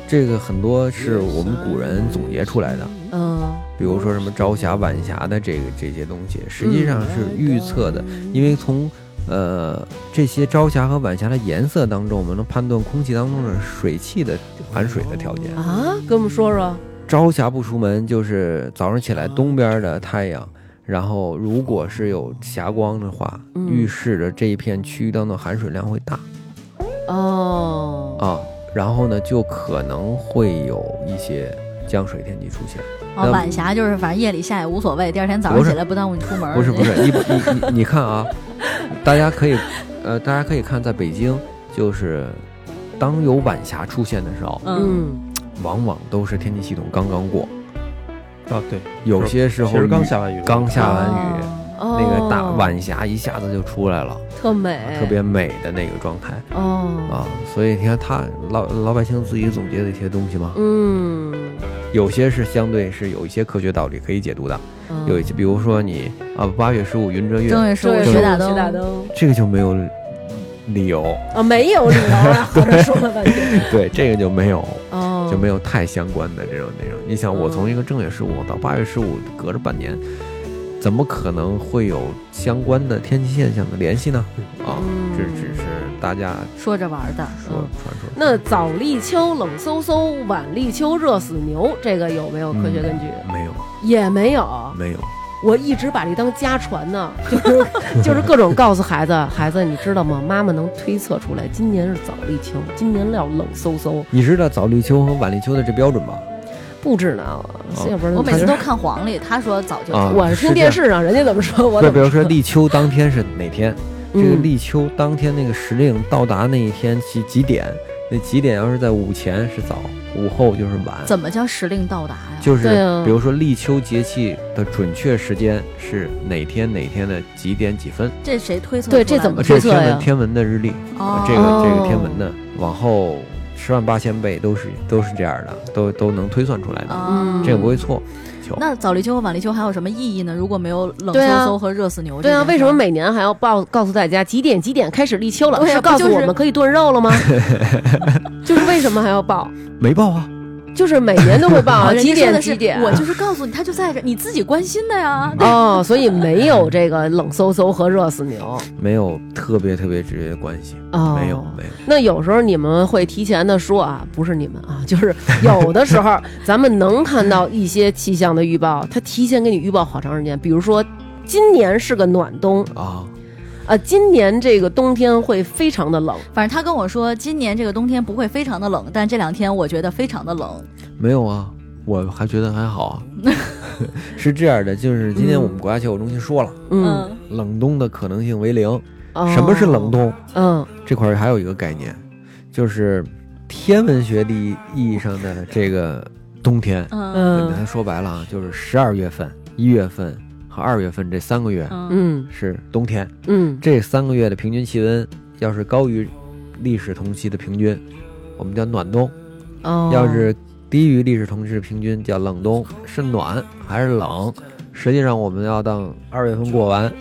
Speaker 1: 这个很多是我们古人总结出来的，
Speaker 2: 嗯
Speaker 1: 比如说什么朝霞、晚霞的这个这些东西，实际上
Speaker 2: 嗯
Speaker 1: 是预测的，因为从呃这些朝霞和晚霞的颜色当中，我们能判断空气当中的水汽的含水的条件。
Speaker 2: 啊，跟我们说说，
Speaker 1: 朝霞不出门，就是早上起来东边的太阳。然后，如果是有霞光的话，
Speaker 2: 嗯
Speaker 1: 预示着这一片区域当中含水量会大。
Speaker 2: 哦
Speaker 1: 啊，然后呢，就可能会有一些降水天气出现。
Speaker 4: 哦，晚霞就是反正夜里下也无所谓，第二天早上
Speaker 1: 不是
Speaker 4: 起来不耽误你出门。
Speaker 1: 不是 不，是，你你你你看啊， 大家可以呃，大家可以看，在北京，就是当有晚霞出现的时候，
Speaker 4: 嗯，
Speaker 2: 嗯
Speaker 1: 往往都是天气系统刚刚过，
Speaker 3: 啊，对，
Speaker 1: 有些时候
Speaker 3: 其实刚
Speaker 1: 雨
Speaker 3: 下完雨，
Speaker 1: 刚下完雨，
Speaker 4: 哦
Speaker 2: 哦，
Speaker 1: 那个大晚霞一下子就出来了，
Speaker 2: 特美，
Speaker 1: 特别美的那个状态
Speaker 2: 哦，
Speaker 1: 啊。所以你看他老老百姓自己总结的一些东西嘛，
Speaker 2: 嗯，
Speaker 1: 有些是相对是有一些科学道理可以解读的。
Speaker 2: 嗯
Speaker 1: 有一些，比如说你啊，八月十五云遮月，
Speaker 4: 正月十
Speaker 2: 正
Speaker 4: 五
Speaker 2: 月
Speaker 1: 正
Speaker 4: 学
Speaker 2: 十
Speaker 4: 打
Speaker 2: 五
Speaker 4: 灯，
Speaker 2: 徐大灯
Speaker 1: 这个就没有理 由，
Speaker 2: 啊，没有理由啊，我这说了半天，
Speaker 1: 对，这个就没有
Speaker 2: 哦，
Speaker 1: 就没有太相关的这种内容。你想，我
Speaker 2: 嗯
Speaker 1: 从一个正月十五到八月十五，隔着半年，怎么可能会有相关的天气现象的联系呢？啊，这
Speaker 2: 嗯
Speaker 1: 只是大家
Speaker 4: 说着玩儿的，
Speaker 1: 说
Speaker 2: 嗯
Speaker 1: 传说。
Speaker 2: 那早立秋冷飕飕，晚立秋热死牛，这个有没有科学根据？
Speaker 1: 嗯没有，
Speaker 2: 也没有，
Speaker 1: 没有，
Speaker 2: 我一直把这当家传呢，就是就是各种告诉孩子，孩子你知道吗？妈妈能推测出来，今年是早立秋，今年要冷飕飕，
Speaker 1: 你知道早立秋和晚立秋的这标准吗？
Speaker 2: 不知道，
Speaker 1: 哦
Speaker 2: 要不然
Speaker 4: 我每次
Speaker 2: 反正
Speaker 4: 都看黄历，他说早就
Speaker 1: 嗯啊
Speaker 2: 我是听电视上人家怎么说，我
Speaker 1: 就
Speaker 2: 怎
Speaker 1: 比
Speaker 2: 么
Speaker 1: 如说立秋当天是哪天？这个
Speaker 2: 嗯
Speaker 1: 立秋当天那个时令到达那一天几几点？那几点要是在午前是早，午后就是晚。
Speaker 4: 怎么叫时令到达呀？
Speaker 1: 就是
Speaker 2: 对啊
Speaker 1: 比如说立秋节气的准确时间是哪天哪天的几点几分？
Speaker 4: 这谁推测出
Speaker 2: 对
Speaker 4: 来的？
Speaker 2: 这怎么
Speaker 1: 啊这
Speaker 2: 推
Speaker 1: 是
Speaker 2: 测
Speaker 1: 天文
Speaker 2: 呀？
Speaker 1: 天文的日历，
Speaker 4: 哦
Speaker 1: 啊，这个这
Speaker 2: 哦
Speaker 1: 个天文的，往后十万八千倍都是都是这样的，都都能推算出来
Speaker 2: 哦
Speaker 1: 的，
Speaker 4: 啊？
Speaker 1: 这个不会错。
Speaker 2: 嗯
Speaker 4: 那早立秋和晚立秋还有什么意义呢？如果没有冷
Speaker 2: 对啊
Speaker 4: 飕飕和热死牛这
Speaker 2: 对
Speaker 4: 件事
Speaker 2: 啊
Speaker 4: 儿，，
Speaker 2: 为什么每年还要报告诉大家几点几点开始立秋了？
Speaker 4: 对啊
Speaker 2: 是
Speaker 4: 不
Speaker 2: 告诉
Speaker 4: 就是
Speaker 2: 我们可以炖肉了 吗？就是为什么还要报？
Speaker 1: 没报啊，
Speaker 2: 就是每年都会报
Speaker 4: 啊
Speaker 2: 啊
Speaker 4: 人
Speaker 2: 几
Speaker 4: 家说
Speaker 2: 点
Speaker 4: 的是
Speaker 2: 几点。
Speaker 4: 我就是告诉你，他就在这儿，你自己关心的呀。
Speaker 2: 哦，所以没有这个冷飕飕和热死牛。
Speaker 1: 没有特别特别直接的关系，
Speaker 2: 哦
Speaker 1: 没有没有。
Speaker 2: 那有时候你们会提前的说啊，不是你们啊， 就是有的时候咱们能看到一些气象的预报，它提前给你预报好长时间，比如说。今年是个暖冬
Speaker 1: 啊，
Speaker 2: 啊、今年这个冬天会非常的冷，
Speaker 4: 反正他跟我说，今年这个冬天不会非常的冷，但这两天我觉得非常的冷。
Speaker 1: 没有啊，我还觉得还好 啊。是这样的，就是今天我们国家气候中心说了，
Speaker 2: 嗯，
Speaker 1: 冷冻的可能性为零。
Speaker 2: 哦
Speaker 1: 什么是冷？冻？
Speaker 2: 嗯，
Speaker 1: 这块儿还有一个概念，就是天文学的意义上的这个冬天。
Speaker 4: 嗯
Speaker 1: 你
Speaker 2: 嗯
Speaker 1: 看，说白了啊，就是十二月份、一月份和二月份这三个月
Speaker 4: 嗯
Speaker 2: 嗯
Speaker 1: 是冬天，
Speaker 2: 嗯，
Speaker 1: 这三个月的平均气温要是高于历史同期的平均，我们叫暖冬；
Speaker 2: 哦，
Speaker 1: 要是低于历史同期的平均，叫冷冬。是暖还是冷？实际上我们要到二月份过完，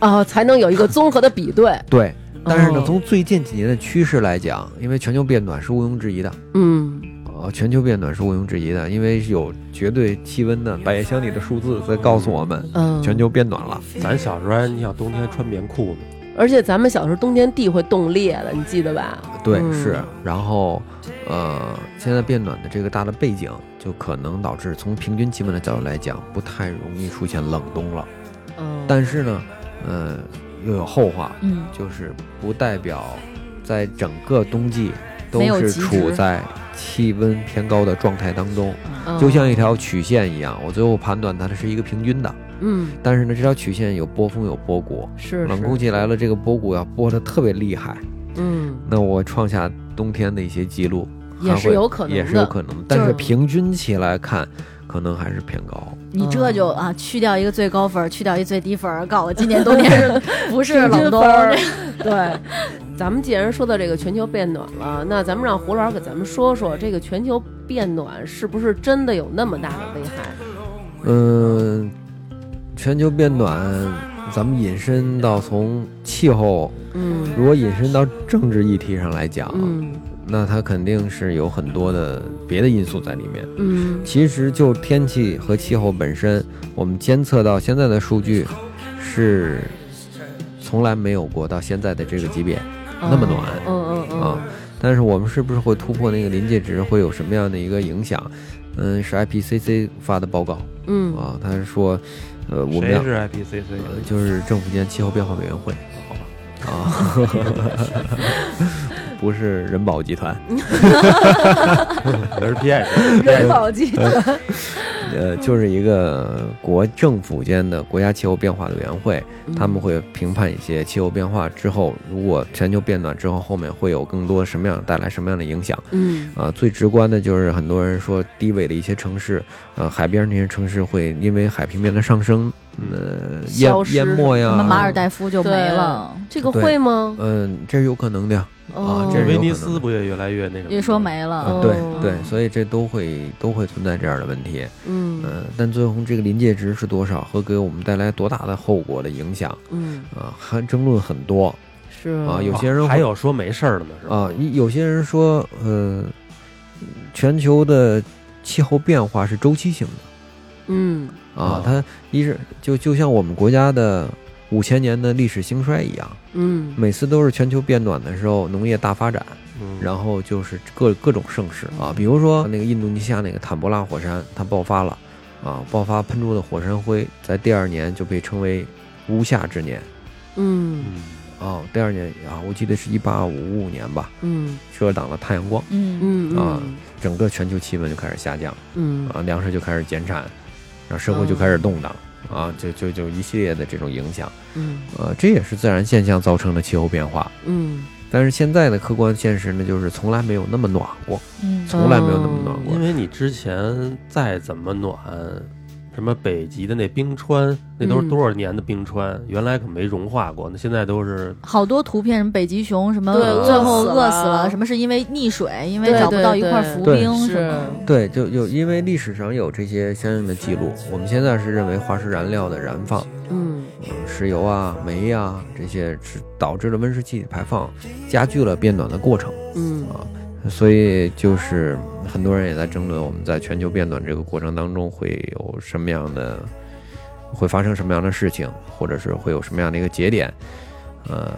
Speaker 2: 哦，才能有一个综合的比对。
Speaker 1: 对。但是呢
Speaker 2: 哦，
Speaker 1: 从最近几年的趋势来讲，因为全球变暖是毋庸置疑的，
Speaker 2: 嗯，
Speaker 1: 啊，全球变暖是毋庸置疑的，因为有绝对气温的百叶箱里的数字在告诉我们，
Speaker 2: 嗯
Speaker 1: 全球变暖了。
Speaker 3: 咱小时候还，你想冬天穿棉裤呢，
Speaker 2: 而且咱们小时候冬天地会冻裂的，你记得吧？
Speaker 1: 对，
Speaker 2: 嗯
Speaker 1: 是。然后，呃，现在变暖的这个大的背景，就可能导致从平均气温的角度来讲，不太容易出现冷冬了。
Speaker 2: 嗯，
Speaker 1: 但是呢，呃，又有后话，
Speaker 4: 嗯，
Speaker 1: 就是不代表在整个冬季都
Speaker 4: 没有
Speaker 1: 是
Speaker 4: 极
Speaker 1: 处
Speaker 4: 值
Speaker 1: 在气温偏高的状态当中，
Speaker 2: 嗯
Speaker 1: 就像一条曲线一样，我最后判断它是一个平均的。
Speaker 2: 嗯
Speaker 1: 但是呢，这条曲线有波峰有波谷，
Speaker 2: 是
Speaker 1: 冷空
Speaker 2: 气
Speaker 1: 气来了，这个波谷要波得特别厉害，
Speaker 2: 嗯。
Speaker 1: 那我创下冬天的一些记录，
Speaker 2: 也
Speaker 1: 还会
Speaker 2: 是有可能的
Speaker 1: 也是有可能的。但是平均起来看，可能还是偏高。
Speaker 4: 你这
Speaker 1: 哦
Speaker 4: 就啊，去掉一个最高分儿，去掉一个最低分儿，告诉我今年冬天 是不是冷冬？
Speaker 2: 对，咱们既然说到这个全球变暖了，那咱们让胡老师给咱们说说这个全球变暖是不是真的有那么大的危害？
Speaker 1: 嗯，全球变暖，咱们引申到从气候，
Speaker 2: 嗯
Speaker 1: 如果引申到政治议题上来讲，
Speaker 2: 嗯
Speaker 1: 那它肯定是有很多的别的因素在里面。
Speaker 2: 嗯
Speaker 1: 其实就天气和气候本身，我们监测到现在的数据是从来没有过到现在的这个级别那么暖。
Speaker 2: 嗯嗯嗯
Speaker 1: 啊但是我们是不是会突破那个临界值，会有什么样的一个影响？嗯，是 IPCC 发的报告
Speaker 2: 嗯
Speaker 1: 啊，他是说，呃，我们
Speaker 3: 谁
Speaker 1: 要
Speaker 3: 是 IPCC？
Speaker 1: 呃就是政府间气候变化委员会
Speaker 3: 好吧，
Speaker 1: 啊， 不是人保集团，
Speaker 3: 那是 PS。
Speaker 2: 人保集团。
Speaker 1: 呃，就是一个国政府间的国家气候变化的委员会，
Speaker 4: 嗯
Speaker 1: 他们会评判一些气候变化之后，如果全球变暖之后，后面会有更多什么样带来什么样的影响
Speaker 2: 嗯
Speaker 1: 啊、最直观的就是很多人说低纬的一些城市，呃，海边那些城市会因为海平面的上升，
Speaker 3: 嗯
Speaker 1: 呃，淹
Speaker 2: 消失
Speaker 1: 淹没
Speaker 4: 什
Speaker 1: 呀
Speaker 4: 么，马尔代夫就没了，
Speaker 2: 这个会吗？
Speaker 1: 嗯、这是有可能的呀。
Speaker 2: 哦
Speaker 1: 啊这是
Speaker 3: 威
Speaker 1: 有可能的
Speaker 3: 尼斯不也越来越那什么？
Speaker 4: 也说没
Speaker 1: 啊
Speaker 4: 了。
Speaker 1: 对
Speaker 2: 哦
Speaker 1: 对，所以这都会都会存在这样的问题，
Speaker 2: 嗯
Speaker 1: 嗯、但最后这个临界值是多少和给我们带来多大的后果的影响
Speaker 2: 嗯
Speaker 1: 啊，还争论很多
Speaker 2: 是
Speaker 1: 啊，有些
Speaker 3: 哦
Speaker 1: 人
Speaker 3: 还
Speaker 1: 会
Speaker 3: 有说没事儿的呢，是吧？
Speaker 1: 啊，一有些人说，呃，全球的气候变化是周期性的，
Speaker 2: 嗯
Speaker 1: 啊，它一是就就像我们国家的五千年的历史兴衰一样，
Speaker 2: 嗯
Speaker 1: 每次都是全球变暖的时候，农业大发展，
Speaker 3: 嗯，
Speaker 1: 然后就是各各种盛世啊，比如说那个印度尼西亚那个坦博拉火山，它爆发了啊，爆发喷出的火山灰，在第二年就被称为无夏之年
Speaker 2: 嗯
Speaker 3: 嗯
Speaker 1: 啊，第二年啊，我记得是一八五五年吧，
Speaker 2: 嗯
Speaker 1: 遮挡了太阳光，
Speaker 4: 嗯
Speaker 2: 嗯
Speaker 1: 啊整个全球气温就开始下降
Speaker 2: 嗯
Speaker 1: 啊，粮食就开始减产，然后社会就开始动荡啊，就就就一系列的这种影响，
Speaker 2: 嗯
Speaker 1: 呃，这也是自然现象造成的气候变化。
Speaker 2: 嗯，
Speaker 1: 但是现在的客观现实呢，就是从来没有那么暖过，
Speaker 4: 嗯
Speaker 1: 从来没有那么暖过
Speaker 3: 因。为你之前再怎么暖，什么北极的那冰川，那都是
Speaker 2: 嗯
Speaker 3: 多少年的冰川，原来可没融化过，那现在都是
Speaker 4: 好多图片，什么北极熊，什么
Speaker 2: 对
Speaker 4: 最
Speaker 2: 饿
Speaker 4: 后
Speaker 2: 死
Speaker 4: 饿
Speaker 2: 了
Speaker 4: 死了，什么是因为溺水，因为
Speaker 2: 对
Speaker 4: 找不
Speaker 2: 对
Speaker 4: 到一块
Speaker 2: 对
Speaker 4: 浮
Speaker 1: 对
Speaker 4: 冰，
Speaker 2: 是
Speaker 4: 什么，
Speaker 1: 对，就就因为历史上有这些相应的记录，我们现在是认为化石燃料的燃放，
Speaker 2: 嗯
Speaker 1: 嗯，石油啊、煤呀、啊、这些是导致了温室气体排放，加剧了变暖的过程。啊
Speaker 2: 嗯
Speaker 1: 所以就是很多人也在争论，我们在全球变暖这个过程当中会有什么样的，会发生什么样的事情，或者是会有什么样的一个节点，呃，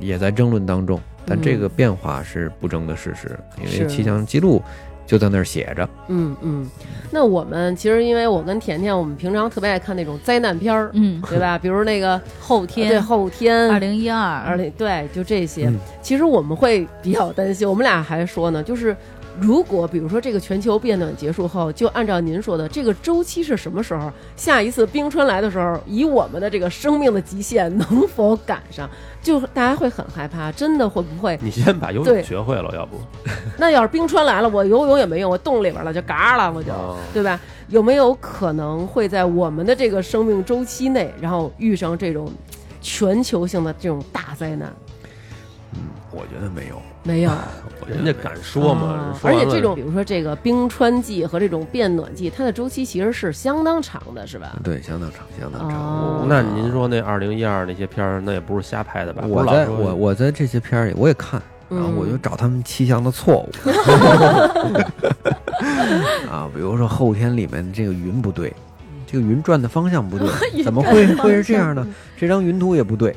Speaker 1: 也在争论当中。但这个变化是不争的事实，因
Speaker 2: 是
Speaker 1: 为气象记录就在那儿写着。
Speaker 2: 嗯嗯。那我们其实因为我跟甜甜，我们平常特别爱看那种灾难片儿，
Speaker 4: 嗯，
Speaker 2: 对吧？比如那个
Speaker 4: 后
Speaker 2: 对
Speaker 4: 天
Speaker 2: 后天
Speaker 4: 二零一二，
Speaker 2: 而且对，就这些。
Speaker 1: 嗯
Speaker 2: 其实我们会比较担心，我们俩还说呢，就是如果比如说这个全球变暖结束后，就按照您说的这个周期是什么时候，下一次冰川来的时候，以我们的这个生命的极限能否赶上，就大家会很害怕，真的会不会？
Speaker 3: 你先把游
Speaker 2: 对
Speaker 3: 泳学会了，要不
Speaker 2: 那要是冰川来了，我游泳也没用，我冻里边了就嘎了，我就。
Speaker 3: 哦
Speaker 2: 对吧？有没有可能会在我们的这个生命周期内，然后遇上这种全球性的这种大灾难？
Speaker 1: 我觉得没有，
Speaker 2: 没有，
Speaker 3: 人家敢说嘛？
Speaker 2: 哦
Speaker 3: 说
Speaker 2: 而
Speaker 3: 完
Speaker 2: 且
Speaker 3: 了
Speaker 2: 这种，比如说这个冰川季和这种变暖季，它的周期其实是相当长的，是吧？
Speaker 1: 对，相当长，相当长。
Speaker 2: 哦
Speaker 1: 我
Speaker 3: 那您说那二零一二那些片儿，那也不是瞎拍的吧？
Speaker 1: 我
Speaker 3: 不是老
Speaker 1: 在
Speaker 3: 说
Speaker 1: 我我在这些片儿里我也看，然后
Speaker 2: 嗯
Speaker 1: 啊我就找他们气象的错误。 啊，比如说后天里面的这个云不对，这个云转的方向不对，怎么会会是这样呢？这张云图也不对，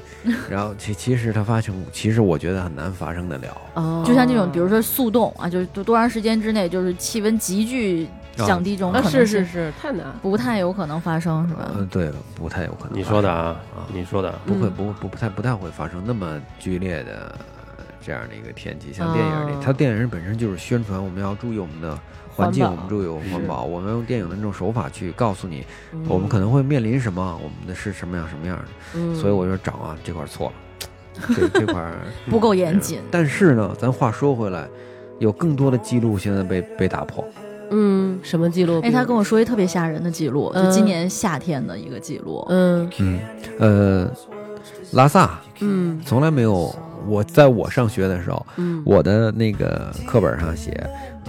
Speaker 1: 然后其其实它发生，其实我觉得很难发生得了。
Speaker 2: 哦
Speaker 4: 就像这种，比如
Speaker 2: 说
Speaker 4: 说速冻啊，就是多多长时间之内，就是气温急剧降低这种可
Speaker 2: 啊，
Speaker 4: 能
Speaker 2: 是
Speaker 4: 性
Speaker 2: 是是，太难。
Speaker 4: 不太有可能发生，是吧？
Speaker 1: 嗯，对，不太有可能。
Speaker 3: 你说的啊
Speaker 1: 啊，
Speaker 3: 你说的啊，
Speaker 1: 不会
Speaker 2: 嗯
Speaker 1: 不不不太不太会发生那么剧烈的呃这样的一个天气，像
Speaker 2: 啊
Speaker 1: 电影里，它电影本身就是宣传我们要注意我们的环境，
Speaker 2: 环
Speaker 1: 我
Speaker 2: 保
Speaker 1: 们注意我们环保，我们用电影的那种手法去告诉你
Speaker 2: 嗯
Speaker 1: 我们可能会面临什么，我们的是什么样什么样的，
Speaker 2: 嗯
Speaker 1: 所以我就找啊这块儿错了，这这块儿
Speaker 4: 不够严谨。
Speaker 1: 但是呢，咱话说回来，有更多的记录现在被被打破，
Speaker 2: 嗯，什么记录？
Speaker 4: 哎，他跟
Speaker 2: 我
Speaker 4: 我说一特别吓人的记录，
Speaker 2: 嗯
Speaker 4: 就今年夏天的一个记录，
Speaker 2: 嗯
Speaker 1: 嗯，呃，拉萨
Speaker 2: 嗯
Speaker 1: 从来没有。我在我上学的时候，
Speaker 2: 嗯，
Speaker 1: 我的那个课本上写，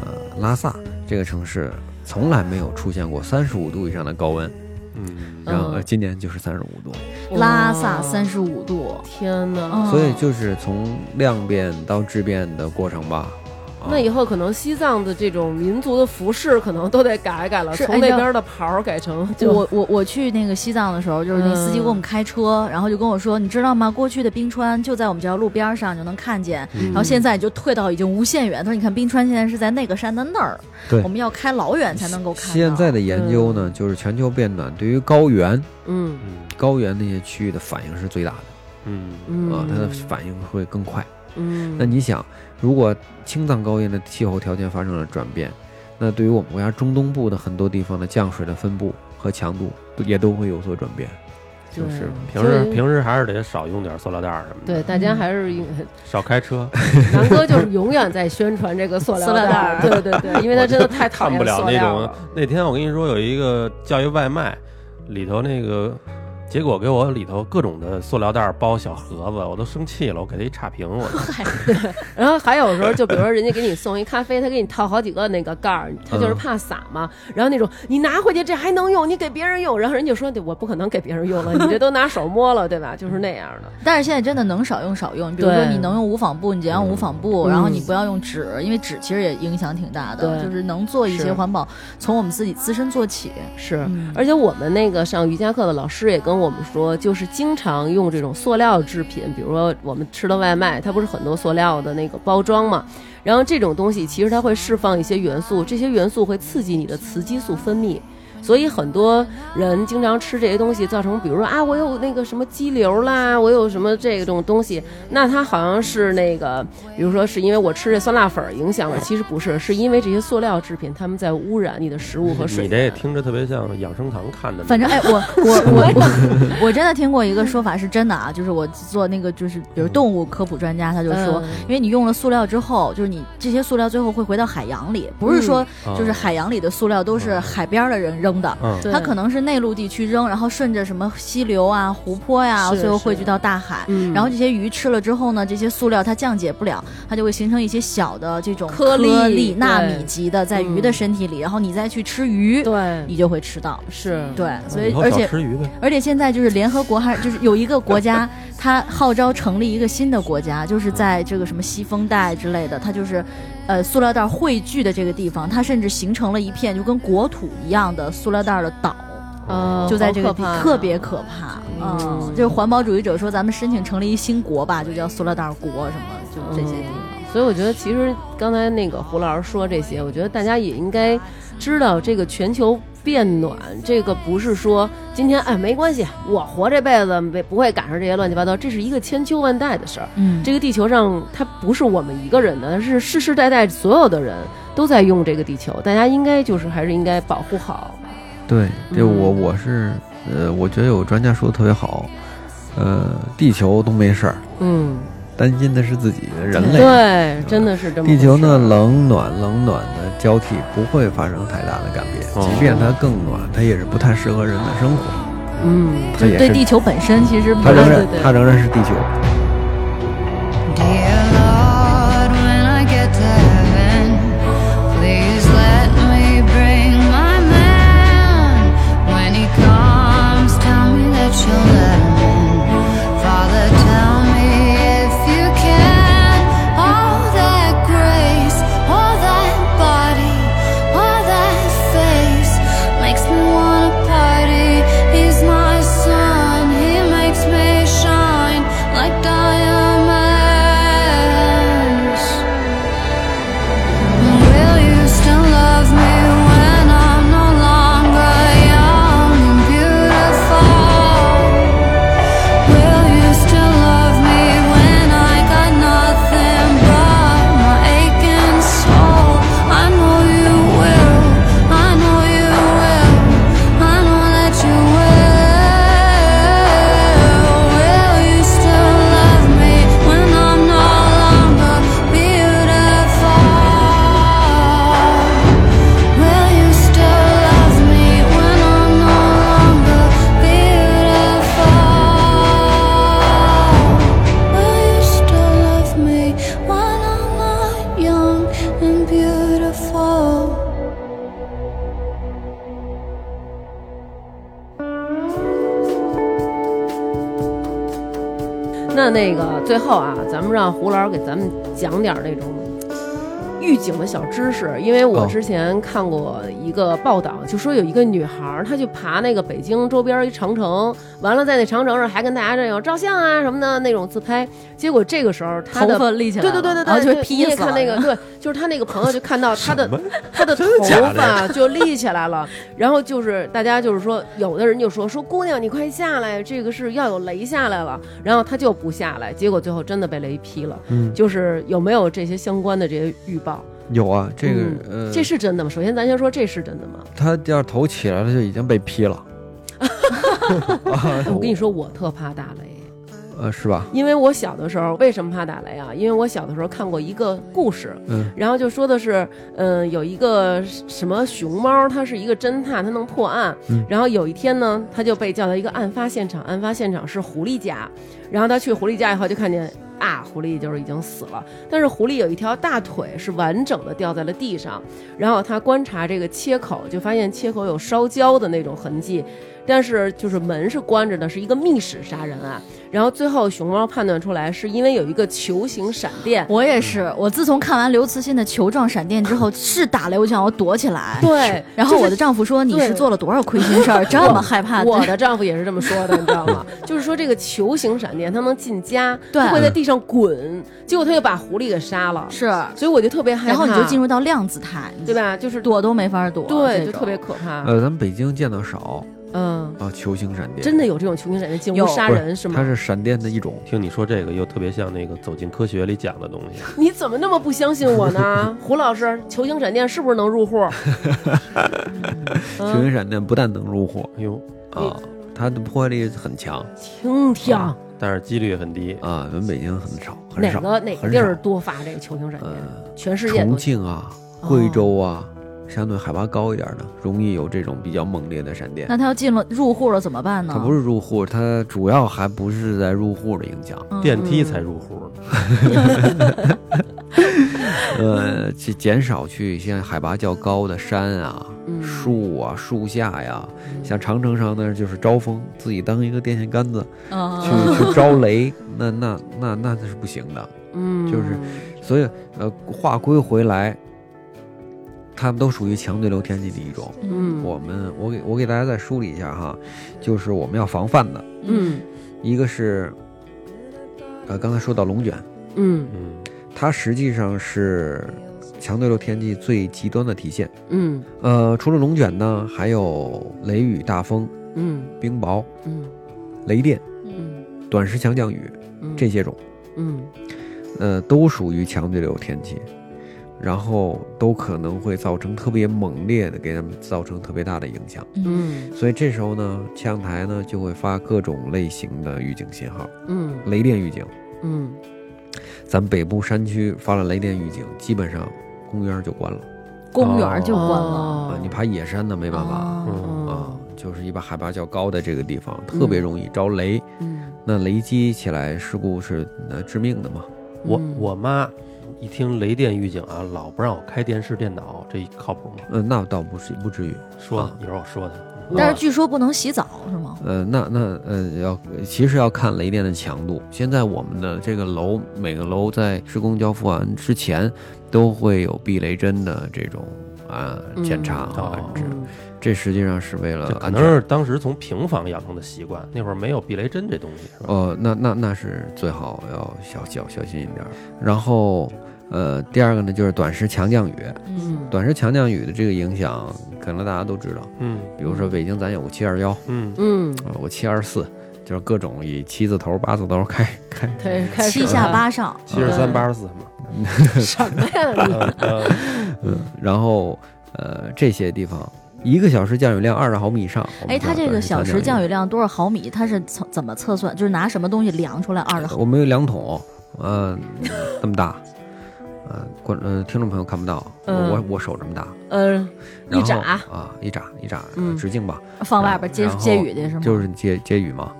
Speaker 1: 呃，拉萨这个城市从来没有出现过三十五度以上的高温，
Speaker 3: 嗯，
Speaker 1: 然后、
Speaker 2: 嗯
Speaker 1: 呃今年就是三十五度，
Speaker 4: 拉萨三
Speaker 2: 十，
Speaker 4: 十五度，
Speaker 2: 天哪！
Speaker 4: 嗯
Speaker 1: 所以就是从量变到质变的过程吧。啊
Speaker 2: 那以后可能西藏的这种民族的服饰可能都得改改了，
Speaker 4: 是
Speaker 2: 从
Speaker 4: 按
Speaker 2: 那
Speaker 4: 照
Speaker 2: 边的袍儿改成就
Speaker 4: 我我我去那个西藏的时候，就是那司机
Speaker 2: 嗯
Speaker 4: 给我们开车，然后就跟我说，你知道吗？过去的冰川就在我们这条路边儿上就能看见，
Speaker 1: 嗯
Speaker 4: 然后
Speaker 2: 嗯
Speaker 4: 现在就退到已经无限远。他说，你看冰川现在是在那个山的那儿，
Speaker 1: 对
Speaker 4: 我们要开老远才能够看到。嗯
Speaker 1: 现在的研究呢，就是全球变暖对于高原、
Speaker 2: 嗯
Speaker 3: 嗯
Speaker 1: 高原那些区域的反应是最大的
Speaker 3: 嗯
Speaker 2: 嗯
Speaker 1: 啊，它的反应会更快。
Speaker 2: 嗯，
Speaker 1: 那你想，如果青藏高原的气候条件发生了转变，那对于我们国家中东部的很多地方的降水的分布和强度都也都会有所转变。
Speaker 2: 对
Speaker 1: 就是
Speaker 3: 平时
Speaker 2: 所以
Speaker 3: 平时还是得少用点塑料袋儿什么的，
Speaker 2: 对大家还是应该
Speaker 3: 少开 车，
Speaker 2: 南哥就是永远在宣传这个塑料袋儿，
Speaker 4: 塑
Speaker 2: 对对对，因为他真的太讨
Speaker 3: 看
Speaker 2: 厌
Speaker 3: 不了
Speaker 2: 塑
Speaker 3: 那啊
Speaker 2: 料
Speaker 3: 种。那天我跟你说，有一个叫一外卖，里头那个结果给我里头各种的塑料袋儿包小盒子，我都生气了，我给他一差评， 我
Speaker 2: 然后还有时候，就比如说人家给你送一咖啡，他给你套好几个那个盖儿，他
Speaker 3: 嗯
Speaker 2: 就是怕洒嘛。然后那种你拿回去这还能用，你给别人用，然后人家说对我不可能给别人用了，你这都拿手摸了，对吧？就是那样的。
Speaker 4: 但是现在真的能少用少用，比如说
Speaker 2: 对
Speaker 4: 你能用无纺布，你就用无纺布，
Speaker 2: 嗯
Speaker 4: 然后你不要用纸，因为纸其实也影响挺大的，
Speaker 2: 对
Speaker 4: 就是能做一些
Speaker 2: 是
Speaker 4: 环保，从我们自己自身做起。
Speaker 2: 是
Speaker 4: 嗯
Speaker 2: 而且我们那个上瑜伽课的老师也跟我们说，就是经常用这种塑料制品，比如说我们吃的外卖，它不是很多塑料的那个包装嘛。然后这种东西其实它会释放一些元素，这些元素会刺激你的雌激素分泌，所以很多人经常吃这些东西，造成比如说啊，我有那个什么肌瘤啦，我有什么这种东西，那它好像是那个，比如说是因为我吃这酸辣粉儿影响了，其实不是，是因为这些塑料制品它们在污染你的食物和水
Speaker 3: 你
Speaker 2: 源。
Speaker 3: 这听着特别像养生堂看的那种，
Speaker 4: 反正哎，我我我我我真的听过一个说法是真的啊，就是我做那个就是比如动物科普专家，他就说，
Speaker 2: 嗯
Speaker 4: 因为你用了塑料之后，就是你这些塑料最后会回到海洋里，不是说
Speaker 3: 嗯
Speaker 4: 就是海洋里的塑料都是海边儿的人扔的，
Speaker 3: 嗯，
Speaker 2: 对
Speaker 4: 它可能是内陆地区扔，然后顺着什么溪流啊、湖泊呀、
Speaker 2: 是
Speaker 4: 最后
Speaker 2: 是
Speaker 4: 汇聚到大海。
Speaker 2: 嗯
Speaker 4: 然后这些鱼吃了之后呢，这些塑料它降解不了，它就会形成一些小的这种
Speaker 2: 颗粒对
Speaker 4: 纳米级的在鱼的
Speaker 2: 嗯
Speaker 4: 身体里，然后你再去吃鱼，
Speaker 2: 对，
Speaker 4: 你就会吃到。
Speaker 2: 是，
Speaker 4: 对，所
Speaker 3: 嗯以
Speaker 4: 以
Speaker 3: 后
Speaker 4: 而
Speaker 3: 少
Speaker 4: 且
Speaker 3: 吃鱼呗，
Speaker 4: 而且现在就是联合国还就是有一个国家，它号召成立一个新的国家，就是在这个什么西风带之类的，它就是，呃，塑料袋汇聚的这个地方，它甚至形成了一片就跟国土一样的塑料袋的岛，
Speaker 2: 呃，
Speaker 4: 就在这个地，
Speaker 2: 好可怕
Speaker 4: 特别可怕。嗯，
Speaker 2: 嗯
Speaker 4: 就是环保主义者说咱们申请成立一新国吧，就叫塑料袋国什么，就这些地方。
Speaker 2: 所以我觉得，其实刚才那个胡老师说这些，我觉得大家也应该知道，这个全球变暖，这个不是说今天哎没关系，我活这辈子没不会赶上这些乱七八糟，这是一个千秋万代的事儿。
Speaker 4: 嗯
Speaker 2: 这个地球上它不是我们一个人的，是世世代代所有的人都在用这个地球，大家应该就是还是应该保护好。
Speaker 7: 对，对
Speaker 2: 嗯
Speaker 7: 我我是呃，我觉得有专家说的特别好，呃，地球都没事儿，
Speaker 2: 嗯，
Speaker 7: 担心的是自己人类。
Speaker 2: 对，真的是这么回
Speaker 7: 地
Speaker 2: 事。
Speaker 7: 球呢，冷暖冷暖的交替不会发生太大的改变，
Speaker 3: 哦
Speaker 7: 即便它更暖，它也是不太适合人的生活，
Speaker 2: 嗯，
Speaker 7: 它也
Speaker 4: 对
Speaker 7: 是
Speaker 4: 地球本身其实
Speaker 7: 它仍
Speaker 4: 蛮
Speaker 2: 对
Speaker 7: 然
Speaker 2: 对对
Speaker 7: 它仍然是地球。
Speaker 5: Dear Lord, when I get to heaven, please let me bring my man. When he comes, tell me that you'll let him in. Father, tell me if you can. All that grace, all that body, all that face makes me wanna party. He's my son, he makes me shine like diamonds. Will you still love me when I'm no longer young and beautiful? Will you still love me when I got nothing but my aching soul? I know you will, I know you will, I know that you will. Will you still love me when I'm no longer beautiful? Will you still love me when I'm no longer beautiful? Will you still love me when I'm not young and beautiful?
Speaker 2: 那那个最后啊，咱们让胡老师给咱们讲点儿那种预警的小知识，因为我
Speaker 7: 哦
Speaker 2: 之前看过一个报道，就说有一个女孩儿，她去爬那个北京周边一长城，完了在那长城上还跟大家这种照相啊什么的那种自拍，结果这个时候她
Speaker 4: 头
Speaker 2: 的
Speaker 4: 发立起来
Speaker 2: 对
Speaker 4: 了，
Speaker 2: 对对对
Speaker 4: 然
Speaker 2: 对，
Speaker 4: 后就
Speaker 2: 对
Speaker 4: 劈
Speaker 2: 你也
Speaker 4: 死了。
Speaker 2: 看那个，对，就是他那个朋友就看到他的他的头
Speaker 3: 的假的
Speaker 2: 发就立起来了，然后就是大家就是说，有的人就说说姑娘你快下来，这个是要有雷下来了，然后他就不下来，结果最后真的被雷劈了。
Speaker 7: 嗯，
Speaker 2: 就是有没有这些相关的这些预报？
Speaker 7: 有啊，这个、
Speaker 2: 嗯
Speaker 7: 呃，
Speaker 2: 这是真的吗？首先咱先说这是真的吗？
Speaker 7: 它要是头起 来了，它就已经被劈了。啊
Speaker 2: 哎我跟你说，我特怕打雷。
Speaker 1: 呃，是吧？
Speaker 2: 因为我小的时候为什么怕打雷啊？因为我小的时候看过一个故事，
Speaker 1: 嗯，
Speaker 2: 然后就说的是，嗯、有一个什么熊猫，它是一个侦探，它能破案。
Speaker 1: 嗯
Speaker 2: 然后有一天呢，他就被叫到一个案发现场，案发现场是狐狸家，然后他去狐狸家以后就看见。啊，狐狸就是已经死了，但是狐狸有一条大腿是完整的掉在了地上，然后他观察这个切口，就发现切口有烧焦的那种痕迹，但是就是门是关着的，是一个密室杀人案。然后最后熊猫判断出来是因为有一个球形闪电，
Speaker 4: 我也是，我自从看完刘慈欣的《球状闪电》之后，是打雷我就想我躲起来。
Speaker 2: 对，
Speaker 4: 然后
Speaker 2: 就是
Speaker 4: 我的丈夫说：“你
Speaker 2: 对
Speaker 4: 是做了多少亏心 事儿，这么害怕？”
Speaker 2: 我的丈夫也是这么说的，你知道 吗？就是说这个球形闪电它能进家，
Speaker 4: 对
Speaker 2: 它会在地上滚，结果他就把狐狸给杀了，
Speaker 4: 是，
Speaker 2: 所以我就特别害怕。
Speaker 4: 然后你就进入到量子态，
Speaker 2: 对？吧？就是
Speaker 4: 躲都没法躲，
Speaker 2: 对，
Speaker 4: 这
Speaker 2: 就
Speaker 4: 种
Speaker 2: 特别可怕。
Speaker 1: 呃，咱们北京见的少
Speaker 2: 嗯，
Speaker 1: 啊，球形闪电
Speaker 2: 真的有这种球形闪电进
Speaker 4: 有
Speaker 2: 屋杀人是
Speaker 1: 它
Speaker 2: 吗？
Speaker 1: 是闪电的一种。
Speaker 3: 听你说这个，又特别像那个《走进科学》里讲的东西。
Speaker 2: 你怎么那么不相信我呢？ 胡老师，球形闪电是不是能 入户？
Speaker 1: 球
Speaker 2: 嗯
Speaker 1: 形闪电不但能入户
Speaker 3: 哎呦，
Speaker 1: 啊，它的破坏力很强
Speaker 2: 听听
Speaker 3: 但是几率很低。
Speaker 1: 啊，咱们北京很少，啊很
Speaker 2: 哪
Speaker 1: 少，
Speaker 2: 个哪个
Speaker 1: 很
Speaker 2: 地
Speaker 1: 少
Speaker 2: 儿多发这个球形闪电？
Speaker 1: 呃，
Speaker 2: 全世界都
Speaker 1: 重庆啊、
Speaker 2: 哦
Speaker 1: 贵州啊，相对海拔高一点的，容易有这种比较猛烈的闪电。
Speaker 4: 那他要进了入户了怎么办呢？
Speaker 1: 它不是入户，它主要还不是在入户的影响。
Speaker 4: 嗯
Speaker 3: 电梯才入户呢，
Speaker 1: 呃，去减少去现在海拔较高的山啊、
Speaker 2: 嗯
Speaker 1: 树啊、树下呀，像长城上那儿就是招风，自己当一个电线杆 子去
Speaker 4: 嗯，
Speaker 1: 去招雷，那那那那那是不行的。
Speaker 2: 嗯，
Speaker 1: 就是所以呃，话归回来，它们都属于强对流天气的一种。
Speaker 2: 嗯
Speaker 1: 我们我给我给大家再梳理一下哈，就是我们要防范的，
Speaker 2: 嗯
Speaker 1: 一个是呃刚才说到龙卷，
Speaker 2: 嗯
Speaker 3: 嗯，
Speaker 1: 它实际上是强对流天气最极端的体现。
Speaker 2: 嗯
Speaker 1: 呃，除了龙卷呢，还有雷雨、大风、
Speaker 2: 嗯
Speaker 1: 冰雹、
Speaker 2: 嗯
Speaker 1: 雷电、
Speaker 2: 嗯
Speaker 1: 短时强降雨
Speaker 2: 嗯，
Speaker 1: 这些种，
Speaker 2: 嗯
Speaker 1: 呃，都属于强对流天气，然后都可能会造成特别猛烈的，给他们造成特别大的影响。
Speaker 2: 嗯
Speaker 1: 所以这时候呢，气象台呢就会发各种类型的预警信号，
Speaker 2: 嗯
Speaker 1: 雷电预警。
Speaker 2: 嗯
Speaker 1: 咱北部山区发了雷电预警，基本上公园就关了
Speaker 4: 公园儿就关了，
Speaker 1: 啊、你爬野山呢没办法啊、
Speaker 4: 哦
Speaker 3: 嗯
Speaker 1: 就是一般海拔较高的这个地方特别
Speaker 2: 嗯
Speaker 1: 容易招雷。
Speaker 2: 嗯，
Speaker 1: 那雷击起来事故是呃致命的嘛？
Speaker 3: 我我妈一听雷电预警啊，老不让我开电视、电脑，这靠谱吗？
Speaker 1: 呃，那倒不是不至于。
Speaker 3: 说
Speaker 1: 啊
Speaker 3: 一会儿我说的，
Speaker 4: 但是据说不能洗澡是吗？
Speaker 1: 呃，那那呃要其实要看雷电的强度。现在我们的这个楼每个楼在施工交付完之前都会有避雷针的这种啊
Speaker 2: 嗯
Speaker 1: 检查和
Speaker 3: 哦
Speaker 1: 安置，这实际上是为了
Speaker 3: 这可
Speaker 1: 安
Speaker 3: 能
Speaker 1: 全。
Speaker 3: 是当时从平房养成的习惯，那会儿没有避雷针这东西，是吧？
Speaker 1: 呃，那那那是最好要小小小心一点儿。然后呃，第二个呢就是短时强降雨，
Speaker 4: 嗯，
Speaker 1: 短时强降雨的这个影响，可能大家都知道。
Speaker 3: 嗯
Speaker 1: 比如说北京咱有个七二幺
Speaker 3: 嗯，
Speaker 2: 嗯，
Speaker 1: 啊，我七二四，就是各种以七字头、八字头开开。
Speaker 2: 对，开始
Speaker 4: 七下八上，
Speaker 3: 七十三、八十四嘛，
Speaker 2: 什么呀？ 你
Speaker 3: 呃
Speaker 4: 嗯
Speaker 1: 嗯然后呃这些地方一个小时降雨量二十毫米以上。我们
Speaker 4: 哎，它
Speaker 1: 叫
Speaker 4: 这个
Speaker 1: 短
Speaker 4: 小时
Speaker 1: 时
Speaker 4: 降
Speaker 1: 雨
Speaker 4: 雨量多少毫米？它是怎怎么测算？就是拿什么东西量出来二十毫
Speaker 1: 我们有两桶，嗯、这么大，呃，观呃听众朋友看不到，我
Speaker 2: 嗯
Speaker 1: 我我手这么大，
Speaker 2: 嗯，
Speaker 1: 呃然后
Speaker 2: 一眨
Speaker 1: 啊一眨一眨、
Speaker 2: 嗯
Speaker 1: 直径吧，
Speaker 4: 米？放外边接
Speaker 1: 然后
Speaker 4: 接雨去是吗？
Speaker 1: 就是接接雨嘛，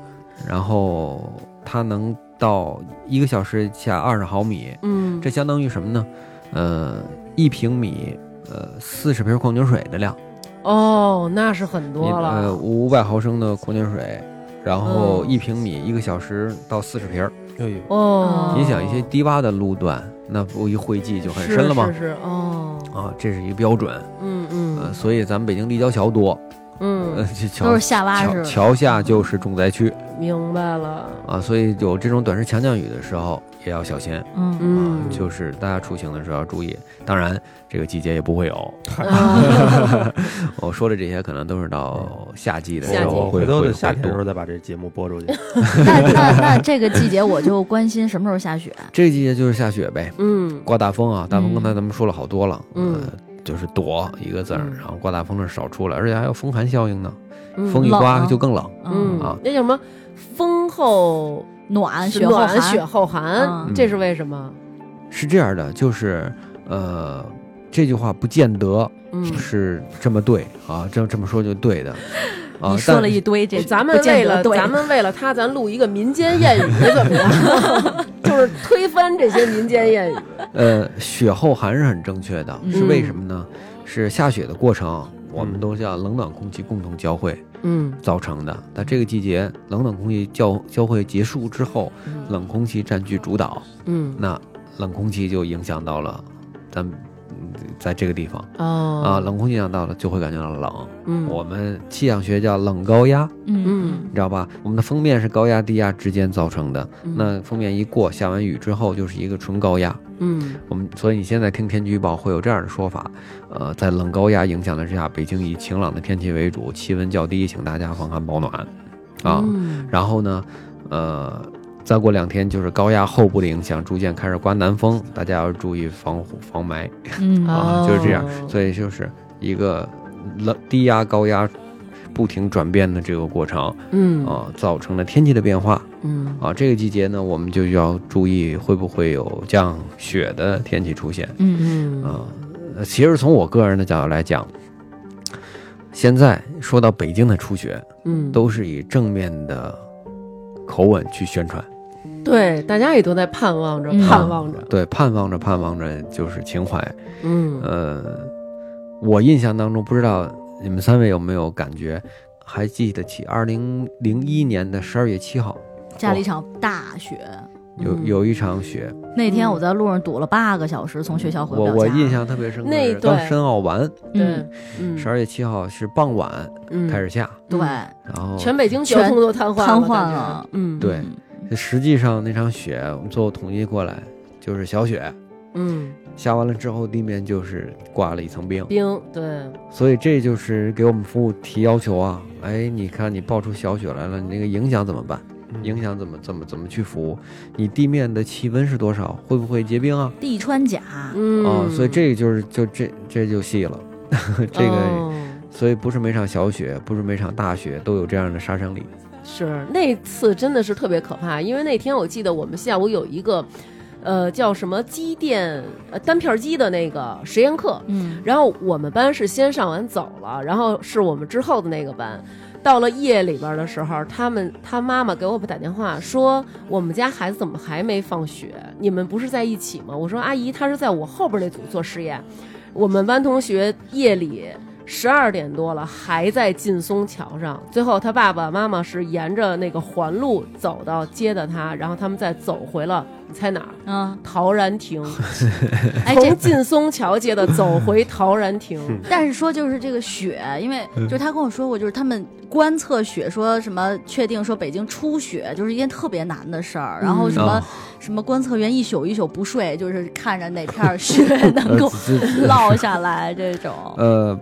Speaker 1: 然后它能到一个小时下二十毫米，
Speaker 2: 嗯，
Speaker 1: 这相当于什么呢？呃，一平米，呃，四十瓶矿泉水的量，
Speaker 2: 哦，那是很
Speaker 1: 你
Speaker 2: 多
Speaker 1: 呃，
Speaker 2: 了，
Speaker 1: 五百毫升的矿泉水，然后
Speaker 2: 嗯
Speaker 1: 一平米一个小时到四十瓶儿。
Speaker 3: 哎呦，
Speaker 2: 哦，
Speaker 1: 你想一些低洼的路段，那不一汇集就很深了吗？
Speaker 2: 是是哦，
Speaker 1: 啊，这是一个标准，
Speaker 2: 嗯嗯
Speaker 1: 呃，所以咱们北京立交桥多，呃，
Speaker 2: 嗯，
Speaker 1: 这
Speaker 4: 都
Speaker 1: 桥
Speaker 4: 是下挖
Speaker 1: 桥
Speaker 4: 是吧？
Speaker 1: 桥下就是重灾区
Speaker 2: 明白了，
Speaker 1: 啊，所以有这种短时强降雨的时候也要小心啊，
Speaker 4: 嗯，
Speaker 2: 嗯，
Speaker 1: 就是大家出行的时候要注意。当然，这个季节也不会 有，
Speaker 2: 啊
Speaker 1: 我说的这些可能都是到夏季的时
Speaker 2: 夏季
Speaker 1: 候
Speaker 3: 我
Speaker 1: 会
Speaker 3: 哎回头
Speaker 1: 会
Speaker 3: 在夏天
Speaker 1: 会
Speaker 3: 的时
Speaker 1: 多
Speaker 3: 候再把这节目播 出去。
Speaker 4: 那那那这个季节我就关心什么时候下雪。
Speaker 1: 这个季节就是下雪呗，
Speaker 2: 嗯
Speaker 1: 刮大风啊，大风刚才
Speaker 4: 嗯
Speaker 1: 咱们说了好多了，
Speaker 2: 嗯
Speaker 1: 呃，就是躲一个字儿
Speaker 2: 嗯，
Speaker 1: 然后刮大风是少出来，而且还有风寒效应呢，
Speaker 2: 嗯
Speaker 1: 风一
Speaker 4: 冷
Speaker 1: 刮
Speaker 4: 啊
Speaker 1: 就更冷，
Speaker 2: 嗯
Speaker 1: 啊
Speaker 2: 那叫什么？风后
Speaker 4: 暖雪后
Speaker 2: 暖
Speaker 4: 寒
Speaker 2: 血后寒
Speaker 4: 嗯，
Speaker 2: 这是为什么？
Speaker 1: 是这样的，就是呃，这句话不见得
Speaker 2: 嗯，
Speaker 1: 是这么对啊，这这么说就对 的啊
Speaker 4: 你。说
Speaker 1: 但
Speaker 4: 了一堆这，
Speaker 2: 哎咱们
Speaker 4: 不见
Speaker 2: 为
Speaker 4: 得
Speaker 2: 了
Speaker 4: 对
Speaker 2: 咱们为了他，咱录一个民间谚语怎么样？ 就是推翻这些民间谚语。
Speaker 1: 呃，雪后寒是很正确的，
Speaker 4: 嗯
Speaker 1: 是为什么呢？是下雪的过程，我们都叫冷暖空气共同交汇
Speaker 2: 嗯
Speaker 1: 造成的。在这个季节，冷暖空气交交汇结束之后，
Speaker 4: 嗯
Speaker 1: 冷空气占据主导，
Speaker 2: 嗯
Speaker 1: 那冷空气就影响到了咱们嗯在这个地方
Speaker 2: 哦
Speaker 1: 啊，冷空气影响到了就会感觉到冷。
Speaker 2: 嗯
Speaker 1: 啊我们气象学叫冷高压，
Speaker 4: 嗯
Speaker 2: 嗯
Speaker 1: 你知道吧？我们的封面是高压低压之间造成的。
Speaker 2: 嗯
Speaker 1: 那封面一过，下完雨之后就是一个纯高压。
Speaker 2: 嗯
Speaker 1: 我们所以你现在听天气预报会有这样的说法，呃，在冷高压影响的之下，北京以晴朗的天气为主，气温较低，请大家防寒保暖啊。
Speaker 2: 嗯
Speaker 1: 然后呢，呃，再过两天就是高压后部的影响，逐渐开始刮南风，大家要注意防火防霾
Speaker 4: 嗯
Speaker 2: 啊
Speaker 1: 啊，就是这样
Speaker 2: 哦。
Speaker 1: 所以就是一个冷低压高压不停转变的这个过程。
Speaker 2: 嗯
Speaker 1: 啊，造成了天气的变化
Speaker 2: 嗯
Speaker 1: 啊。这个季节呢，我们就要注意会不会有降雪的天气出现
Speaker 4: 嗯
Speaker 2: 嗯
Speaker 1: 啊。呃其实从我个人的角度来讲，现在说到北京的初雪，
Speaker 2: 嗯
Speaker 1: 都是以正面的口吻去宣传，
Speaker 2: 对，大家也都在盼望着
Speaker 4: 嗯
Speaker 2: 盼望着。
Speaker 1: 对，盼望着盼望着就是情怀。
Speaker 2: 嗯
Speaker 1: 呃，我印象当中，不知道你们三位有没有感觉，还记得起二零零一年的十二月七号，
Speaker 4: 下了一场大雪。
Speaker 1: 有
Speaker 2: 嗯
Speaker 1: 有一场雪，
Speaker 4: 那天我在路上堵了八个小时，从学校回不
Speaker 1: 我
Speaker 4: 了家。
Speaker 1: 我印象特别深刻，
Speaker 2: 那
Speaker 1: 是刚
Speaker 2: 对
Speaker 1: 申奥完，
Speaker 2: 对
Speaker 4: 嗯，
Speaker 2: 嗯
Speaker 1: 十二月七号是傍晚
Speaker 2: 嗯
Speaker 1: 开始下，
Speaker 4: 对，
Speaker 1: 然后
Speaker 2: 全北京交通都瘫痪
Speaker 4: 瘫
Speaker 2: 了，感
Speaker 4: 痪
Speaker 2: 觉
Speaker 4: 了。
Speaker 2: 嗯
Speaker 1: 对实际上那场雪，我们最后统计过来就是小雪，
Speaker 2: 嗯，
Speaker 1: 下完了之后地面就是挂了一层冰，
Speaker 2: 冰对，
Speaker 1: 所以这就是给我们服务提要求啊，哎，你看你爆出小雪来了，你那个影响怎么办？影响怎么怎么怎么去服务？你地面的气温是多少？会不会结冰啊？
Speaker 4: 地穿甲，
Speaker 2: 嗯
Speaker 1: 啊，所以这个就是就这这就细了， 这个。
Speaker 2: 哦
Speaker 1: 所以不是每场小雪，不是每场大雪都有这样的杀伤力。
Speaker 2: 是那次真的是特别可怕，因为那天我记得我们下午有一个，呃，叫什么机电呃单片机的那个实验课，
Speaker 4: 嗯，
Speaker 2: 然后我们班是先上完走了，然后是我们之后的那个班。到了夜里边的时候，他们他妈妈给我们打电话说，我们家孩子怎么还没放学？你们不是在一起吗？我说阿姨，他是在我后边那组做实验。我们班同学夜里十二点多了，还在劲松桥上。最后他爸爸妈妈是沿着那个环路走到接的他，然后他们再走回了你猜哪儿？
Speaker 4: 嗯，
Speaker 2: 陶然亭，
Speaker 4: 哎，这
Speaker 2: 从劲松桥接的走回陶然亭。
Speaker 4: 但是说就是这个雪，因为
Speaker 1: 嗯
Speaker 4: 就是他跟我说过，就是他们观测雪，说什么确定说北京初雪，就是一件特别难的事儿。然
Speaker 2: 嗯
Speaker 4: 后什么、
Speaker 1: 哦
Speaker 4: 什么观测员一宿一宿不睡，就是看着哪片儿雪 能够
Speaker 1: 这这
Speaker 4: 落下来这种。
Speaker 1: 呃，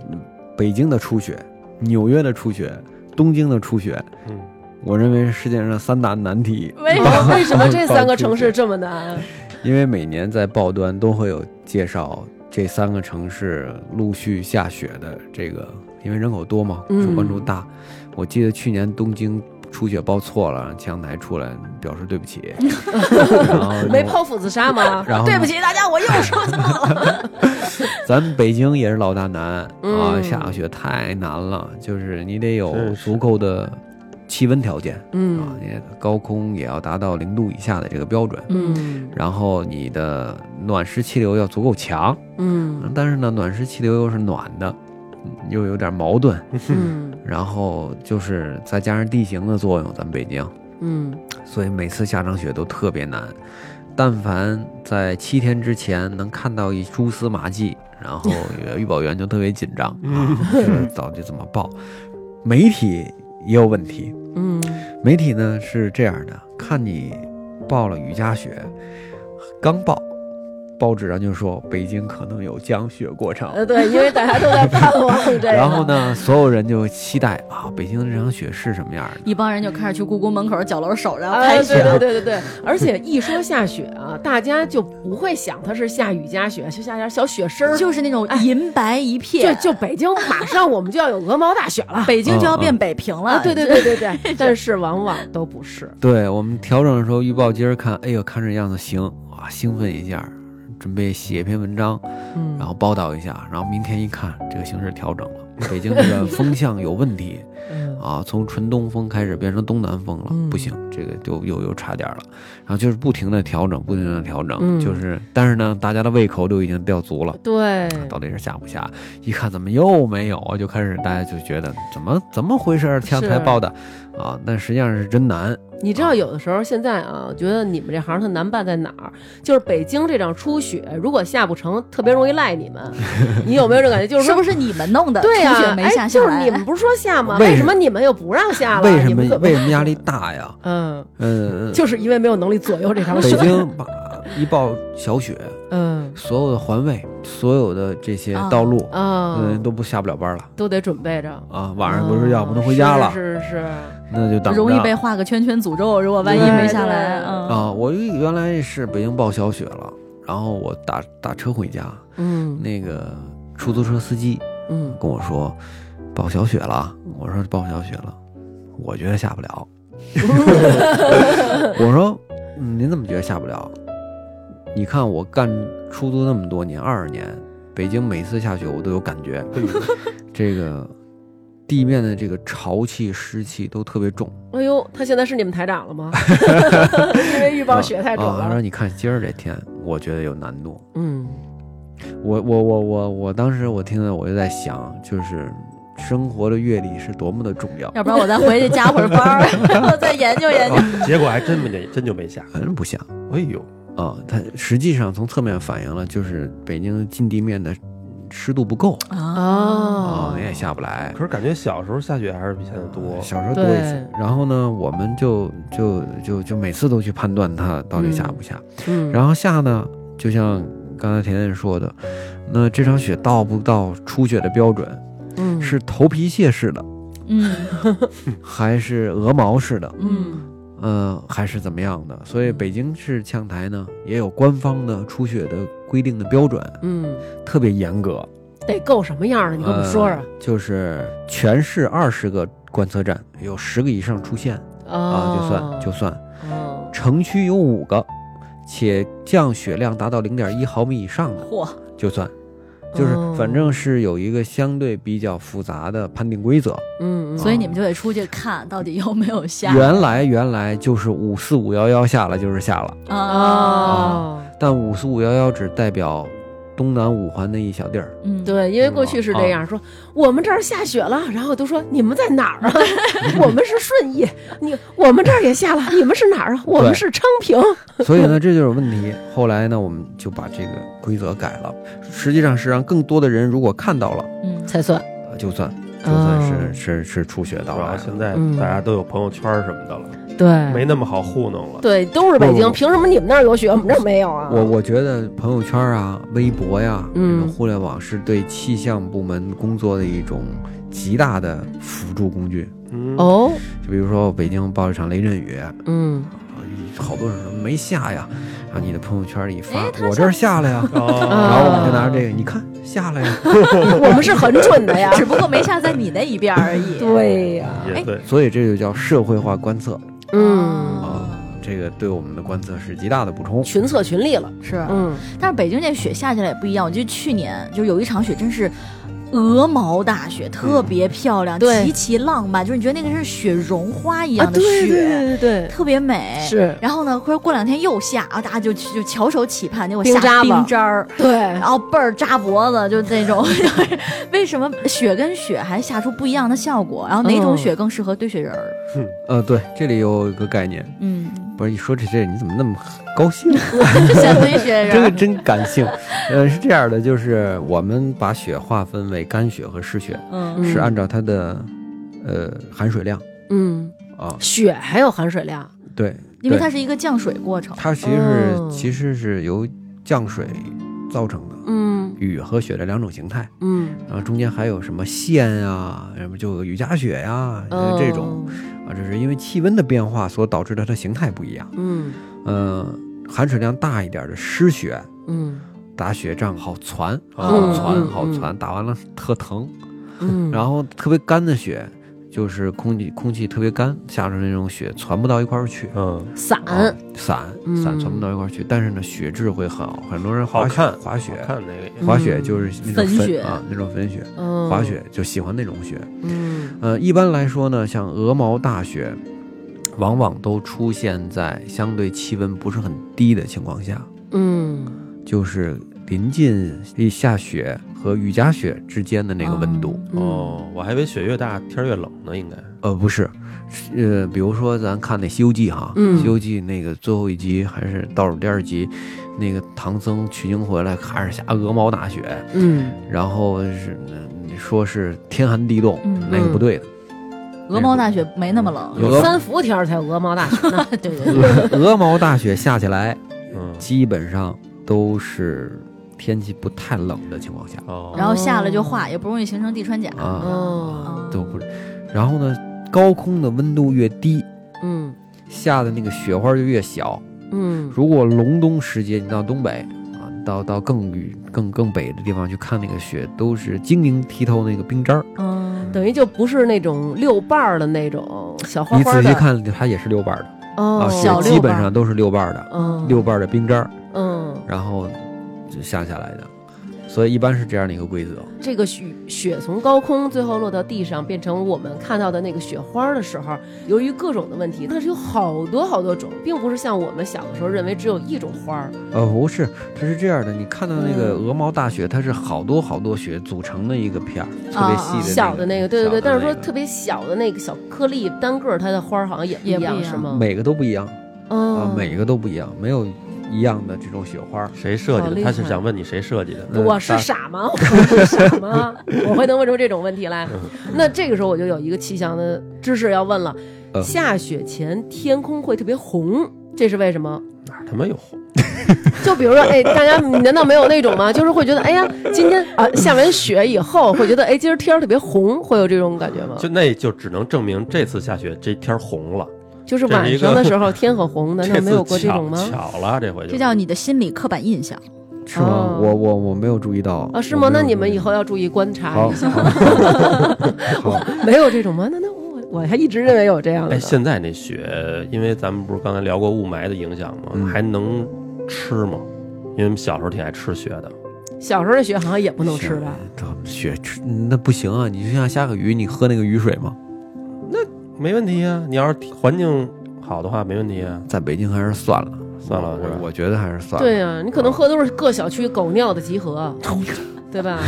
Speaker 1: 北京的初雪，纽约的初雪，东京的初雪，
Speaker 3: 嗯，
Speaker 1: 我认为是世界上三大难题，
Speaker 2: 为什么为什么这三个城市这么难？
Speaker 1: 因为每年在报端都会有介绍这三个城市陆续下雪的这个，因为人口多嘛，
Speaker 2: 嗯
Speaker 1: 受关注大。我记得去年东京。初雪报错了，气象台出来表示对不 起，然后
Speaker 2: 没剖腹自杀吗？
Speaker 1: 然后
Speaker 4: 对不起大家，我又说错了。
Speaker 1: 咱们北京也是老大难、啊，
Speaker 2: 嗯
Speaker 1: 下个雪太难了，就是你得有
Speaker 3: 是
Speaker 1: 足够的气温条件啊
Speaker 2: 嗯，
Speaker 1: 你的高空也要达到零度以下的这个标准，
Speaker 2: 嗯
Speaker 1: 然后你的暖湿气流要足够强，
Speaker 2: 嗯
Speaker 1: 但是呢，暖湿气流又是暖的，嗯又有点矛盾，
Speaker 2: 嗯
Speaker 1: 然后就是再加上地形的作用，咱们北京，
Speaker 2: 嗯
Speaker 1: 所以每次下场雪都特别难。但凡在七天之前能看到一蛛丝马迹，然后预报员就特别紧张，啊，就是到底怎么报？媒体也有问题，
Speaker 2: 嗯
Speaker 1: 媒体呢是这样的，看你报了雨夹雪，刚报报纸上就说北京可能有降雪过程。
Speaker 2: 呃，对，因为大家都在盼望这个。
Speaker 1: 然后？呢，所有人就期待啊，北京的这场雪是什么样的？
Speaker 4: 一帮人就开始去故宫门口角楼守着
Speaker 2: 啊，
Speaker 4: 拍
Speaker 2: 对
Speaker 4: 雪。
Speaker 2: 对对对对，而且一说下雪啊，大家就不会想它是下雨夹雪，就下点小雪声儿。
Speaker 4: 就是那种银白一
Speaker 2: 哎就
Speaker 4: 片，。
Speaker 2: 就北京马上我们就要有鹅毛大雪了
Speaker 4: 北京就要
Speaker 1: 嗯
Speaker 4: 变北平了。
Speaker 2: 啊，对对对对对，但是往往都不是。
Speaker 1: 对我们调整的时候预报，今儿看，哎呦，看这样子行，哇，兴奋一下，准备写一篇文章，
Speaker 2: 嗯
Speaker 1: 然后报道一下，然后明天一看，这个形势调整 了，北京这个风向有问题
Speaker 2: 嗯
Speaker 1: 啊，从纯东风开始变成东南风了，
Speaker 2: 嗯
Speaker 1: 不行，这个就又又差点了，然后就是不停的调整，不停的调整，
Speaker 2: 嗯
Speaker 1: 就是，但是呢，大家的胃口都已经吊足了。
Speaker 2: 对，
Speaker 1: 到底是下不下？一看怎么又没有，就开始大家就觉得怎么怎么回事儿？天才
Speaker 2: 是
Speaker 1: 报的啊，但实际上是真难。
Speaker 2: 你
Speaker 1: 啊
Speaker 2: 知道有的时候现在啊，我觉得你们这行它难办在哪儿？就是北京这场初雪，如果下不成，特别容易赖你 们。你有没有这种感觉？就是
Speaker 4: 是
Speaker 2: 说
Speaker 4: 不，是你们弄的？
Speaker 2: 对
Speaker 4: 初
Speaker 2: 呀、
Speaker 4: 雪没下
Speaker 2: 哎，
Speaker 4: 下
Speaker 2: 就是
Speaker 4: 来。
Speaker 2: 你们不是说下吗？
Speaker 1: 为
Speaker 2: 为
Speaker 1: 什
Speaker 2: 什
Speaker 1: 么
Speaker 2: 么你们又不让下了？
Speaker 1: 为什
Speaker 2: 你
Speaker 1: 么
Speaker 2: 们怎
Speaker 1: 为什么压力大呀？
Speaker 2: 嗯，
Speaker 1: 嗯，
Speaker 2: 就是因为没有能力左右这场
Speaker 1: 北
Speaker 2: 雪。
Speaker 1: 京把一报小雪，
Speaker 2: 嗯
Speaker 1: 所有的环卫，所有的这些
Speaker 4: 啊
Speaker 1: 道路，
Speaker 2: 啊，
Speaker 1: 嗯，都不下不了班了
Speaker 2: 都得准备着。
Speaker 1: 啊。晚上不是要
Speaker 2: 嗯
Speaker 1: 不能回家了，
Speaker 2: 是是是，
Speaker 1: 那就等着。
Speaker 4: 容易被画个圈圈诅咒，如果万一
Speaker 2: 对
Speaker 4: 没下来，
Speaker 2: 对
Speaker 4: 嗯，
Speaker 1: 啊！我原来是北京报小雪了，然后我打打车回家，
Speaker 2: 嗯
Speaker 1: 那个出租车司机
Speaker 2: 嗯，
Speaker 1: 跟我说报小雪了，我说报小雪了，我觉得下不 了。我说、嗯您怎么觉得下不了？你看我干出租那么多年，二十年，北京每次下雪我都有感觉，
Speaker 2: 哎
Speaker 1: 这个地面的这个潮气、湿气都特别重。
Speaker 2: 哎呦，他现在是你们台长 了吗？因为预报雪太准
Speaker 1: 啊，他说
Speaker 2: 了。
Speaker 1: 你看今儿这天，我觉得有难度。
Speaker 2: 嗯
Speaker 1: 我我我我我当时我听了我就在想，就是生活的阅历是多么的重要。
Speaker 4: 要不然我再回去加会儿班儿，然 后再研究研究。
Speaker 3: 结果还真没真就没下。
Speaker 1: 反正不想
Speaker 3: 哎呦，
Speaker 1: 啊，它实际上从侧面反映了，就是北京近地面的湿度不够啊，
Speaker 2: 哦
Speaker 1: 你也下不来呃
Speaker 3: 可。是感觉小时候下雪还是比现在多。
Speaker 1: 小时候多一些，然后呢，我们就就就就每次都去判断它到底下不下。
Speaker 2: 嗯，
Speaker 1: 然后下呢，就像刚才甜甜说的，那这场雪到不到初雪的标准，
Speaker 2: 嗯
Speaker 1: 是头皮屑似的，
Speaker 4: 嗯
Speaker 1: 还是鹅毛似的，
Speaker 4: 嗯，
Speaker 1: 嗯，还是怎么样的？所以北京市气象台呢，也有官方的初雪的规定的标准，
Speaker 2: 嗯，
Speaker 1: 特别严格。
Speaker 2: 得够什么样的？你跟我们说说
Speaker 1: 呃。就是全市二十个观测站，有十个以上出现啊，就算就算。
Speaker 2: 哦
Speaker 1: 城区有五个，且降雪量达到零点一毫米以上的
Speaker 4: 嚯，
Speaker 1: 就算，就是
Speaker 2: 哦
Speaker 1: 反正是有一个相对比较复杂的判定规则。
Speaker 2: 嗯，嗯
Speaker 4: 所以你们就得出去看到底有没有下
Speaker 1: 原来原来就是五四五幺幺下了就是下了，
Speaker 4: 啊？
Speaker 2: 哦，
Speaker 1: 但五四五幺幺只代表东南五环的一小地儿。
Speaker 4: 嗯，
Speaker 2: 对，因为过去是这
Speaker 1: 嗯啊
Speaker 2: 样说，我们这儿下雪了，然后都说你们在哪儿啊？ 我们是顺义，你我们这儿也下了，你们是哪儿啊？我们是昌平。
Speaker 1: 所以呢，这就是问题。后来呢，我们就把这个规则改了，实际上是让更多的人如果看到了，
Speaker 4: 嗯，
Speaker 2: 才算，
Speaker 1: 呃就算就算是、
Speaker 2: 哦
Speaker 1: 是是初学到
Speaker 3: 主
Speaker 1: 来
Speaker 3: 要
Speaker 1: 了。
Speaker 3: 现在
Speaker 2: 嗯
Speaker 3: 大家都有朋友圈什么的了，没
Speaker 2: 对
Speaker 3: 那么好糊弄了。
Speaker 2: 对，都是北
Speaker 1: 不不
Speaker 2: 京，
Speaker 1: 不
Speaker 2: 凭什么你们那儿有雪，我们这儿没有啊？
Speaker 1: 我我觉得朋友圈啊、微博呀、
Speaker 2: 嗯
Speaker 1: 这种互联网是对气象部门工作的一种极大的辅助工具。
Speaker 3: 嗯，
Speaker 2: 哦，
Speaker 1: 就比如说北京报一场雷阵雨，啊
Speaker 2: 嗯，
Speaker 1: 好多人说没下呀，然后你的朋友圈里一发
Speaker 4: 哎，它
Speaker 1: 我这儿下了呀，
Speaker 3: 哦
Speaker 1: 然后我们就拿着这个，你看下了呀。
Speaker 2: 我们是很准的呀。
Speaker 4: 只不过没下在你那一边而已。
Speaker 2: 对呀，
Speaker 3: 也对，
Speaker 1: 所以这就叫社会化观测。
Speaker 2: 嗯，
Speaker 1: 这个对我们的观测是极大的补充。
Speaker 2: 群策群力了。
Speaker 4: 是，
Speaker 2: 嗯，
Speaker 4: 但是北京这雪下起来也不一样。我记得去年就有一场雪，真是鹅毛大雪，特别漂亮，
Speaker 2: 对
Speaker 4: 极其浪漫，就是你觉得那个是雪绒花一
Speaker 2: 啊，
Speaker 4: 样的
Speaker 2: 对
Speaker 4: 雪，
Speaker 2: 对对对对，
Speaker 4: 特别美。。
Speaker 2: 是
Speaker 4: 然后呢，或者过两天又下，啊，大家就就翘首企盼，结果
Speaker 2: 冰
Speaker 4: 下
Speaker 2: 渣
Speaker 4: 冰
Speaker 2: 吧哎
Speaker 4: 渣儿，
Speaker 2: 对
Speaker 4: 然。后倍儿扎脖子，就那种。 为什么雪跟雪还下出不一样的效果？然后哪种
Speaker 2: 嗯
Speaker 4: 雪更适合堆雪人儿？
Speaker 1: 呃，对，这里有一个概念，
Speaker 4: 嗯，
Speaker 1: 不是一说这这你怎么那么高兴？
Speaker 4: 像堆雪人
Speaker 1: 这个
Speaker 4: 儿。
Speaker 1: 真感性。呃，是这样的，就是我们把雪划分为干雪和湿雪，
Speaker 4: 嗯，
Speaker 2: 嗯
Speaker 1: 是啊按照它的呃含水量
Speaker 2: 嗯，
Speaker 1: 啊。
Speaker 2: 雪还有含水量，
Speaker 1: 对，
Speaker 4: 因为
Speaker 1: 对
Speaker 4: 它是一个降水过程。
Speaker 1: 它其实是、
Speaker 2: 哦
Speaker 1: 其实是由降水造成的，
Speaker 2: 嗯
Speaker 1: 雨和雪的两种形态。
Speaker 2: 嗯，
Speaker 1: 然后中间还有什么线啊，什么就有雨夹雪呀、呃
Speaker 2: 哦
Speaker 1: 这种，啊，这是因为气温的变化所导致的它形态不一样。
Speaker 2: 嗯
Speaker 1: 嗯、含水量大一点的湿雪，
Speaker 2: 嗯
Speaker 1: 打雪仗好攒，啊
Speaker 2: 嗯
Speaker 1: 好攒
Speaker 2: 嗯
Speaker 1: 好攒，打完了特疼。
Speaker 2: 嗯，
Speaker 1: 然后特别干的雪，就是空气空气特别干，下出来那种雪攒不到一块儿去。
Speaker 3: 嗯，
Speaker 2: 伞
Speaker 1: 啊伞
Speaker 2: 嗯
Speaker 1: 伞攒不到一块儿去，但是呢，雪质会很好。很多人滑
Speaker 3: 好
Speaker 1: 雪
Speaker 3: 看
Speaker 1: 滑雪
Speaker 3: 好看那个也
Speaker 1: 滑雪就是那种
Speaker 4: 粉雪
Speaker 1: 啊，那种粉雪，
Speaker 2: 嗯
Speaker 1: 滑雪就喜欢那种雪。
Speaker 2: 嗯
Speaker 1: 呃，一般来说呢，像鹅毛大雪，往往都出现在相对气温不是很低的情况下，
Speaker 2: 嗯
Speaker 1: 就是临近一下雪和雨夹雪之间的那
Speaker 4: 啊
Speaker 1: 个温度。
Speaker 2: 嗯
Speaker 3: 哦，我还以为雪越大天儿越冷呢，应该
Speaker 1: 呃，不是，是呃，比如说咱看那《西游记》哈，
Speaker 2: 嗯
Speaker 1: 西游记》那个最后一集还是倒数第二集，那个唐僧取经回来，看着下鹅毛大雪，
Speaker 2: 嗯
Speaker 1: 然后是嗯说是天寒地冻，
Speaker 4: 嗯
Speaker 1: 那个不对的，
Speaker 4: 鹅毛大雪没那么冷，
Speaker 1: 有鹅
Speaker 2: 三伏天儿才有鹅毛 大雪呢，
Speaker 4: 对对对，
Speaker 1: 鹅毛大雪下起来，
Speaker 3: 嗯
Speaker 1: 基本上都是天气不太冷的情况下
Speaker 3: 哦
Speaker 4: 然后下来就化，也不容易形成地穿甲。嗯
Speaker 1: 啊，
Speaker 2: 哦，
Speaker 1: 都不。然后呢，高空的温度越低，
Speaker 2: 嗯
Speaker 1: 下的那个雪花就越小。
Speaker 2: 嗯
Speaker 1: 如果隆冬时节，你到东北啊，到到更雨更更北的地方去看那个雪，都是晶莹剔透那个冰渣儿。
Speaker 4: 嗯，
Speaker 2: 等于就不是那种六瓣儿的那种小花
Speaker 1: 你
Speaker 2: 花的，
Speaker 1: 仔细看，它也是六瓣儿的啊，，
Speaker 2: 哦
Speaker 4: 小
Speaker 1: 雪
Speaker 4: 六
Speaker 1: 基本
Speaker 4: 瓣儿
Speaker 1: 上都是六瓣儿的，
Speaker 2: 嗯
Speaker 1: 六瓣儿的冰渣儿，
Speaker 2: 嗯，
Speaker 1: 然后就下下来的。所以一般是这样的一个规则。
Speaker 2: 这个雪雪从高空最后落到地上，变成我们看到的那个雪花的时候，由于各种的问题，它是有好多好多种，并不是像我们小的时候认为只有一种花儿。
Speaker 1: 呃，不是，它是这样的，你看到那个
Speaker 2: 嗯
Speaker 1: 鹅毛大雪，它是好多好多雪组成的一个片儿，特别细的、那个
Speaker 2: 啊小的那个，对对对，但是说特
Speaker 1: 别
Speaker 2: 别小的那个小颗粒，单个儿它的花儿好像也
Speaker 4: 也
Speaker 2: 一
Speaker 4: 不
Speaker 2: 样，
Speaker 4: 一
Speaker 2: 是
Speaker 4: 样
Speaker 2: 吗？
Speaker 1: 每个都不一样啊
Speaker 2: 嗯，，
Speaker 1: 每个都不一样，没有一样的这种雪花。
Speaker 3: 谁设
Speaker 2: 好
Speaker 3: 计
Speaker 2: 哦厉
Speaker 3: 的？他是
Speaker 2: 害
Speaker 3: 想问你谁设计的？
Speaker 2: 我是傻吗？ 我是傻吗？我会能问出这种问题来？那这个时候我就有一个气象的知识要问了：
Speaker 1: 嗯
Speaker 2: 下雪前天空会特别红，这是为什么？
Speaker 3: 哪儿他妈有红？
Speaker 2: 就比如说，哎，大家难道没有那种吗？就是会觉得，哎呀，今天啊下完雪以后，会觉得，哎，今儿天儿特别红，会有这种感觉吗？
Speaker 3: 就那就只能证明这次下雪这天儿红了。
Speaker 2: 就是
Speaker 3: 这是
Speaker 2: 晚
Speaker 3: 一个
Speaker 2: 上的时候天很红，难道
Speaker 3: 这
Speaker 2: 没
Speaker 3: 次
Speaker 2: 有过这
Speaker 3: 巧
Speaker 2: 种吗？
Speaker 3: 巧了，这回就
Speaker 4: 这叫你的心理刻板印象。
Speaker 1: 是吗？
Speaker 2: 哦
Speaker 1: 我我我没有注意到
Speaker 2: 啊，是吗？
Speaker 1: 我没
Speaker 2: 那
Speaker 1: 有
Speaker 2: 你们
Speaker 1: 注意
Speaker 2: 以后要注意观察
Speaker 1: 好
Speaker 2: 一下，
Speaker 1: 好好
Speaker 2: 没有这种吗？那那我我还一直认为有这样的
Speaker 3: 哎，
Speaker 2: 呢。
Speaker 3: 现在那雪，因为咱们不是刚才聊过雾霾的影响吗？
Speaker 1: 嗯
Speaker 3: 还能吃吗？因为我们小时候挺爱吃雪的。
Speaker 2: 小时候的雪好像也不能吃吧？
Speaker 1: 这 雪吃那不行啊！你就像下个雨，你喝那个雨水吗？
Speaker 3: 没问题啊，你要是环境好的话，没问题啊。
Speaker 1: 在北京还是算了，
Speaker 3: 算了是吧
Speaker 1: 我我觉得还是算了。
Speaker 2: 对呀、你可能喝都是各小区狗尿的集合，对吧？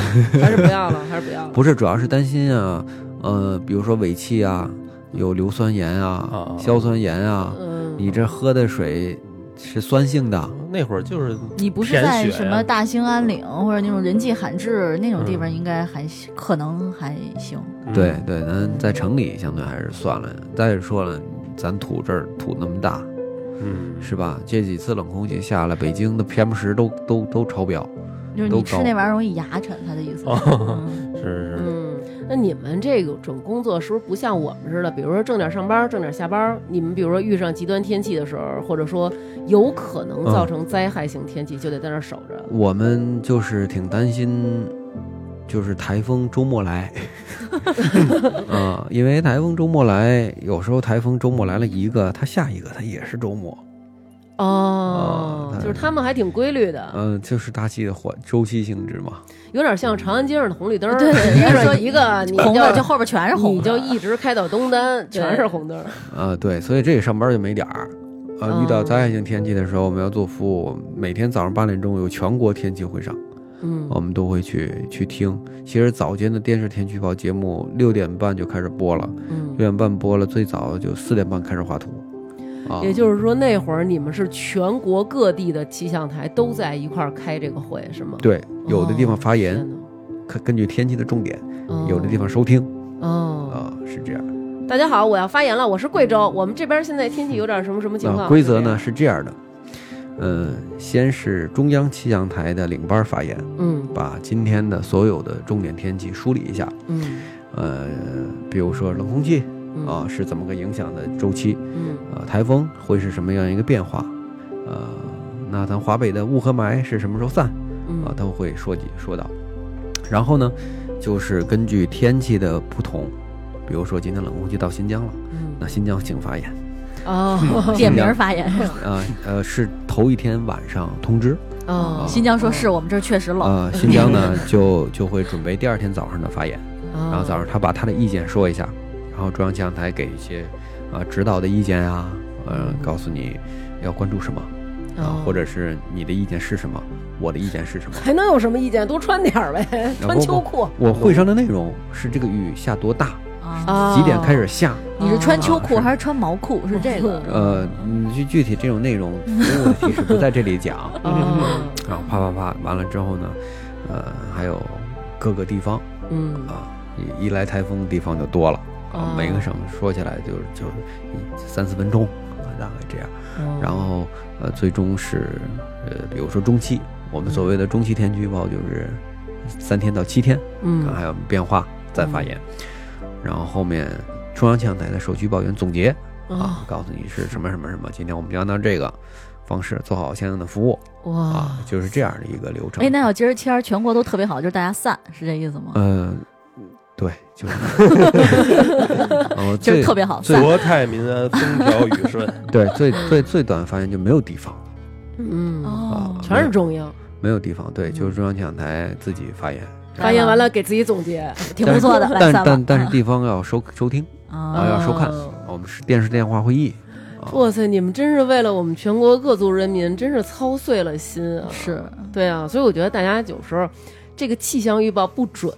Speaker 2: 还是不要了，还是不要了。
Speaker 1: 不是，主要是担心啊，呃，比如说尾气啊，有硫酸盐啊
Speaker 3: 啊、
Speaker 1: 硝酸盐啊，
Speaker 2: 嗯，
Speaker 1: 你这喝的水是酸性的，
Speaker 3: 那会儿就是
Speaker 4: 你不是
Speaker 3: 舔
Speaker 4: 在
Speaker 3: 雪
Speaker 4: 什
Speaker 3: 呀
Speaker 4: 么大兴安岭或者那种人迹罕至那种地方，应该还行可能还行。
Speaker 3: 嗯
Speaker 1: 对对，咱在城里相对还是算了。再说了，咱土这儿土那么大，
Speaker 3: 嗯，嗯
Speaker 1: 是吧？这几次冷空气下来，北京的 PM 十都都都超标。
Speaker 4: 就是
Speaker 1: 都
Speaker 4: 你吃
Speaker 1: 高
Speaker 4: 那玩意儿容易牙碜，他的意思。
Speaker 3: 哦
Speaker 4: 嗯
Speaker 3: 是是是，
Speaker 2: 嗯，那你们这个种工作是不是不像我们似的？比如说正点上班，正点下班。你们比如说遇上极端天气的时候，或者说有可能造成灾害性天气，就得在那儿守着。
Speaker 1: 我们就是挺担心，就是台风周末来， 啊、因为台风周末来，有时候台风周末来了一个，它下一个它也是周末，
Speaker 2: 哦
Speaker 1: 哦，
Speaker 2: 就是他们还挺规律的，
Speaker 1: 嗯、就是大气的环周期性质嘛。
Speaker 2: 有点像长安街上的红绿灯儿，
Speaker 4: 对对对
Speaker 2: 遇上一个你
Speaker 4: 红的就
Speaker 2: 就
Speaker 4: 后边全是红
Speaker 2: 你
Speaker 4: 的，
Speaker 2: 就一直开到东单，全
Speaker 4: 对
Speaker 2: 是红灯儿。
Speaker 1: 啊，对，所以这上班就没点儿。呃，遇到
Speaker 2: 哦
Speaker 1: 灾害性天气的时候，我们要做服务。每天早上八点钟有全国天气会上，
Speaker 2: 嗯，
Speaker 1: 我们都会去去听。其实早间的电视天气预报节目六点半就开始播了，
Speaker 2: 嗯
Speaker 1: 六，点半播了，最早就四点半开始画图。啊，
Speaker 2: 也就是说那会儿你们是全国各地的气象台都在一块儿开这个会，是吗？
Speaker 1: 对，有的地方发言
Speaker 2: 天，哪，
Speaker 1: 看根据天气的重点；
Speaker 2: 哦
Speaker 1: 有的地方收听
Speaker 2: 哦。
Speaker 1: 啊，是这样。
Speaker 2: 大家好，我要发言了，我是贵州，我们这边现在天气有点什么什么情
Speaker 1: 那
Speaker 2: 况？
Speaker 1: 规则呢？是这样的，嗯，先是中央气象台的领班发言，
Speaker 2: 嗯
Speaker 1: 把今天的所有的重点天气梳理一下。
Speaker 2: 嗯
Speaker 1: 呃，比如说冷空气
Speaker 2: 嗯
Speaker 1: 啊、是怎么个影响的周期？
Speaker 2: 嗯
Speaker 1: 呃，台风会是什么样一个变化？呃，那咱华北的雾和霾是什么时候散？啊
Speaker 2: 嗯，
Speaker 1: 都会说几说到。然后呢，就是根据天气的不同，比如说今天冷空气到新疆了，那新疆请发言。
Speaker 2: 嗯哦
Speaker 1: 嗯
Speaker 4: 点名儿发言。
Speaker 1: 呃呃，是头一天晚上通知，啊
Speaker 2: 哦
Speaker 4: 新疆说是我们这儿确实冷，
Speaker 1: 呃，新疆呢就就会准备第二天早上的发言，
Speaker 2: 嗯
Speaker 1: 然
Speaker 2: 哦
Speaker 1: 后早上他把他的意见说一下，然后中央气象台给一些啊、呃指导的意见啊，呃，告诉你要关注什么啊、
Speaker 2: 哦
Speaker 1: 或者是你的意见是什么，我的意见是什么。
Speaker 2: 还能有什么意见？多穿点儿呗，
Speaker 1: 啊
Speaker 2: 穿
Speaker 1: 不
Speaker 2: 秋
Speaker 1: 不
Speaker 2: 裤。
Speaker 1: 我会上的内容哦是这个雨下多大，
Speaker 4: 啊，
Speaker 2: 啊
Speaker 1: 几点开始下，
Speaker 4: 你是穿秋裤
Speaker 1: 啊是
Speaker 4: 还是穿毛裤？是这个。
Speaker 1: 呃，你具具体这种内容， 服务的提示不在这里讲。
Speaker 2: 哦，
Speaker 1: 然后啪啪啪，完了之后呢，呃，还有各个地方
Speaker 2: 嗯
Speaker 1: 啊，一一来台风地方就多了啊
Speaker 2: 哦，
Speaker 1: 每个省说起来就是就是一三四分钟，啊大概这样。
Speaker 2: 嗯
Speaker 1: 然后呃，最终是呃，比如说中期，我们所谓的中期天气预报就是三天到七天，
Speaker 2: 嗯
Speaker 1: 看还有变化再发言。然后后面中央气象台的首席预报员总结
Speaker 4: 哦
Speaker 2: 嗯
Speaker 1: 啊，告诉你是什么什么什么，今天我们就按照这个方式做好相应的服务
Speaker 2: 哇
Speaker 1: 啊，就是这样的一个流程。
Speaker 4: 哦哎，那要今儿天儿全国都特别好，就是大家散，是这意思吗？
Speaker 1: 呃，对，就是 呃，
Speaker 4: 今儿
Speaker 1: 最
Speaker 4: 特别好散。
Speaker 3: 国泰民安，风调雨顺。
Speaker 1: 对最最最短发言就没有地方
Speaker 2: 嗯，
Speaker 1: 啊
Speaker 4: 哦，，
Speaker 2: 全是中央
Speaker 1: 没有地方，
Speaker 4: 嗯
Speaker 1: 对，就是中央气象台自己发言，
Speaker 2: 发言完了给自己总结，
Speaker 1: 嗯
Speaker 4: 挺不错的，来
Speaker 1: 但
Speaker 4: 散吧
Speaker 1: 但但是地方要收收听啊，
Speaker 4: 啊，
Speaker 1: 要收看
Speaker 2: 哦，
Speaker 1: 我们是电视电话会议啊，
Speaker 2: 哇塞，你们真是为了我们全国各族人民，真是操碎了心啊！
Speaker 4: 是
Speaker 2: 对啊，所以我觉得大家有时候这个气象预报不准，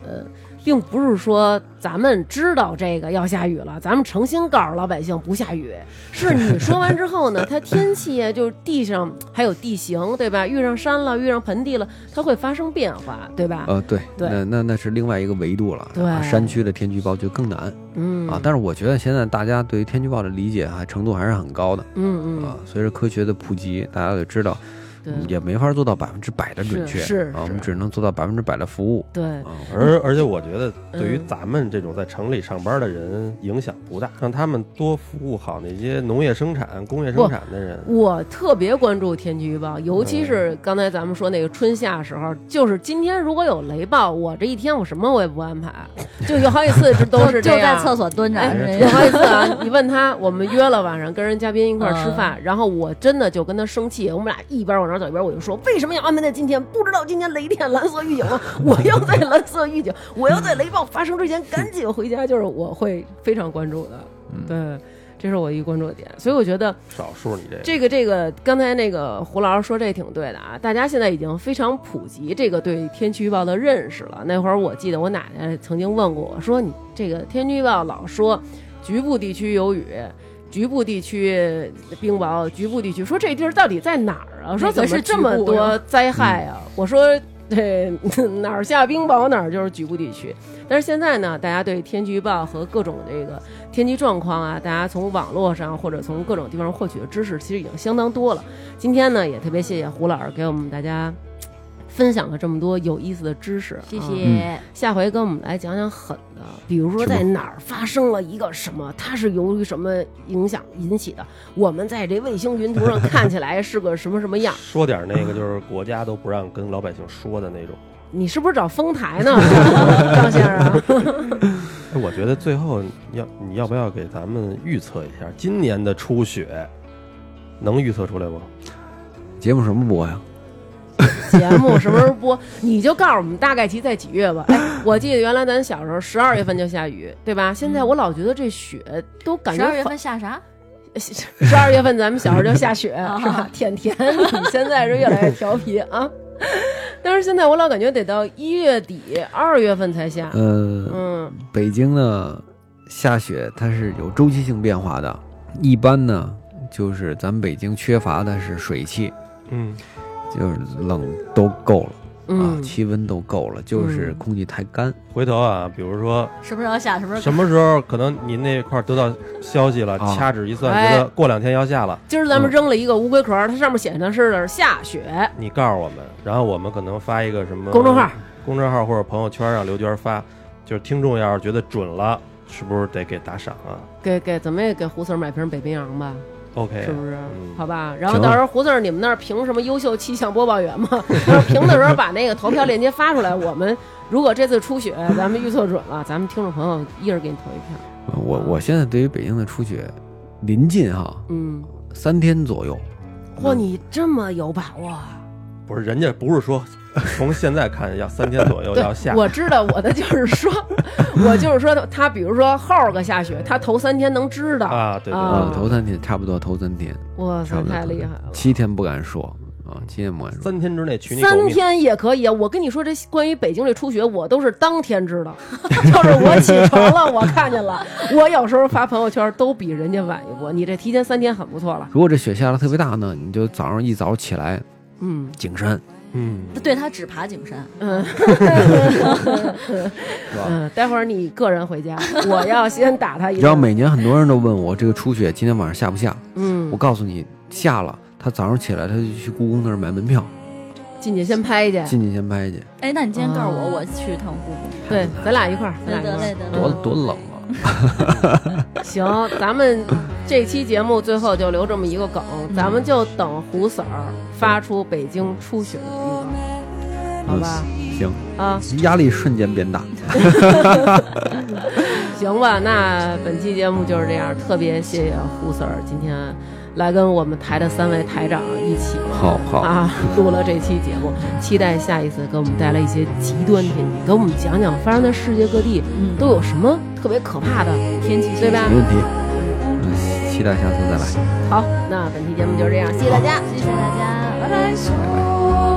Speaker 2: 并不是说咱们知道这个要下雨了，咱们诚心告诉老百姓不下雨，是你说完之后呢，它天气啊，就是地上还有地形，对吧？遇上山了，遇上盆地了，它会发生变化，对吧？
Speaker 1: 呃，对，
Speaker 2: 对
Speaker 1: 那那那是另外一个维度了。
Speaker 2: 对
Speaker 1: 啊山区的天气预报就更难
Speaker 2: 嗯
Speaker 1: 啊。但是我觉得现在大家对于天气预报的理解还程度还是很高的
Speaker 2: 嗯嗯，
Speaker 1: 啊。随着科学的普及，大家也知道，
Speaker 2: 对
Speaker 1: 也没法做到百分之百的准确
Speaker 2: 是是
Speaker 1: 啊，我
Speaker 2: 是
Speaker 1: 们只能做到百分之百的服务
Speaker 2: 对，
Speaker 1: 啊。
Speaker 3: 而而且我觉得，对于
Speaker 2: 嗯
Speaker 3: 咱们这种在城里上班的人影响不大，让他们多服务好那些农业生产、工业生产的人。
Speaker 2: 我特别关注天气预报，尤其是刚才咱们说那个春夏时候，就是今天如果有雷暴，我这一天我什么我也不安排，就有好几次这都
Speaker 4: 就是 就
Speaker 2: 这样
Speaker 4: 在厕所蹲着，
Speaker 2: 哎
Speaker 4: 人
Speaker 2: 有
Speaker 4: 家
Speaker 2: 好几次啊，你问他，我们约了晚上跟人嘉宾一块儿吃 饭，然后我真的就跟他生气，我们俩一边往哪儿走一边我就说，为什么要安排在今天？不知道今天雷电蓝色预警吗？ 我要在蓝色预警，我要在雷暴发生之前赶紧回家，就是我会非常关注的，对，这是我一关注的点，所以我觉得。
Speaker 3: 少数你这
Speaker 2: 这个
Speaker 3: 个
Speaker 2: 这个，刚才那个胡老师说这挺对的啊，大家现在已经非常普及这个对天气预报的认识了。那会儿我记得我奶奶曾经问过我说：“你这个天气预报老说局部地区有雨。”局部地区冰雹，局部地区说这地儿到底在哪儿啊？说怎么这么多灾害啊？我说对， 哪儿下冰雹哪儿就是局部地区。但是现在呢，大家对天气预报和各种这个天气状况啊，大家从网络上或者从各种地方获取的知识，其实已经相当多了。今天呢，也特别谢谢胡老师给我们大家分享了这么多有意思的知识。
Speaker 4: 谢
Speaker 2: 啊
Speaker 4: 谢。
Speaker 2: 下回跟我们来讲讲狠的，比如说在哪儿发生了一个什么，它是由于什么影响引起的，我们在这卫星云图上看起来是个什么什么样。
Speaker 3: 说点那个，就是国家都不让跟老百姓说的那种。
Speaker 2: 你是不是找丰台呢， 张先生？
Speaker 3: 哎，我觉得最后你要你要不要给咱们预测一下今年的初雪，能预测出来不？
Speaker 1: 节目什么播呀？
Speaker 2: 节目什么时候播？你就告诉我们大概其在几月吧。哎，我记得原来咱小时候十二月份就下雨，对吧？现在我老觉得这雪都感
Speaker 4: 十
Speaker 2: 觉
Speaker 4: 二月份下啥？
Speaker 2: 十二月份咱们小时候就下雪，
Speaker 4: 啊
Speaker 2: 是吧？舔甜，你现在是越来越调皮啊。 但是现在我老感觉得到一月底、二月份才下。
Speaker 1: 呃，
Speaker 2: 嗯
Speaker 1: 北京呢下雪它是有周期性变化的，一般呢就是咱们北京缺乏的是水汽，
Speaker 3: 嗯，
Speaker 1: 就是冷都够了。
Speaker 7: 啊，
Speaker 2: 嗯，
Speaker 7: 气温都够了，就是
Speaker 2: 嗯
Speaker 7: 空气太干。
Speaker 3: 回头啊，比如说
Speaker 4: 什么时候下，什么时候
Speaker 3: 什么时候可能你那块儿得到消息了，
Speaker 7: 啊
Speaker 3: 掐指一算，
Speaker 2: 哎
Speaker 3: 觉得过两天要下了，
Speaker 2: 今儿咱们扔了一个乌龟壳儿，它上面写的是下雪，
Speaker 3: 你告诉我们，然后我们可能发一个什么
Speaker 2: 公众号、
Speaker 3: 公众号或者朋友圈让刘娟发，就是听众要是觉得准了，是不是得给打赏啊
Speaker 2: 给给怎么也给胡四儿买瓶北冰洋吧，
Speaker 3: ？OK，
Speaker 2: 是不是？
Speaker 3: 嗯
Speaker 2: 好吧，然后
Speaker 7: 行
Speaker 2: 到时候胡四儿你们那儿评什么优秀气象播报员吗？ 到时候评的时候把那个投票链接发出来，我们如果这次初雪咱们预测准了，咱们听众朋友一人给你投一票。
Speaker 7: 我我现在对于北京的初雪，临近哈
Speaker 2: 嗯，
Speaker 7: 三天左右，嗯
Speaker 2: 嚯，你这么有把握啊？
Speaker 3: 不是人家不是说从现在看要三天左右
Speaker 2: 对
Speaker 3: 要下，，
Speaker 2: 我知道我的就是说， 我就是说他，比如说后儿个下雪，他头三天能知道。
Speaker 3: 啊，对对
Speaker 2: 啊
Speaker 7: 啊，
Speaker 3: 对，
Speaker 7: 头三天差不多，头三天
Speaker 2: 哇塞
Speaker 7: 差，不多
Speaker 2: 太厉害了！
Speaker 7: 七天不敢说啊，七天不敢说。
Speaker 3: 三天之内取你狗
Speaker 2: 三
Speaker 3: 命。
Speaker 2: 天也可以啊！我跟你说，这关于北京这初雪，我都是当天知道， 就是我起床了，我看见了。我有时候发朋友圈都比人家晚一步，你这提前三天很不错了。
Speaker 7: 如果这雪下的特别大呢，你就早上一早起来
Speaker 2: 嗯
Speaker 7: 景山，
Speaker 3: 嗯，
Speaker 4: 对他只爬景山，
Speaker 2: 嗯
Speaker 3: 吧
Speaker 2: 嗯，待会儿你个人回家， 我要先打他一
Speaker 7: 你知道
Speaker 2: 顿。
Speaker 7: 每年很多人都问我这个初雪今天晚上下不下？我
Speaker 2: 嗯，
Speaker 7: 告诉你，下了，他早上起来他就去故宫那儿买门票，
Speaker 2: 进去先拍去。
Speaker 7: 进去先拍去。
Speaker 4: 哎，那你今天告诉
Speaker 2: 啊
Speaker 4: 我，我去趟故宫，
Speaker 2: 对，咱俩一块儿，咱
Speaker 4: 得
Speaker 2: 俩一
Speaker 4: 得
Speaker 2: 块
Speaker 4: 嘞
Speaker 2: 儿。
Speaker 4: 得嘞
Speaker 7: 多多冷啊！
Speaker 2: 行，咱们这期节目最后就留这么一个梗，咱们就等胡婶儿发出北京初雪的预告， 好吧？
Speaker 7: 嗯行，
Speaker 2: 啊，
Speaker 7: 压力瞬间变大。
Speaker 2: 行吧，那本期节目就是这样，特别谢谢胡婶儿今天来跟我们台的三位台长一起
Speaker 7: 好好，
Speaker 2: 啊录了这期节目，期待下一次给我们带来一些极端天气，给我们讲讲发生在世界各地
Speaker 4: 嗯
Speaker 2: 都有什么特别可怕的天气，对吧？
Speaker 7: 没问题。嗯，期待下次再来。
Speaker 2: 好，那本期节目就是这样，谢谢大家。
Speaker 4: 谢谢大家，拜拜。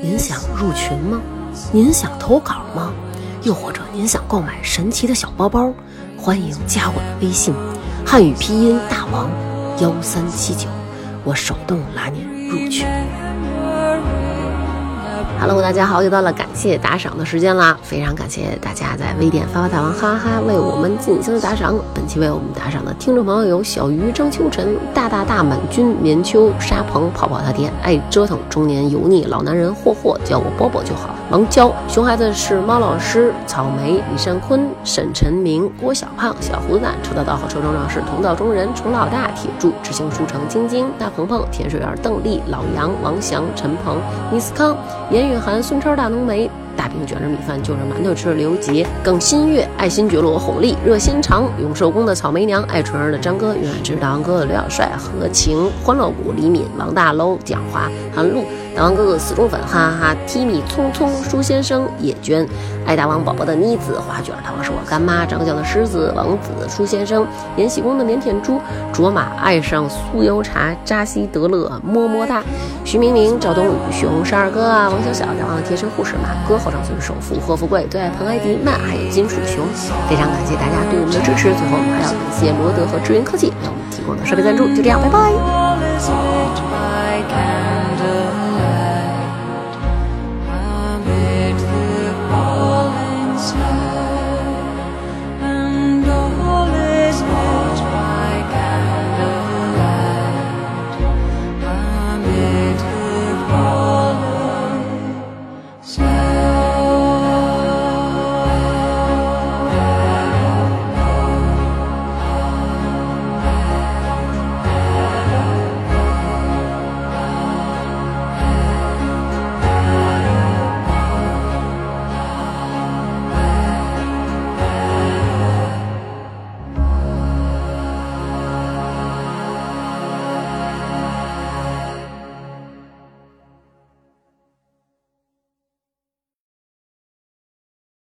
Speaker 8: 您想入群吗？您想投稿吗？又或者您想购买神奇的小包包？欢迎加我的微信，汉语拼音大王幺三七九，我手动拉您入群。Hello，大家好，又到了感谢打赏的时间啦！非常感谢大家在微店发发大王哈哈为我们进行的打赏。本期为我们打赏的听众朋友有小鱼、张秋晨、大大大满军、棉秋、沙鹏、泡泡他爹、爱折腾、中年油腻老男人、霍霍，叫我波波就好。王娇、熊孩子是猫老师、草莓、李善坤、沈晨明、郭小胖、小胡子蛋、臭道道好臭壮壮是同道中人、 虫老大、铁柱、执行书城、晶晶、大鹏鹏、甜水园、邓丽、老杨、王翔、陈鹏、尼斯康、严雨涵、孙超、大浓眉、大饼卷着米饭就着馒头吃的刘杰、耿新月、爱新觉罗、红丽、热心肠、永寿宫的草莓娘、爱纯儿的张哥、永远之大王哥的刘小帅、何晴、欢乐谷、李敏、王大搂、蒋华、韩露、大王哥哥死忠粉，哈哈哈！Timmy、聪聪、舒先生、野娟、爱大王宝宝的妮子、花卷儿大王是我干妈、张江的狮子、王子、舒先生、延禧宫的腼腆猪、卓玛爱上酥油茶、扎西德勒、么么哒、徐明明、赵东宇、熊十二哥啊、王小小、大王的贴身护士马哥、后长孙首富贺富贵、最爱彭艾迪曼，还有金属熊，非常感谢大家对我们的支持。最后，我们还要感谢罗德和智云科技为我们提供的设备赞助。就这样，拜拜。
Speaker 5: all is over.